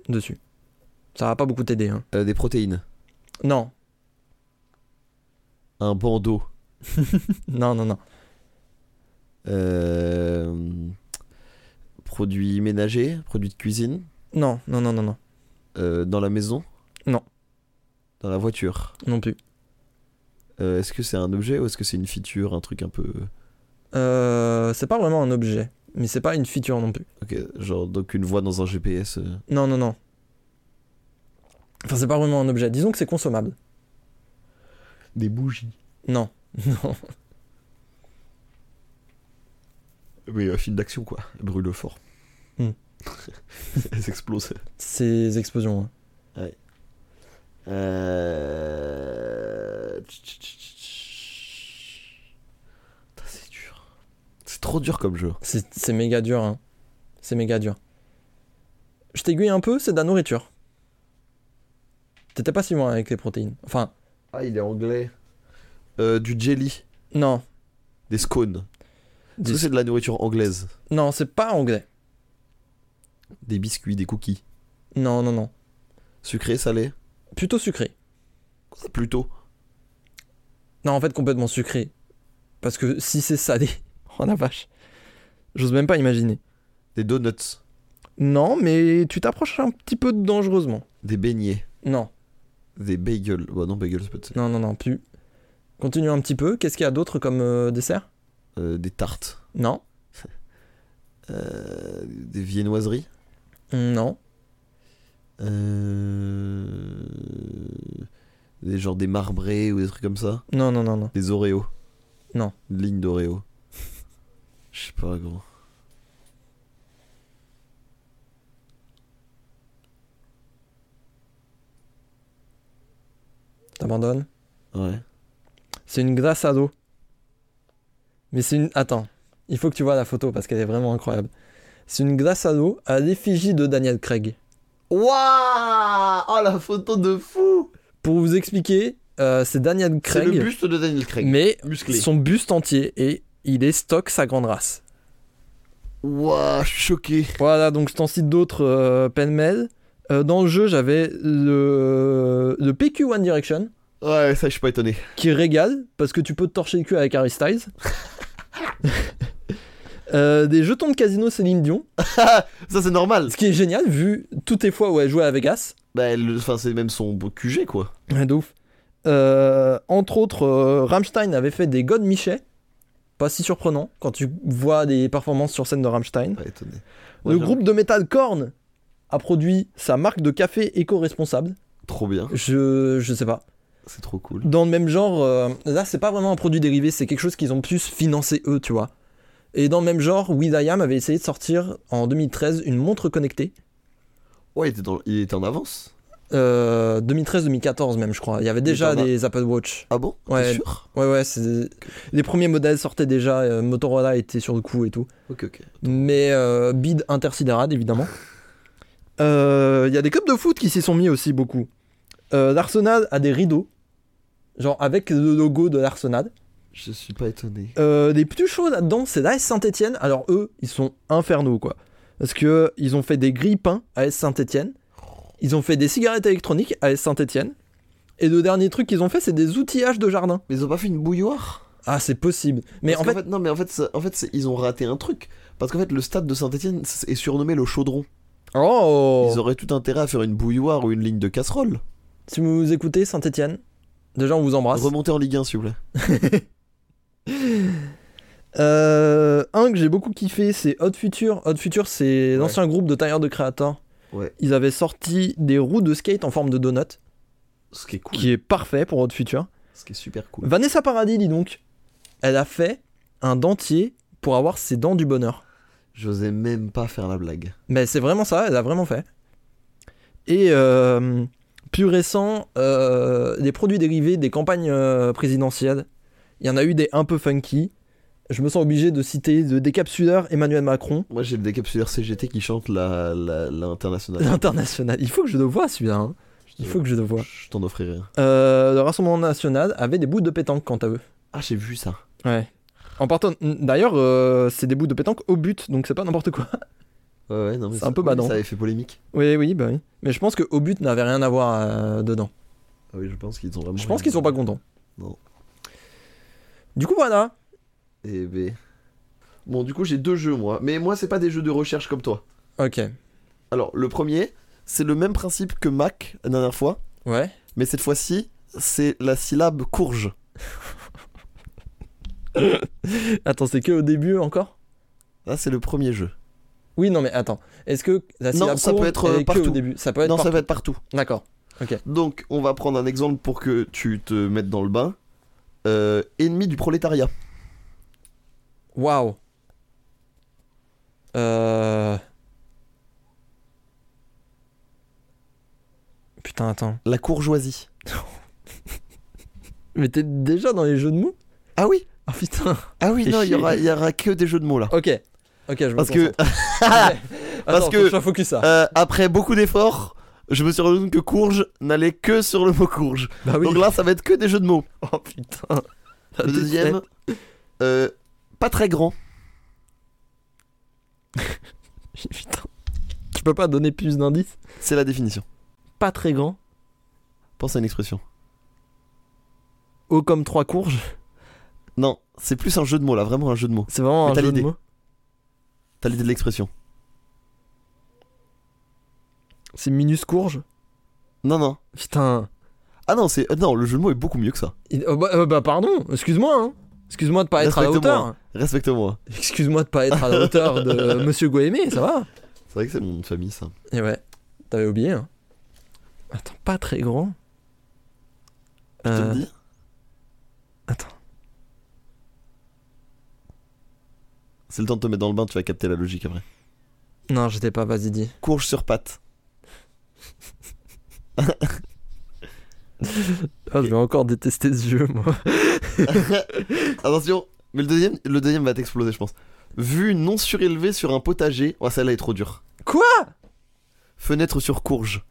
S2: Dessus. Ça va pas beaucoup t'aider, hein.
S1: Euh, Des protéines.
S2: Non,
S1: Un bandeau.
S2: non, non, non.
S1: Euh, Produits ménagers, produits de cuisine,
S2: Non, non, non, non, non.
S1: euh, dans la maison
S2: Non.
S1: Dans la voiture.
S2: Non plus.
S1: Euh, est-ce que c'est un objet ou est-ce que c'est une feature, un truc un peu.
S2: Euh, c'est pas vraiment un objet. Mais c'est pas une feature non plus.
S1: Ok, genre donc une voix dans un GPS. euh.
S2: Non, non, non. Enfin, c'est pas vraiment un objet. Disons que c'est consommable.
S1: Des bougies.
S2: Non, non.
S1: Oui, un film d'action quoi. Brûle fort.
S2: Hmm.
S1: Elles explosent.
S2: Ces explosions, hein.
S1: Euh... Putain, C'est dur. C'est trop dur comme jeu.
S2: C'est c'est méga dur, hein. C'est méga dur. Je t'aiguille un peu, c'est de la nourriture. T'étais pas si loin avec les protéines. Enfin,
S1: Ah, il est anglais. Euh, du jelly,
S2: non.
S1: des scones. Est-ce
S2: Des-
S1: que c'est de la nourriture anglaise
S2: Non, c'est pas anglais.
S1: Des biscuits, des cookies.
S2: Non, non, non.
S1: Sucré, salé
S2: Plutôt sucré.
S1: Plutôt.
S2: Non, en fait, complètement sucré. Parce que si c'est salé, oh la vache. J'ose même pas imaginer.
S1: Des donuts,
S2: Non, mais tu t'approches un petit peu dangereusement.
S1: des beignets,
S2: Non,
S1: des bagels. Bah non, bagels, c'est pas de ça.
S2: non, non, non, plus. Continue un petit peu. Qu'est-ce qu'il y a d'autre comme euh, dessert
S1: Euh, des tartes,
S2: Non,
S1: Euh, des viennoiseries.
S2: non,
S1: Euh, Des genre des marbrés ou des trucs comme ça.
S2: non, non, non, non.
S1: Des Oreos.
S2: Non.
S1: Une ligne d'Oreo. Je sais pas, gros.
S2: T'abandonnes
S1: Ouais.
S2: C'est une glace à l'eau. Mais c'est une. Attends, il faut que tu vois la photo parce qu'elle est vraiment incroyable. C'est une glace à l'eau à l'effigie de Daniel Craig.
S1: Waouh Oh la photo de fou
S2: Pour vous expliquer, euh, c'est Daniel
S1: C'est
S2: Craig,
S1: le buste de Daniel Craig.
S2: mais
S1: Musclé.
S2: son buste entier et il est stock sa grande race.
S1: Waouh, choqué.
S2: Voilà, donc je t'en cite d'autres euh, pêle-mêle. Euh, dans le jeu, j'avais le... le PQ One Direction
S1: Ouais, ça, je suis pas étonné.
S2: qui régale parce que tu peux te torcher le cul avec Harry Styles. Euh, des jetons de casino Céline Dion.
S1: Ça, c'est normal.
S2: Ce qui est génial, vu toutes les fois où elle jouait à Vegas.
S1: Bah, le- enfin, c'est même son beau QG, quoi.
S2: Ouais, de ouf. Euh, entre autres, euh, Rammstein avait fait des God Michet. Pas si surprenant quand tu vois des performances sur scène de Rammstein.
S1: Pas étonné.
S2: le
S1: Ouais, j'avoue.
S2: groupe de métal Korn a produit sa marque de café éco-responsable.
S1: Trop bien.
S2: Je, je sais pas.
S1: C'est trop cool.
S2: Dans le même genre, euh, là, c'est pas vraiment un produit dérivé, c'est quelque chose qu'ils ont plus financé eux, tu vois. Et dans le même genre, Will.i.am avait essayé de sortir en 2013 une montre connectée.
S1: Ouais, il était, dans- il était en avance.
S2: Euh, 2013-2014 même je crois. Il y avait déjà
S1: t'en as-
S2: des Apple Watch.
S1: Ah bon T'es
S2: Ouais.
S1: sûr
S2: Ouais ouais, c'est- les premiers modèles sortaient déjà, euh, Motorola était sur le coup et tout.
S1: Ok, ok.
S2: Mais euh, bid intersidérade, évidemment. Il Euh, y a des clubs de foot qui s'y sont mis aussi beaucoup. Euh, L'Arsenal a des rideaux, genre avec le logo de l'Arsenal.
S1: Je suis pas étonné.
S2: Euh, les plus chauds là-dedans, c'est l'AS Saint-Etienne. Alors eux, ils sont infernaux, quoi. Parce que euh, ils ont fait des grilles pains à AS Saint-Etienne. Ils ont fait des cigarettes électroniques à AS Saint-Etienne. Et le dernier truc qu'ils ont fait, c'est des outillages de jardin.
S1: Mais ils ont pas fait une bouilloire
S2: Ah, c'est possible. Mais
S1: Parce
S2: en
S1: qu'en
S2: fait,
S1: non, mais en fait, ça- en fait c'est- ils ont raté un truc. Parce qu'en fait, le stade de Saint-Etienne est surnommé le chaudron.
S2: Oh
S1: Ils auraient tout intérêt à faire une bouilloire ou une ligne de casserole.
S2: Si vous nous écoutez, Saint-Etienne, déjà on vous embrasse.
S1: Remontez en Ligue 1, s'il vous plaît.
S2: Euh, un que j'ai beaucoup kiffé, c'est Hot Future. Hot Future, c'est
S1: Ouais.
S2: l'ancien groupe de tailleurs de créateurs.
S1: Ouais.
S2: Ils avaient sorti des roues de skate en forme de donut,
S1: Ce qui est cool.
S2: qui est parfait pour Hot Future.
S1: Ce qui est super cool.
S2: Vanessa Paradis, dis donc, elle a fait un dentier pour avoir ses dents du bonheur.
S1: J'osais même pas faire la blague.
S2: Mais c'est vraiment ça, elle a vraiment fait. Et euh, plus récent, euh, des produits dérivés des campagnes euh, présidentielles. Il y en a eu des un peu funky. Je me sens obligé de citer le décapsuleur Emmanuel Macron.
S1: Moi, j'ai le décapsuleur CGT qui chante la, la, l'internationale.
S2: L'international. Il faut que je le vois celui-là. hein. Il faut que je le vois.
S1: Je t'en offrirai un.
S2: Euh, le Rassemblement National avait des bouts de pétanque quant à eux.
S1: Ah, j'ai vu ça.
S2: Ouais. En partant. D'ailleurs, euh, c'est des bouts de pétanque au but, donc c'est pas n'importe quoi.
S1: Ouais, ouais, non, mais
S2: C'est
S1: ça-
S2: un peu
S1: oui,
S2: badant.
S1: Ça avait fait polémique.
S2: Oui, oui, bah oui. Mais je pense que au but n'avait rien à voir euh, dedans.
S1: Ah oui, je pense qu'ils ont vraiment.
S2: Je pense qu'ils sont pas contents.
S1: Non.
S2: Du coup, voilà.
S1: Eh ben. Bon, du coup, j'ai deux jeux, moi. Mais moi, c'est pas des jeux de recherche comme toi.
S2: Ok.
S1: Alors, le premier, c'est le même principe que Mac la dernière fois,
S2: Ouais.
S1: mais cette fois-ci, c'est la syllabe courge.
S2: Attends, c'est que au début encore
S1: Là, Hein, c'est le premier jeu.
S2: Oui, non, mais attends. Est-ce que la
S1: Non,
S2: syllabe
S1: ça peut
S2: courte
S1: être, euh,
S2: est que
S1: partout.
S2: au début Ça peut être
S1: non, ça
S2: partout.
S1: va être partout.
S2: D'accord.
S1: Donc, on va prendre un exemple pour que tu te mettes dans le bain. Euh, ennemi du prolétariat.
S2: Waouh. Euh... Putain, attends.
S1: La courgeoisie.
S2: Mais t'es déjà dans les jeux de mots
S1: Ah oui
S2: Ah putain.
S1: Ah oui,
S2: Fais
S1: non, il y
S2: chier.
S1: aura, il y aura que des jeux de mots là.
S2: Ok. Ok, je me
S1: Parce que, parce
S2: Ah Parce
S1: que-
S2: que. Ah, Je focus ça.
S1: euh, après beaucoup d'efforts, je me suis rendu compte que courge n'allait que sur le mot courge.
S2: bah oui.
S1: Donc là, ça va être que des jeux de mots.
S2: Oh putain. La
S1: Le deuxième,
S2: défaite.
S1: euh, pas très grand.
S2: Putain. Tu peux pas donner plus d'indices
S1: C'est la définition.
S2: Pas très grand.
S1: Pense à une expression.
S2: Haut comme trois courges.
S1: Non, c'est plus un jeu de mots là, vraiment un jeu de mots.
S2: C'est vraiment
S1: Mais
S2: un
S1: t'as
S2: jeu de
S1: l'idée.
S2: mots.
S1: T'as l'idée de l'expression
S2: C'est minus courge.
S1: Non, non.
S2: Putain.
S1: Ah non, c'est euh, non, le jeu de mots est beaucoup mieux que ça.
S2: Il- oh, bah, euh, bah, pardon. Excuse-moi. hein. Excuse-moi de pas être à la
S1: Respecte-moi.
S2: hauteur.
S1: Respecte-moi.
S2: Excuse-moi de pas être à la hauteur de Monsieur Goémé, ça va
S1: C'est vrai que c'est mon nom de famille ça.
S2: Et ouais, t'avais oublié. Hein. Attends, pas très grand.
S1: Je te
S2: Euh,
S1: le dis.
S2: attends.
S1: C'est le temps de te mettre dans le bain, tu vas capter la logique après.
S2: Non, j'étais pas, vas-y, dis.
S1: Courge sur patte.
S2: Ah, je vais encore détester ce jeu, moi.
S1: Attention, mais le deuxième, le deuxième va t'exploser, je pense. Vue non surélevée sur un potager. Oh, celle-là est trop dure.
S2: Quoi
S1: Fenêtre sur courge.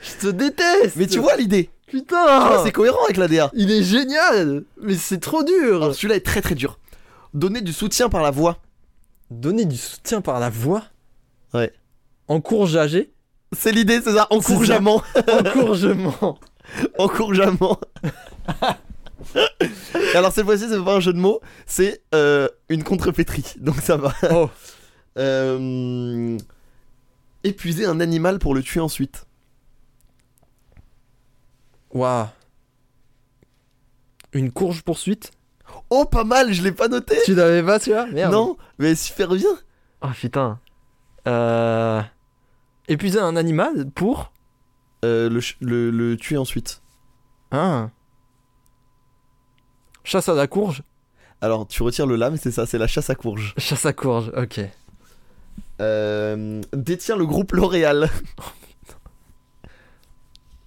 S2: Je te déteste
S1: Mais tu vois l'idée Tu vois,
S2: Putain
S1: Ah, C'est cohérent avec la DA.
S2: Ah. Il est génial Mais c'est trop dur
S1: Alors, Celui-là est très très dur. Donner du soutien par la voix.
S2: Donner du soutien par la voix
S1: Ouais.
S2: Encourager
S1: C'est l'idée, c'est ça. Encourageant.
S2: Encouragement
S1: Encourageant. Alors cette fois-ci, c'est pas un jeu de mots, c'est euh, une contrepétrie. Donc ça va.
S2: Oh.
S1: Euh, épuiser un animal pour le tuer ensuite.
S2: Waouh Une courge poursuite
S1: Oh, pas mal, je l'ai pas noté.
S2: Tu l'avais pas, tu vois Merde
S1: Non, mais super bien.
S2: Ah putain. Euh... Épuiser un animal pour.
S1: Euh, le, ch- le, le tuer ensuite.
S2: Hein Chasse à la courge
S1: Alors, tu retires le lame, c'est ça, c'est la chasse à courge.
S2: Chasse à courge, ok.
S1: euh, détient le groupe L'Oréal.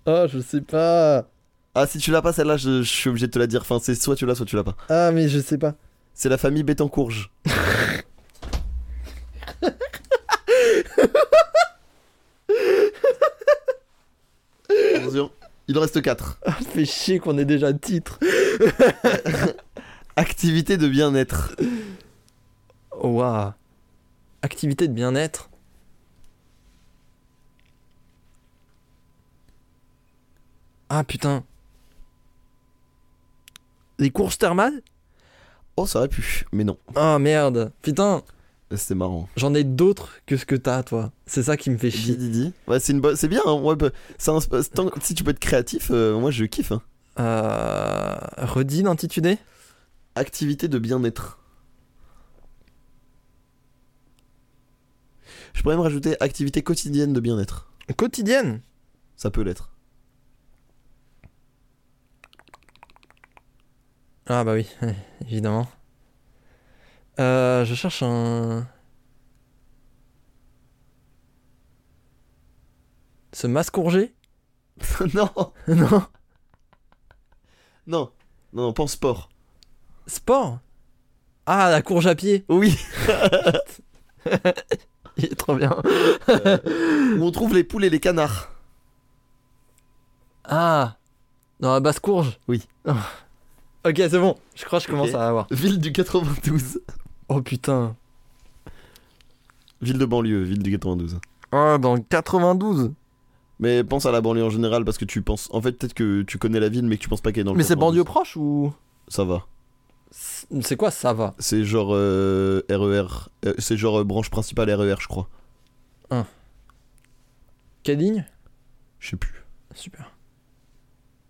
S2: Ah, je sais pas.
S1: Ah, si tu l'as pas, celle-là, je, je suis obligé de te la dire. Enfin, c'est soit tu l'as, soit tu l'as pas.
S2: Ah, mais je sais pas.
S1: C'est la famille Bettencourge. Attention, il en reste 4.
S2: Ah, fait chier qu'on ait déjà le titre.
S1: Activité de bien-être.
S2: Waouh. Activité de bien-être. Ah putain. Les courses thermales
S1: Oh, ça aurait pu, mais non.
S2: Ah merde. Putain,
S1: C'est marrant.
S2: j'en ai d'autres que ce que t'as, toi. C'est ça qui me fait
S1: Dis,
S2: chier.
S1: dis, dis. Ouais, c'est une bonne- c'est bien. hein. Ouais, bah, c'est un- c'est- tant que- si tu peux être créatif, euh, moi je kiffe. hein.
S2: Euh, redis l'intitulé
S1: Activité de bien-être. Je pourrais même rajouter activité quotidienne de bien-être.
S2: Quotidienne
S1: Ça peut l'être.
S2: Ah bah oui, évidemment. Euh, je cherche un... Se mascourger
S1: non,
S2: Non
S1: non, non, non, pense sport.
S2: Sport Ah, la courge à pied
S1: Oui,
S2: Il est trop bien.
S1: où on trouve les poules et les canards.
S2: Ah Dans la basse-courge
S1: Oui.
S2: Ah. Ok, c'est bon. Je crois que je commence
S1: Ok.
S2: à avoir.
S1: Ville du 92.
S2: Oh putain.
S1: Ville de banlieue, ville du 92.
S2: Ah, dans le 92
S1: Mais pense à la banlieue en général parce que tu penses. En fait, peut-être que tu connais la ville mais que tu penses pas qu'elle est dans le
S2: Mais c'est
S1: 92.
S2: banlieue proche ou...
S1: Ça va.
S2: C'est quoi ça va
S1: C'est genre euh, RER. euh, c'est genre euh, branche principale RER, je crois.
S2: Quelle ligne
S1: Je sais plus.
S2: Super.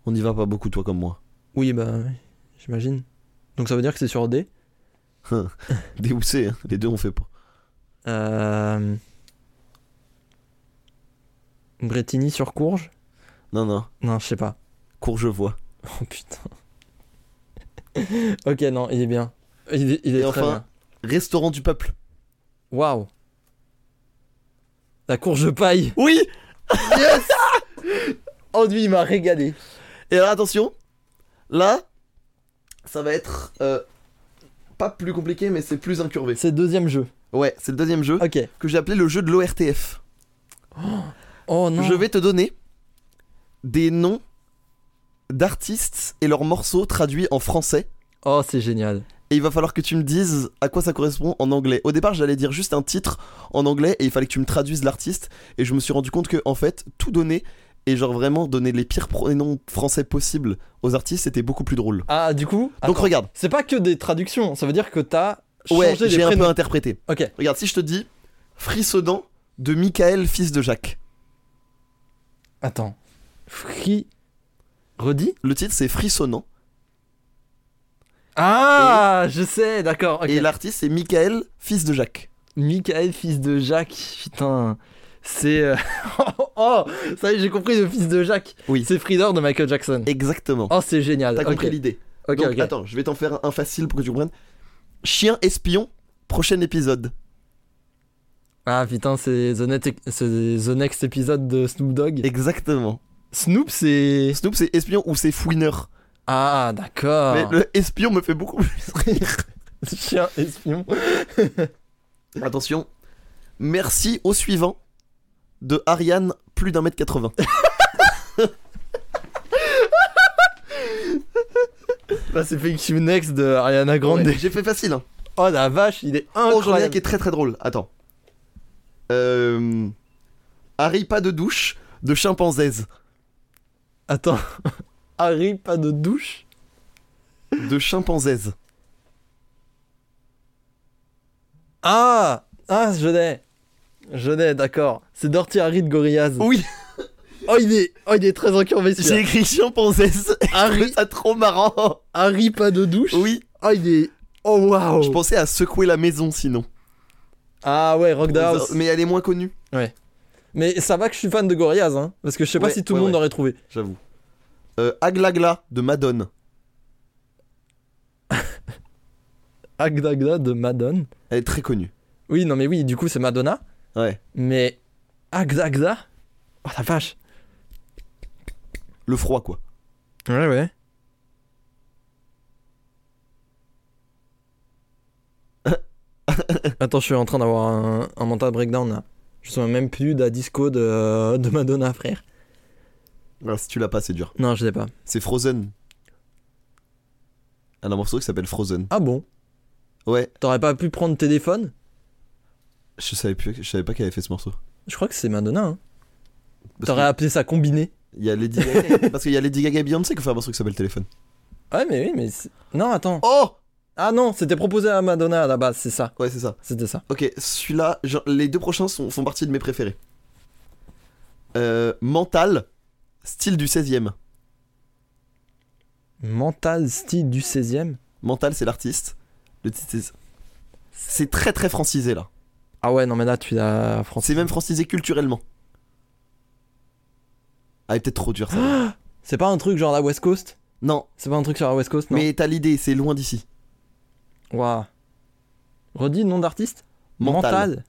S1: On y va pas beaucoup, toi comme moi.
S2: Oui, bah oui, j'imagine. Donc ça veut dire que c'est sur D
S1: Des ou C, hein. les deux on fait pas.
S2: Euh... Bretigny sur Courge
S1: Non, non.
S2: Non, je sais pas.
S1: Courgevoie.
S2: Oh putain. ok, non, il est bien. Il est, il est
S1: Et
S2: très
S1: enfin-
S2: bien.
S1: Restaurant du peuple.
S2: Waouh. La courge de paille.
S1: Oui
S2: Oh lui, il m'a régalé.
S1: Et alors attention, là, ça va être euh, pas plus compliqué, mais c'est plus incurvé.
S2: C'est le deuxième jeu.
S1: Ouais, c'est le deuxième jeu
S2: Ok.
S1: que j'ai appelé le jeu de l'ORTF.
S2: Oh non.
S1: Je vais te donner des noms d'artistes et leurs morceaux traduits en français.
S2: Oh, c'est génial.
S1: Et il va falloir que tu me dises à quoi ça correspond en anglais. Au départ, j'allais dire juste un titre en anglais et il fallait que tu me traduises l'artiste. Et je me suis rendu compte que, en fait, tout donner et genre vraiment donner les pires pronoms français possibles aux artistes, c'était beaucoup plus drôle.
S2: Ah, du coup.
S1: Donc
S2: attends.
S1: regarde,
S2: C'est pas que des traductions. Ça veut dire que t'as
S1: ouais,
S2: changé
S1: j'ai
S2: les
S1: un peu
S2: prénoms.
S1: interprété.
S2: Ok.
S1: Regarde, si je te dis Frissonnant de Michael, fils de Jacques.
S2: Attends. Free. Redis.
S1: Le titre c'est Frissonnant
S2: Ah, je sais. D'accord. ok.
S1: et l'artiste c'est Michael, fils de Jacques.
S2: Michael, fils de Jacques, putain. C'est. euh, oh, ça y est, j'ai compris le fils de Jacques.
S1: Oui.
S2: C'est Freezer de Michael Jackson.
S1: Exactement.
S2: Oh, c'est génial.
S1: T'as
S2: Ok,
S1: compris l'idée.
S2: Ok,
S1: Donc,
S2: ok.
S1: Attends, je vais t'en faire un facile pour que tu comprennes. Chien espion, prochain épisode.
S2: Ah putain, c'est the, net- c'est the next épisode de Snoop Dogg.
S1: Exactement.
S2: Snoop, c'est.
S1: Et Snoop, c'est espion ou c'est fouineur
S2: Ah, d'accord.
S1: Mais le espion me fait beaucoup plus rire.
S2: Chien espion.
S1: Attention. Merci au suivant de Ariane, plus d'un mètre 80.
S2: Là, Bah, c'est Fake You Next de Ariana Grande.
S1: Ouais, J'ai fait facile. Hein.
S2: Oh la vache, il est
S1: Oh, j'en ai un
S2: incroyable.
S1: qui est très très drôle. Attends. Euh... Harry, pas de douche, de chimpanzèse.
S2: Attends. Harry, pas de douche.
S1: De chimpanzèse.
S2: Ah Ah, je l'ai. Je l'ai, d'accord. C'est Dirty Harry de Gorillaz.
S1: Oui,
S2: Oh, il est, oh, il est très incurvé
S1: j'ai
S2: celui-là.
S1: écrit chimpanzèse.
S2: Harry,
S1: Ça trop marrant.
S2: Harry pas de douche.
S1: Oui.
S2: Oh, il est. Oh, waouh.
S1: Je pensais à secouer la maison sinon.
S2: Ah ouais, Rock the House. Mais...
S1: Mais elle est moins connue,
S2: ça va que je suis fan de Gorillaz, hein. Parce que je sais pas
S1: Ouais,
S2: si tout le
S1: ouais,
S2: monde
S1: ouais.
S2: aurait trouvé.
S1: j'avoue. Euh, Aglagla de Madone.
S2: Agdagda de Madonna.
S1: Elle est très connue.
S2: Oui, non, mais oui, du coup, c'est Madonna.
S1: Ouais.
S2: Mais Agda Agda Oh la vache
S1: Le froid, quoi.
S2: Ouais, ouais. Attends, je suis en train d'avoir un, un mental breakdown là. Je me souviens même plus de la disco de, de Madonna, frère.
S1: Alors, si tu l'as pas, c'est dur.
S2: Non, je sais pas.
S1: C'est Frozen. Elle a un morceau qui s'appelle Frozen.
S2: Ah bon
S1: Ouais,
S2: T'aurais pas pu prendre téléphone
S1: je savais, plus, je savais pas qu'elle avait fait ce morceau.
S2: Je crois que c'est Madonna. Hein.
S1: Parce
S2: T'aurais
S1: que
S2: appelé ça combiné.
S1: il y a Lady Gaga, parce qu'il y a Lady Gaga et Beyoncé qui ont fait un morceau qui s'appelle Téléphone.
S2: Ouais, mais oui, mais. c'est- Non, attends.
S1: Oh
S2: Ah non, c'était proposé à Madonna à la base, c'est ça.
S1: Ouais, c'est ça.
S2: C'était ça.
S1: Ok, celui-là, je- les deux prochains sont, font partie de mes préférés. Euh, mental, style du 16ème.
S2: Mental style du 16ème.
S1: Mental, c'est l'artiste. Le titre, c'est- c'est très très francisé là.
S2: Ah ouais, non, mais là, tu l'as français.
S1: C'est même francisé culturellement. Ah, il est peut-être trop dur ça.
S2: C'est pas un truc genre la West Coast
S1: non,
S2: C'est pas un truc sur la West Coast, non
S1: mais t'as l'idée, c'est loin d'ici.
S2: Waouh. Redis nom d'artiste
S1: Mental.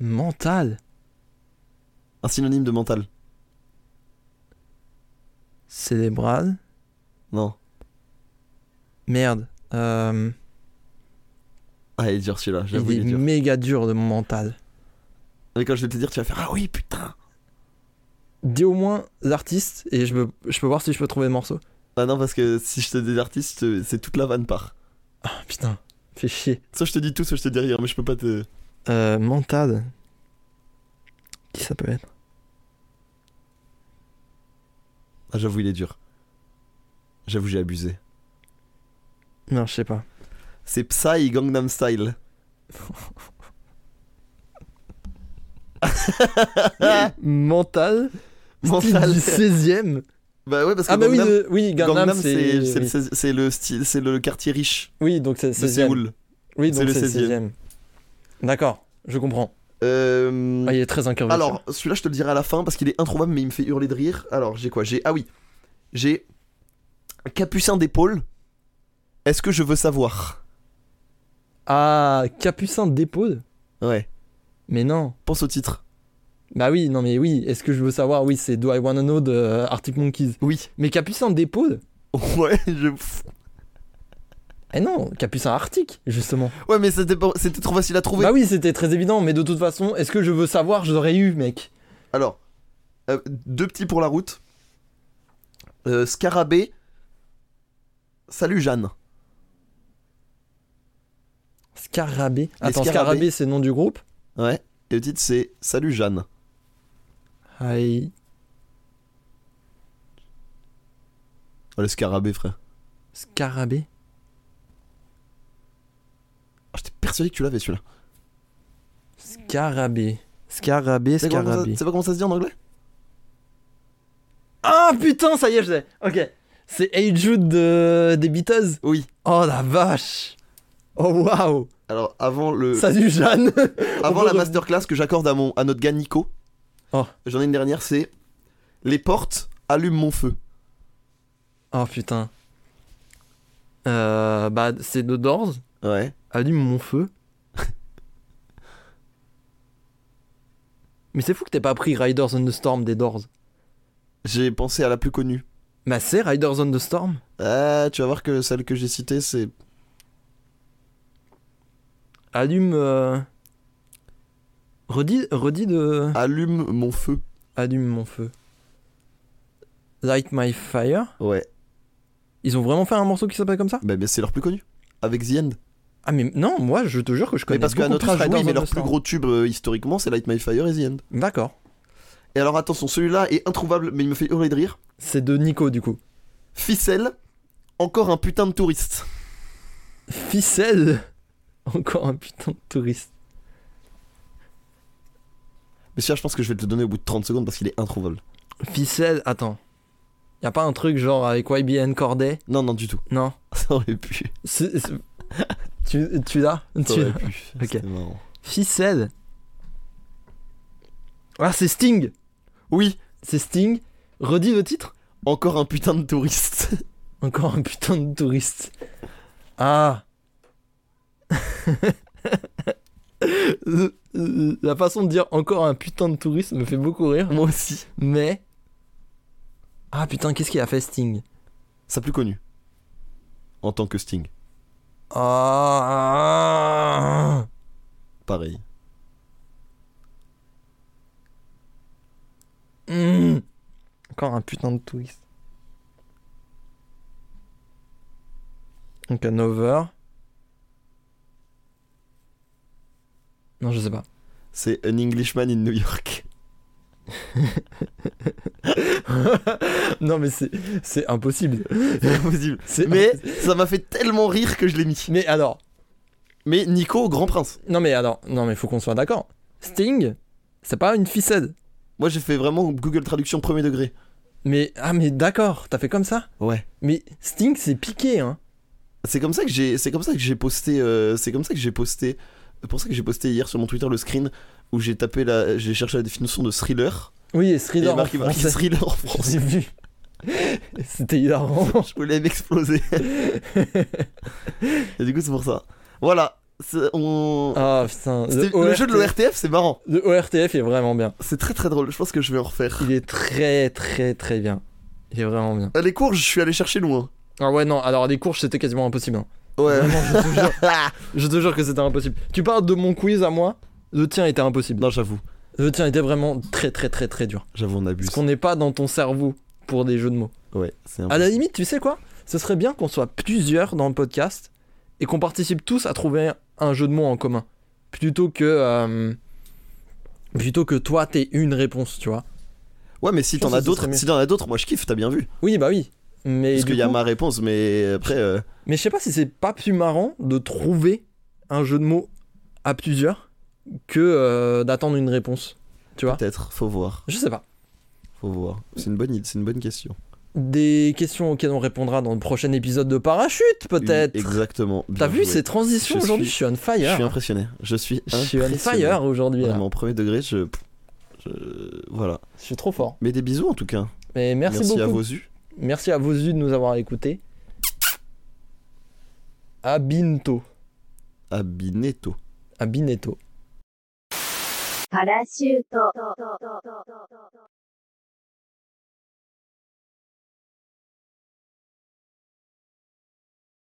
S2: Mental. Mental.
S1: Un synonyme de mental.
S2: Célébral.
S1: Non.
S2: Merde. Euh,
S1: Ah, il est dur celui-là, j'avoue,
S2: il
S1: il
S2: est
S1: est dur.
S2: méga dur de mental.
S1: Mais quand je vais te le dire, tu vas faire Ah oui, putain.
S2: Dis au moins l'artiste et je peux, je peux voir si je peux trouver le morceau.
S1: Ah non, parce que si je te dis l'artiste, je te- c'est toute la vanne part.
S2: Ah putain, fais chier.
S1: Soit je te dis tout, soit je te dis rien, mais je peux pas te.
S2: Euh, mental. Qui ça peut être
S1: Ah, j'avoue, il est dur. J'avoue, j'ai abusé.
S2: Non, je sais pas.
S1: C'est Psy Gangnam Style.
S2: mental
S1: Ah. Mental.
S2: Du 16ème
S1: Bah ouais, parce que
S2: Ah bah oui,
S1: Gangnam,
S2: le- oui, Gangnam,
S1: Gangnam,
S2: c'est.
S1: c'est c'est le seize- c'est le, style, c'est le quartier riche
S2: Oui, donc c'est
S1: de
S2: 16
S1: Séoul.
S2: Oui,
S1: C'est
S2: donc
S1: le
S2: c'est le
S1: 16e.
S2: 16ème. D'accord, je comprends.
S1: Euh,
S2: Ah, il est très incurvé.
S1: alors, celui-là, je te le dirai à la fin parce qu'il est introuvable, mais il me fait hurler de rire. Alors, j'ai quoi J'ai ah oui, j'ai Capucin d'épaule. Est-ce que je veux savoir
S2: Ah, Capucin dépose
S1: Ouais.
S2: Mais non.
S1: Pense au titre.
S2: Bah oui, non mais oui, est-ce que je veux savoir Oui, c'est Do I Wanna Know de euh, Arctic Monkeys.
S1: Oui.
S2: Mais Capucin dépose
S1: Ouais. Je...
S2: Eh non, Capucin Arctique, justement.
S1: Ouais, mais c'était pas- c'était trop facile à trouver.
S2: Bah oui, c'était très évident, mais de toute façon, est-ce que je veux savoir Je l'aurais eu, mec.
S1: Alors, euh, deux petits pour la route. Euh, Scarabée. Salut Jeanne.
S2: Scarabée.
S1: Les
S2: Attends,
S1: Scarabées.
S2: Scarabée, c'est le nom du groupe
S1: Ouais. Et le titre c'est Salut Jeanne.
S2: Aïe.
S1: Oh, le scarabée, frère.
S2: Scarabée.
S1: Ah, J'étais persuadé que tu l'avais celui-là.
S2: Scarabée. Scarabée,
S1: C'est comment ça-
S2: Scarabée.
S1: c'est pas comment ça se dit en anglais
S2: Ah putain, ça y est, je l'ai. Ok. C'est Hey Jude de... des Beatles.
S1: Oui.
S2: Oh la vache. Oh waouh.
S1: Alors, avant le.
S2: Salut Jeanne.
S1: Avant
S2: peut
S1: la
S2: re-
S1: masterclass que j'accorde à, mon, à notre gars Nico,
S2: Oh.
S1: j'en ai une dernière, c'est Les portes allument mon feu.
S2: Oh putain. Euh, bah c'est The Doors.
S1: Ouais.
S2: Allume mon feu. Mais c'est fou que t'aies pas pris Riders on the Storm des Doors.
S1: J'ai pensé à la plus connue.
S2: Bah c'est Riders on the Storm.
S1: Ah, tu vas voir que celle que j'ai citée, c'est.
S2: Allume. euh, Redis, redis de.
S1: Allume mon feu.
S2: Allume mon feu. Light my fire.
S1: Ouais.
S2: Ils ont vraiment fait un morceau qui s'appelle comme ça
S1: Bah, mais c'est leur plus connu. Avec The End.
S2: Ah mais non, moi je te jure que je connais
S1: Mais parce qu'à
S2: beaucoup
S1: notre
S2: plus
S1: âge,
S2: Riders
S1: oui, mais
S2: on
S1: leur
S2: the
S1: plus
S2: Storm.
S1: gros tube euh, historiquement, c'est Light My Fire et The End.
S2: D'accord.
S1: Et alors, attention, celui-là est introuvable, mais il me fait hurler de rire.
S2: C'est de Nico du coup.
S1: Ficelle, encore un putain de touriste.
S2: Ficelle Encore un putain de touriste.
S1: Mais celui-là, je pense que je vais te le donner au bout de 30 secondes parce qu'il est introuvable.
S2: Ficelle, attends. Y a pas un truc genre avec YBN Corday
S1: Non, non, du tout.
S2: Non.
S1: Ça aurait pu.
S2: C'est- c'est- tu tu l'as
S1: Ça
S2: Tu
S1: aurait
S2: l'as
S1: pu.
S2: Ok.
S1: C'était marrant.
S2: Ficelle. Ah c'est Sting
S1: Oui,
S2: C'est Sting. Redis le titre
S1: Encore un putain de touriste.
S2: Encore un putain de touriste. Ah La façon de dire encore un putain de touriste me fait beaucoup rire.
S1: Moi aussi.
S2: Mais. Ah putain, qu'est-ce qu'il a fait Sting
S1: Sa plus connue. En tant que Sting.
S2: Ah.
S1: Pareil.
S2: Mmh. Encore un putain de twist. Donc un over. Non, je sais pas.
S1: C'est An Englishman in New York.
S2: non, mais c'est, c'est impossible.
S1: C'est impossible.
S2: C'est-
S1: Mais ça m'a fait tellement rire que je l'ai mis.
S2: mais alors,
S1: Mais Nico, grand prince.
S2: non, mais alors, non, mais faut qu'on soit d'accord. Sting, c'est pas une ficelle.
S1: Moi j'ai fait vraiment Google Traduction premier degré.
S2: Mais ah, mais d'accord, t'as fait comme ça.
S1: Ouais.
S2: Mais Sting, c'est piqué, hein.
S1: C'est comme ça que j'ai, c'est comme ça que j'ai posté, euh, c'est comme ça que j'ai posté, c'est pour ça que j'ai posté hier sur mon Twitter le screen où j'ai tapé la, j'ai cherché la définition de thriller.
S2: Oui, et
S1: Et il y
S2: Thriller
S1: a
S2: en
S1: marqué, marqué
S2: français.
S1: thriller en français.
S2: J'ai vu. C'était hilarant.
S1: Je voulais m'exploser. Et du coup c'est pour ça. Voilà. C'est- on-
S2: Ah putain.
S1: C'était- le jeu de
S2: ORTF
S1: l'ORTF c'est marrant.
S2: Le ORTF est vraiment bien.
S1: C'est très très drôle. Je pense que je vais en refaire.
S2: Il est très très très bien. Il est vraiment bien.
S1: Les cours, je suis allé chercher loin.
S2: Ah ouais non, alors les courses c'était quasiment impossible. hein.
S1: Ouais.
S2: Vraiment, je te jure, je te jure que c'était impossible. Tu parles de mon quiz à moi, le tien était impossible.
S1: non j'avoue,
S2: Le tien était vraiment très très très très dur.
S1: j'avoue on abuse.
S2: Parce qu'on n'est pas dans ton cerveau pour des jeux de mots.
S1: Ouais. C'est un
S2: À la Ah, limite, tu sais quoi Ce serait bien qu'on soit plusieurs dans le podcast et qu'on participe tous à trouver un jeu de mots en commun. Plutôt que... euh, plutôt que toi t'aies une réponse, tu vois.
S1: Ouais, mais si
S2: Je pense
S1: t'en as
S2: que ce serait
S1: d'autres,
S2: mieux.
S1: si t'en as d'autres, moi je kiffe, t'as bien vu.
S2: Oui, bah oui. Mais
S1: Parce
S2: du
S1: qu'il y a
S2: coup-
S1: ma réponse, mais après, euh,
S2: Mais je sais pas si c'est pas plus marrant de trouver un jeu de mots à plusieurs que euh, d'attendre une réponse. Tu vois
S1: peut-être, faut voir,
S2: Je sais pas.
S1: faut voir. C'est une bonne idée, c'est une bonne question.
S2: Des questions auxquelles on répondra dans le prochain épisode de Parachute,
S1: Une-
S2: peut-être.
S1: Exactement. bien
S2: T'as vu
S1: joué.
S2: ces transitions
S1: Je
S2: aujourd'hui
S1: suis-
S2: Je suis on
S1: Je
S2: fire.
S1: suis impressionné. Je suis.
S2: Je suis on
S1: impressionné.
S2: fire aujourd'hui. là.
S1: Vraiment, au premier degré, je... je- Voilà.
S2: Je suis trop fort.
S1: Mais des bisous en tout cas.
S2: Mais merci,
S1: à
S2: beaucoup.
S1: vos yeux.
S2: Merci à vos yeux de nous avoir écoutés. À bientôt.
S1: À bientôt.
S2: À bientôt.
S3: パラシュート。